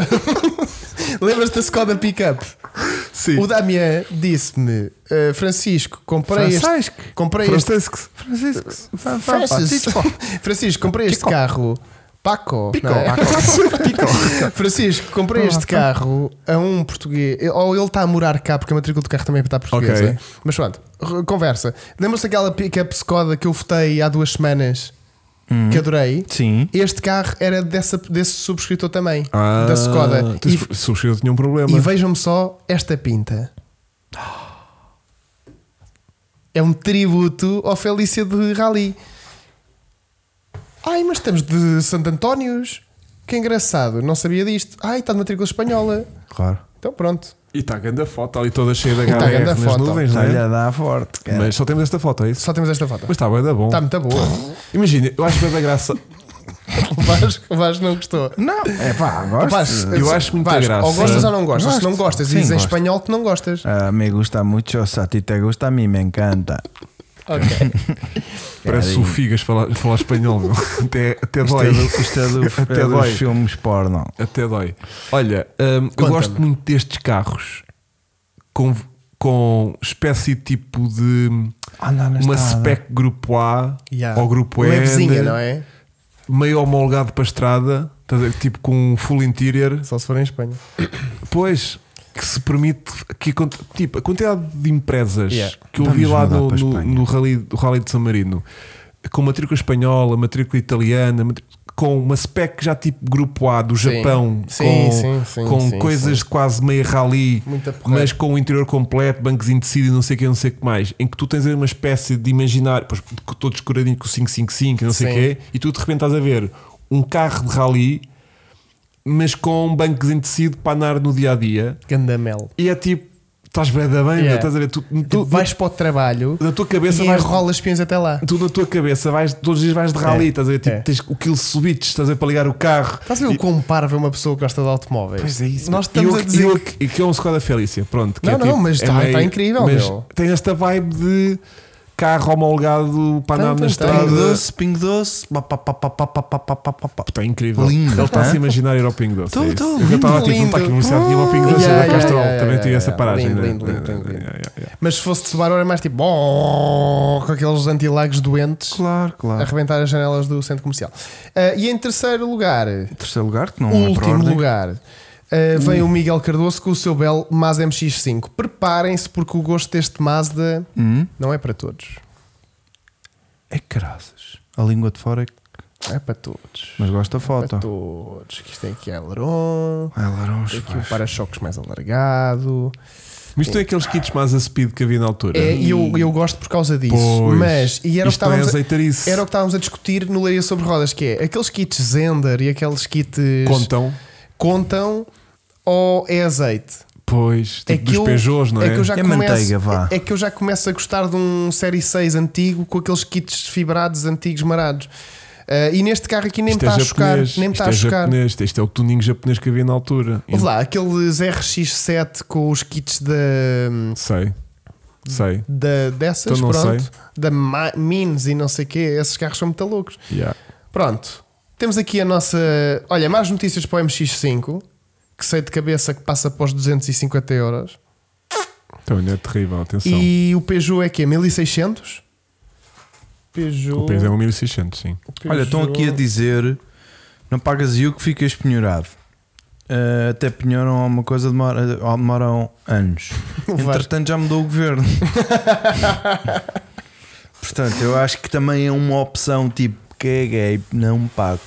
C: <laughs> Lembras-te da Skoda Pickup?
B: Sim.
C: O Damian disse-me, "Ah, Francisco, comprei este.
A: Francisco.
C: Comprei este.
B: Francisco.
A: Francisco. Fra- fra-
C: Ah, Francisco,
A: Francisco.
B: <laughs>
C: Francisco, comprei este carro. Paco.
B: Pico.
C: não é?
B: <laughs> Pico.
C: Francisco, comprei este carro a um português. Ou ele está a morar cá, porque a matrícula do carro também está portuguesa.
B: Ok.
C: Mas pronto, re- conversa. Lembram-se daquela pick-up Skoda que eu votei há duas semanas?
B: Hum.
C: Que adorei.
A: Sim.
C: Este carro era dessa, desse subscritor também,
B: Ah,
C: da Skoda.
B: então
C: E,
B: esse subscritor tinha um problema.
C: e vejam-me só esta pinta. É um tributo ao Felícia de Rally. Ai, mas estamos de Santo Antónios. Que engraçado, não sabia disto. Ai, está de matrícula espanhola.
A: Claro.
C: Então pronto.
B: E está a grande foto ali toda cheia da
C: E tá
B: HDR
C: grande a
B: nas
C: foto.
B: nuvens, não é?
A: Está-lhe a dar forte. cara.
B: Mas só temos esta foto, é isso?
C: Só temos esta foto.
B: Mas está bem, da bom.
C: Está muito boa.
B: <laughs> Imagina, eu acho bem da graça.
C: O Vasco, o Vasco não gostou.
A: Não, é pá,
C: O
A: gosto.
C: Vasco,
B: Uhum. Eu acho muita
C: Vasco,
B: graça.
C: Ou gostas ou não gostas. Se
A: Gosto.
C: não gostas,
A: Sim,
C: dizes em
A: gosto.
C: espanhol que não gostas.
A: Ah, me gusta mucho, se a ti te gusta, a mim me encanta.
C: Ok.
B: Parece o Figas falar, falar espanhol,
C: <laughs>
B: meu. Até, até
A: Isto
B: dói.
A: é, do, isto é <laughs> do-
B: <laughs> Até
A: é dos
B: dói.
A: filmes porno.
B: Até dói. Olha, hum, eu
C: Conta-me.
B: gosto muito destes carros com, com espécie de tipo de
C: Ah,
A: Andar na
B: uma
A: estrada.
B: spec grupo A
C: Yeah.
B: ou grupo E,
C: Levezinha,
B: de-
C: não é?
B: meio homologado para a estrada, estás a ver, tipo com um full interior.
C: Só se for em Espanha.
B: Pois, que se permite que a quant- tipo, a quantidade de empresas
C: Yeah.
B: que eu vi
A: Vamos
B: lá
A: mudar
B: no,
A: para a
B: no,
A: Espanha.
B: no rally, do rally de San Marino com matrícula espanhola, matrícula italiana, matrí- com uma spec já tipo grupo A do
C: Sim.
B: Japão,
C: Sim,
B: com,
C: sim, sim,
B: com
C: sim,
B: coisas quase meio rally,
C: Muita porrada.
B: mas com o interior completo, bancozinho de sítio, não sei o que, não sei o que mais, em que tu tens ali uma espécie de imaginário, pois, todo escuradinho com o 555, não sei o
C: Sim.
B: quê, e tu de repente estás a ver um carro de rally mas com um bancozinho de tecido para andar no dia a dia.
C: Gandamel.
B: E é tipo, estás bem da bem,
C: Yeah.
B: meu, estás a ver? Tu, tu-
C: Tu vais para o trabalho
B: na tua
C: e
B: cabeça vais.
C: enrolas piões até lá.
B: Tu na tua cabeça vais, todos os dias vais de rally,
C: É.
B: estás a ver? Tipo,
C: É.
B: tens o quilo subido, estás a ver para ligar o carro.
C: Estás a ver o quão parvo é uma pessoa que gosta de automóveis?
B: Pois é isso.
C: Nós
B: meu.
C: estamos
B: e
C: a dizer
B: eu, e que é um Skoda Felícia, pronto. que
C: Não,
B: é
C: não,
B: tipo,
C: mas tá-
B: meio-
C: tá incrível,
B: Mas
C: meu.
B: tem esta vibe de carro homologado para
C: Tem,
B: andar na
C: tem, tem.
A: Pingo
B: estrada.
A: doce, pingo doce. Ba, pa, pa, pa, pa, pa, pa, pa, pa, pa, pa.
B: Está tá incrível.
A: Lindo,
B: Ele está a se
A: hã?
B: imaginar ir ao Pingo Doce.
A: Tô,
B: é isso.
A: tô,
B: eu já estava
C: lindo,
B: tipo, não está aqui no Universidade de Pingo
C: lindo.
B: Doce,
C: Yeah,
B: yeah,
C: yeah,
B: Castrol.
C: yeah,
B: Também
C: yeah,
B: tive essa
C: yeah.
B: paragem.
C: Lindo,
B: né?
C: lindo, lindo, lindo, lindo.
B: Yeah, yeah, yeah.
C: Mas se fosse de Subaru era mais tipo com aqueles antilagos doentes
A: Claro,
C: a
A: claro.
C: arrebentar as janelas do centro comercial. Ah, e em terceiro lugar,
A: Terceiro lugar, que não é por
C: último
A: ordem.
C: lugar, ah, vem o Miguel Cardoso com o seu belo Mazda MX-5. Preparem-se porque o gosto deste Mazda
A: Hum?
C: não é para todos.
A: É caraças. A língua de fora, é que-
C: É para todos. É
A: mas gosto da
C: Para
A: foto.
C: todos. Que isto tem aqui é aileron,
A: Ai, Larons,
C: tem
B: um
C: aqui o
A: vais.
C: para-choques mais alargado.
B: Mas isto é aqueles kits mais a speed que havia na altura. Hum.
C: É, e eu, eu gosto por causa disso.
B: Pois.
C: mas e
B: Isto não é
C: era o, que estávamos a,
B: azeitarice.
C: era o que estávamos a discutir no Leia sobre Rodas, que é aqueles kits Zender e aqueles kits
B: Contam.
C: contam ou é azeite?
B: Pois, tipo dos
C: eu,
B: Peugeots, não é?
C: que eu já
A: É
C: começo,
A: manteiga, vá.
C: É, é que eu já começo a gostar de um Série 6 antigo com aqueles kits fibrados antigos marados. Ah, e neste carro aqui nem me
B: Isto
C: está a
B: é
C: chocar.
B: japonês,
C: Nem me
B: isto
C: está a
B: é
C: chocar.
B: japonês, isto é o tuninho japonês que havia na altura.
C: Ouve lá, aqueles RX7 com os kits da. hum,
B: Sei, sei.
C: da dessas,
B: Então não
C: pronto,
B: sei.
C: da Ma- Mines e não sei o quê, esses carros são muito loucos.
B: Yeah.
C: Pronto, temos aqui a nossa. Olha, mais notícias para o MX5, que sei de cabeça que passa para os 250 euros.
B: Então, é terrível, atenção.
C: E o Peugeot é que é 1600? Peugeot.
B: O peso é 1600, sim.
A: Olha, estão aqui a dizer: não pagas IU que ficas penhorado. Ah, até penhoram alguma coisa, demora- ah, demoram anos.
C: O Vasco.
A: Entretanto, já mudou <laughs> o <laughs> governo. Portanto, eu acho que também é uma opção tipo caguei, não pago.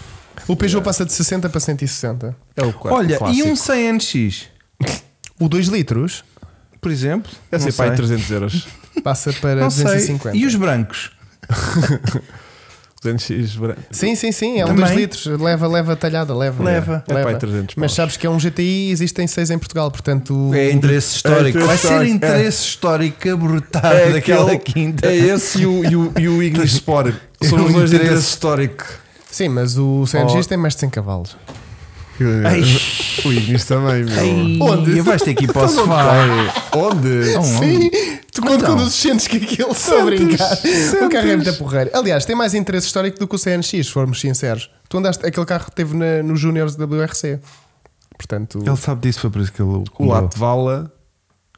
C: O Peugeot passa de 60 para 160. É o quatro.
A: Olha, e um 100 NX,
C: O 2 litros
A: por exemplo?
B: Deve
A: Não
B: ser é para aí
A: sei.
B: 300 euros.
C: passa para
A: <laughs> Não sei.
C: 250.
A: E os brancos?
B: 200 x
A: <laughs>
B: branco.
C: Sim, sim, sim, é um
A: Também.
C: 2 litros. Leva, leva talhada, leva.
A: Leva.
B: É para aí 300
C: Mas
B: paus.
C: sabes que é um GTI e existem seis em Portugal, portanto.
A: É interesse histórico.
B: É interesse
A: Vai ser
B: histórico,
A: interesse histórico abortado
B: É
A: daquela
B: aquele-
A: quinta.
B: É esse e o, e o,
A: <laughs>
B: e o Ignis Sport.
A: É
B: São
A: um
B: os dois
A: interesse.
B: de interesse histórico.
C: Sim, mas o CNX
A: Oh.
C: tem mais de 100 cavalos.
A: Ai. <laughs>
B: O Ignis também, meu.
A: Onde? Vais ter que
C: <laughs>
A: ir para
C: Então
A: o sofá.
B: Vai. Onde?
C: Sim, tu quando
A: É um Então.
C: conduzes sentes que aquilo está a brincar. O carro é muito porreiro. Aliás, tem mais interesse histórico do que o CNX, se formos sinceros. Tu andaste, aquele carro que teve na- nos Juniors da WRC. Portanto,
A: Ele sabe disso, foi por isso que ele
B: O Latvala.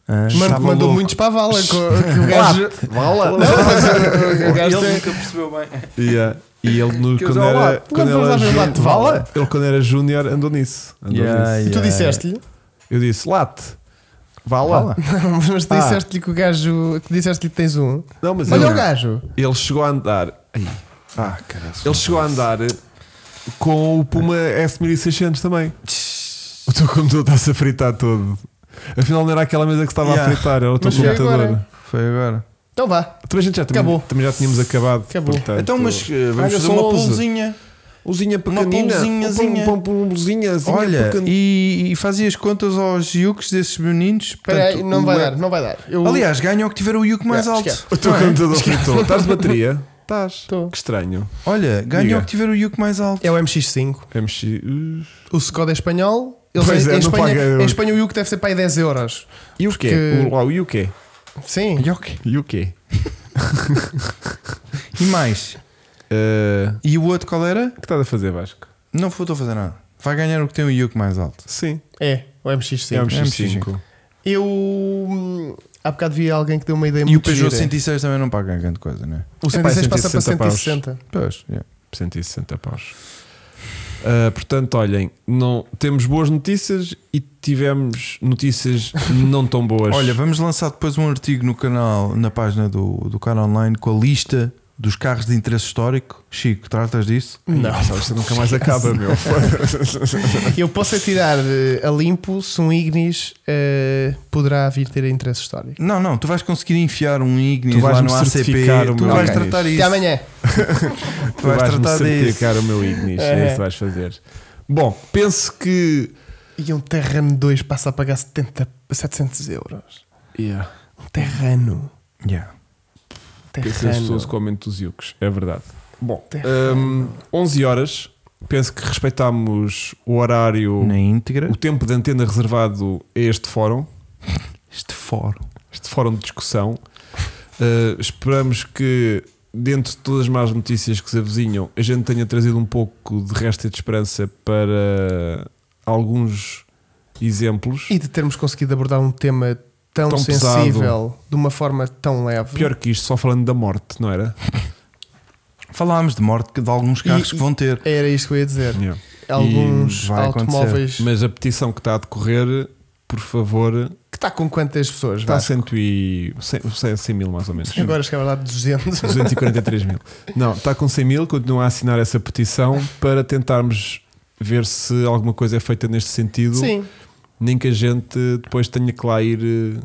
A: Ah,
C: man-
A: estava
C: mandou
A: louco.
C: muito para a vala. que o- que o gajo.
B: Vala?
C: Não, mas o- o gajo
A: Ele
C: tem-
A: nunca percebeu bem.
B: Yeah. E ele, no-
A: Que
B: quando,
A: usava
B: era,
A: Lat-
B: quando,
C: Quando
B: ele era
C: usava
B: ju-
C: Latvala?
B: ele, quando era júnior, andou nisso. Andou
A: Yeah,
B: nisso.
C: E tu
A: Yeah.
C: disseste-lhe,
B: Eu disse, late, vala.
A: Vala.
C: <laughs> mas tu
B: Ah.
C: disseste-lhe que o gajo, que disseste-lhe que tens um.
B: Não, mas
C: Olha o
B: ele,
C: gajo.
B: ele chegou a andar. Ai,
A: Ah, caralho.
B: Ele chegou a andar com o Puma S1600 também. O teu computador está-se a fritar todo. Afinal, não era aquela mesa que estava
A: Yeah.
B: a fritar, era o teu
C: Mas foi
B: computador.
C: agora.
A: Foi agora.
C: Então vá.
B: Também, a gente já, também,
C: Acabou.
B: também já tínhamos acabado.
C: Acabou.
B: portanto,
A: Então, mas eh, vamos
B: Olha,
A: fazer
B: são
A: uma
B: 11.
A: pulzinha.
B: Luzinha
A: Uma
B: pequenina.
A: pãozinhazinha.
B: Uma pão- pãozinha, zinha
A: Olha,
B: pequenina.
A: e, e fazia as contas aos yukes desses meninos.
C: Espera aí,
A: Portanto,
C: não
A: o-
C: vai dar, não vai dar. Eu,
A: Aliás, ganha o que tiver o yuke mais
C: É,
A: alto.
C: esquece.
B: O teu computador fritou. Estás de bateria? Estás.
C: Tô.
B: Que estranho.
A: Olha, ganha
B: Diga.
A: o que tiver o yuke mais alto.
C: é o MX5.
B: MX. uh,
C: O Skoda é espanhol. Eles
B: Pois
C: em,
B: é,
C: em
B: não paga
C: Espanha,
B: euros.
C: em Espanha o Yuke deve ser para aí 10 euros.
B: E o quê?
C: Porque-
B: O- lá, o- E o quê?
C: Sim.
A: Yuke.
B: E o quê?
A: E mais?
B: Uh,
A: E o outro qual era?
B: O que estás a fazer, Vasco?
A: Não vou estou a fazer nada. Vai ganhar o que tem o yuke mais alto.
B: Sim.
C: É, o MX5.
B: é um
A: MX5.
B: MX5.
C: Eu hum, há bocado vi alguém que deu uma ideia
A: E o
C: É muito
A: Peugeot
C: gira.
A: 106 também não paga grande coisa, né?
C: O
B: Epá,
C: 106 passa para
B: 160 paus.
C: 160.
A: Pois, yeah.
B: é. 160 paus. Ah, portanto, olhem, não, temos boas notícias e tivemos notícias não tão <laughs> boas.
A: Olha, vamos lançar depois um artigo no canal, na página do, do canal online, com a lista dos carros de interesse histórico. Chico, tratas disso?
B: não, sabes, isto nunca mais acaba, <laughs> meu.
C: Eu posso é tirar eh, a limpo se um Ignis eh, poderá vir ter interesse histórico.
A: Não, não, tu vais conseguir enfiar um
B: Tu
A: Ignis
B: vais-me
A: lá no ACP,
B: certificar o
A: tu
B: meu
A: vais
B: Ignis.
A: tratar isso.
C: Até amanhã.
B: Tu vais,
A: vais
B: me
A: tratar disso.
B: certificar o meu Ignis, é.
C: É.
B: isso que vais fazer. Bom, penso que.
C: E um Terrano 2 passa a pagar 70, 700 euros.
B: Yeah,
C: Um Terrano.
A: Yeah.
B: penso que as pessoas
C: Terrano.
B: comem dos Yucos, é verdade. Bom,
C: Terrano.
B: hum, 11 horas, penso que respeitámos o horário,
A: Na íntegra,
B: o tempo de antena reservado a este fórum.
A: este fórum.
B: este fórum de discussão. Uh, esperamos que, dentro de todas as más notícias que se avizinham, a gente tenha trazido um pouco de resto e de esperança para alguns exemplos.
C: E de termos conseguido abordar um tema tão,
B: Tão
C: sensível de uma forma tão leve.
B: Pior que isto, só falando da morte, não era?
A: Falámos de morte de alguns carros
C: E-
A: que vão ter.
C: Era isto que eu ia dizer.
A: E
C: Alguns
A: vai acontecer.
C: automóveis.
B: Mas a petição que está a decorrer, por favor,
C: Que está com quantas pessoas?
B: está a
C: Vasco?
B: 100, Tá e, 100, 100, 100 mil mais ou menos.
C: Tá Agora chegamos lá de 200.
B: 243 mil. Não, está com 100 mil, continua a assinar essa petição para tentarmos ver se alguma coisa é feita neste sentido.
C: Sim,
B: nem que a gente depois tenha que lá ir eh,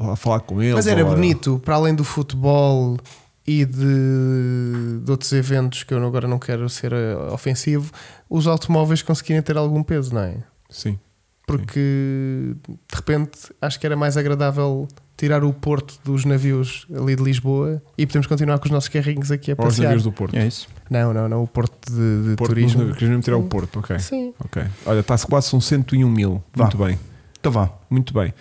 B: lá falar com ele.
C: mas era
B: ou lá-
C: bonito, para além do futebol e de, de outros eventos que eu agora não quero ser eh, ofensivo, os automóveis conseguirem ter algum peso, não é?
B: Sim.
C: Porque de repente acho que era mais agradável tirar o porto dos navios ali de Lisboa e podemos continuar com os nossos carrinhos aqui a
B: Ou os
C: passear.
B: navios do Porto.
A: É isso.
C: Não, não, não, o porto de, de
B: Porto
C: turismo.
B: Queres mesmo tirar o Porto, ok.
C: Sim,
B: ok. Olha, está-se quase são 101 mil.
A: Vá.
B: Muito bem,
A: Então vá.
B: muito bem.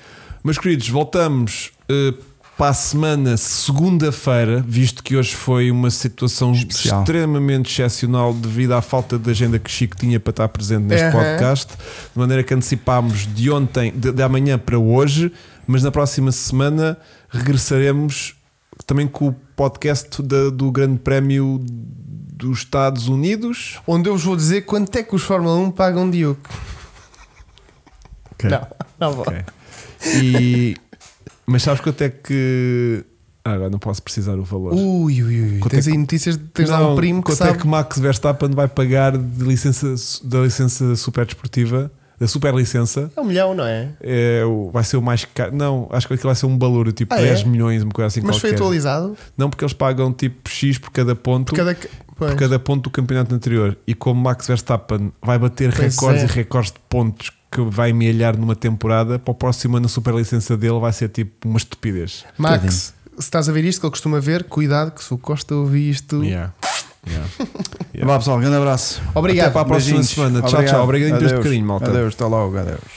B: Meus queridos, voltamos eh, para a semana segunda-feira, visto que hoje foi uma situação
A: Especial.
B: extremamente excepcional devido à falta de agenda que Chico tinha para estar presente neste
C: Aham.
B: podcast, de maneira que antecipámos de ontem, de, de amanhã para hoje, mas na próxima semana regressaremos também com o podcast da- do Grande Prémio dos Estados Unidos.
C: onde eu vos vou dizer quanto é que os Fórmula 1 pagam de Duke. Não, não vou.
B: Ok. E, mas sabes quanto é que. Ah, agora não posso precisar o valor.
C: Ui, ui, ui.
B: Quanto
C: Tens
B: é que-
C: aí notícias de Uh, tens lá
B: Não,
C: um primo que
B: quanto
C: sabe.
B: é que Max Verstappen vai pagar de licença, da licença super desportiva, da super licença?
C: É um milhão, não é?
B: É, o- vai ser o mais caro. Não, acho que aquilo vai ser um valor, tipo
C: Ah, é?
B: 10 milhões, uma coisa assim
C: Mas foi
B: qualquer.
C: atualizado
B: Não, porque eles pagam tipo X por cada ponto.
C: por cada. ca- Pois.
B: por cada ponto do campeonato anterior. E como Max Verstappen vai bater
C: Pois
B: recordes
C: é.
B: e recordes de pontos que vai amealhar numa temporada, para o próximo ano a superlicença dele vai ser tipo uma estupidez.
C: Max, se estás a ver isto que ele costuma ver, cuidado que se o Costa ouvir isto.
B: Yeah. Yeah. Yeah.
A: Vá pessoal, grande abraço.
C: Obrigado.
B: Até para a próxima
A: Beijinhos.
B: semana. Tchau, tchau. Obrigadinho por este bocadinho, malta.
A: Adeus, até logo, adeus.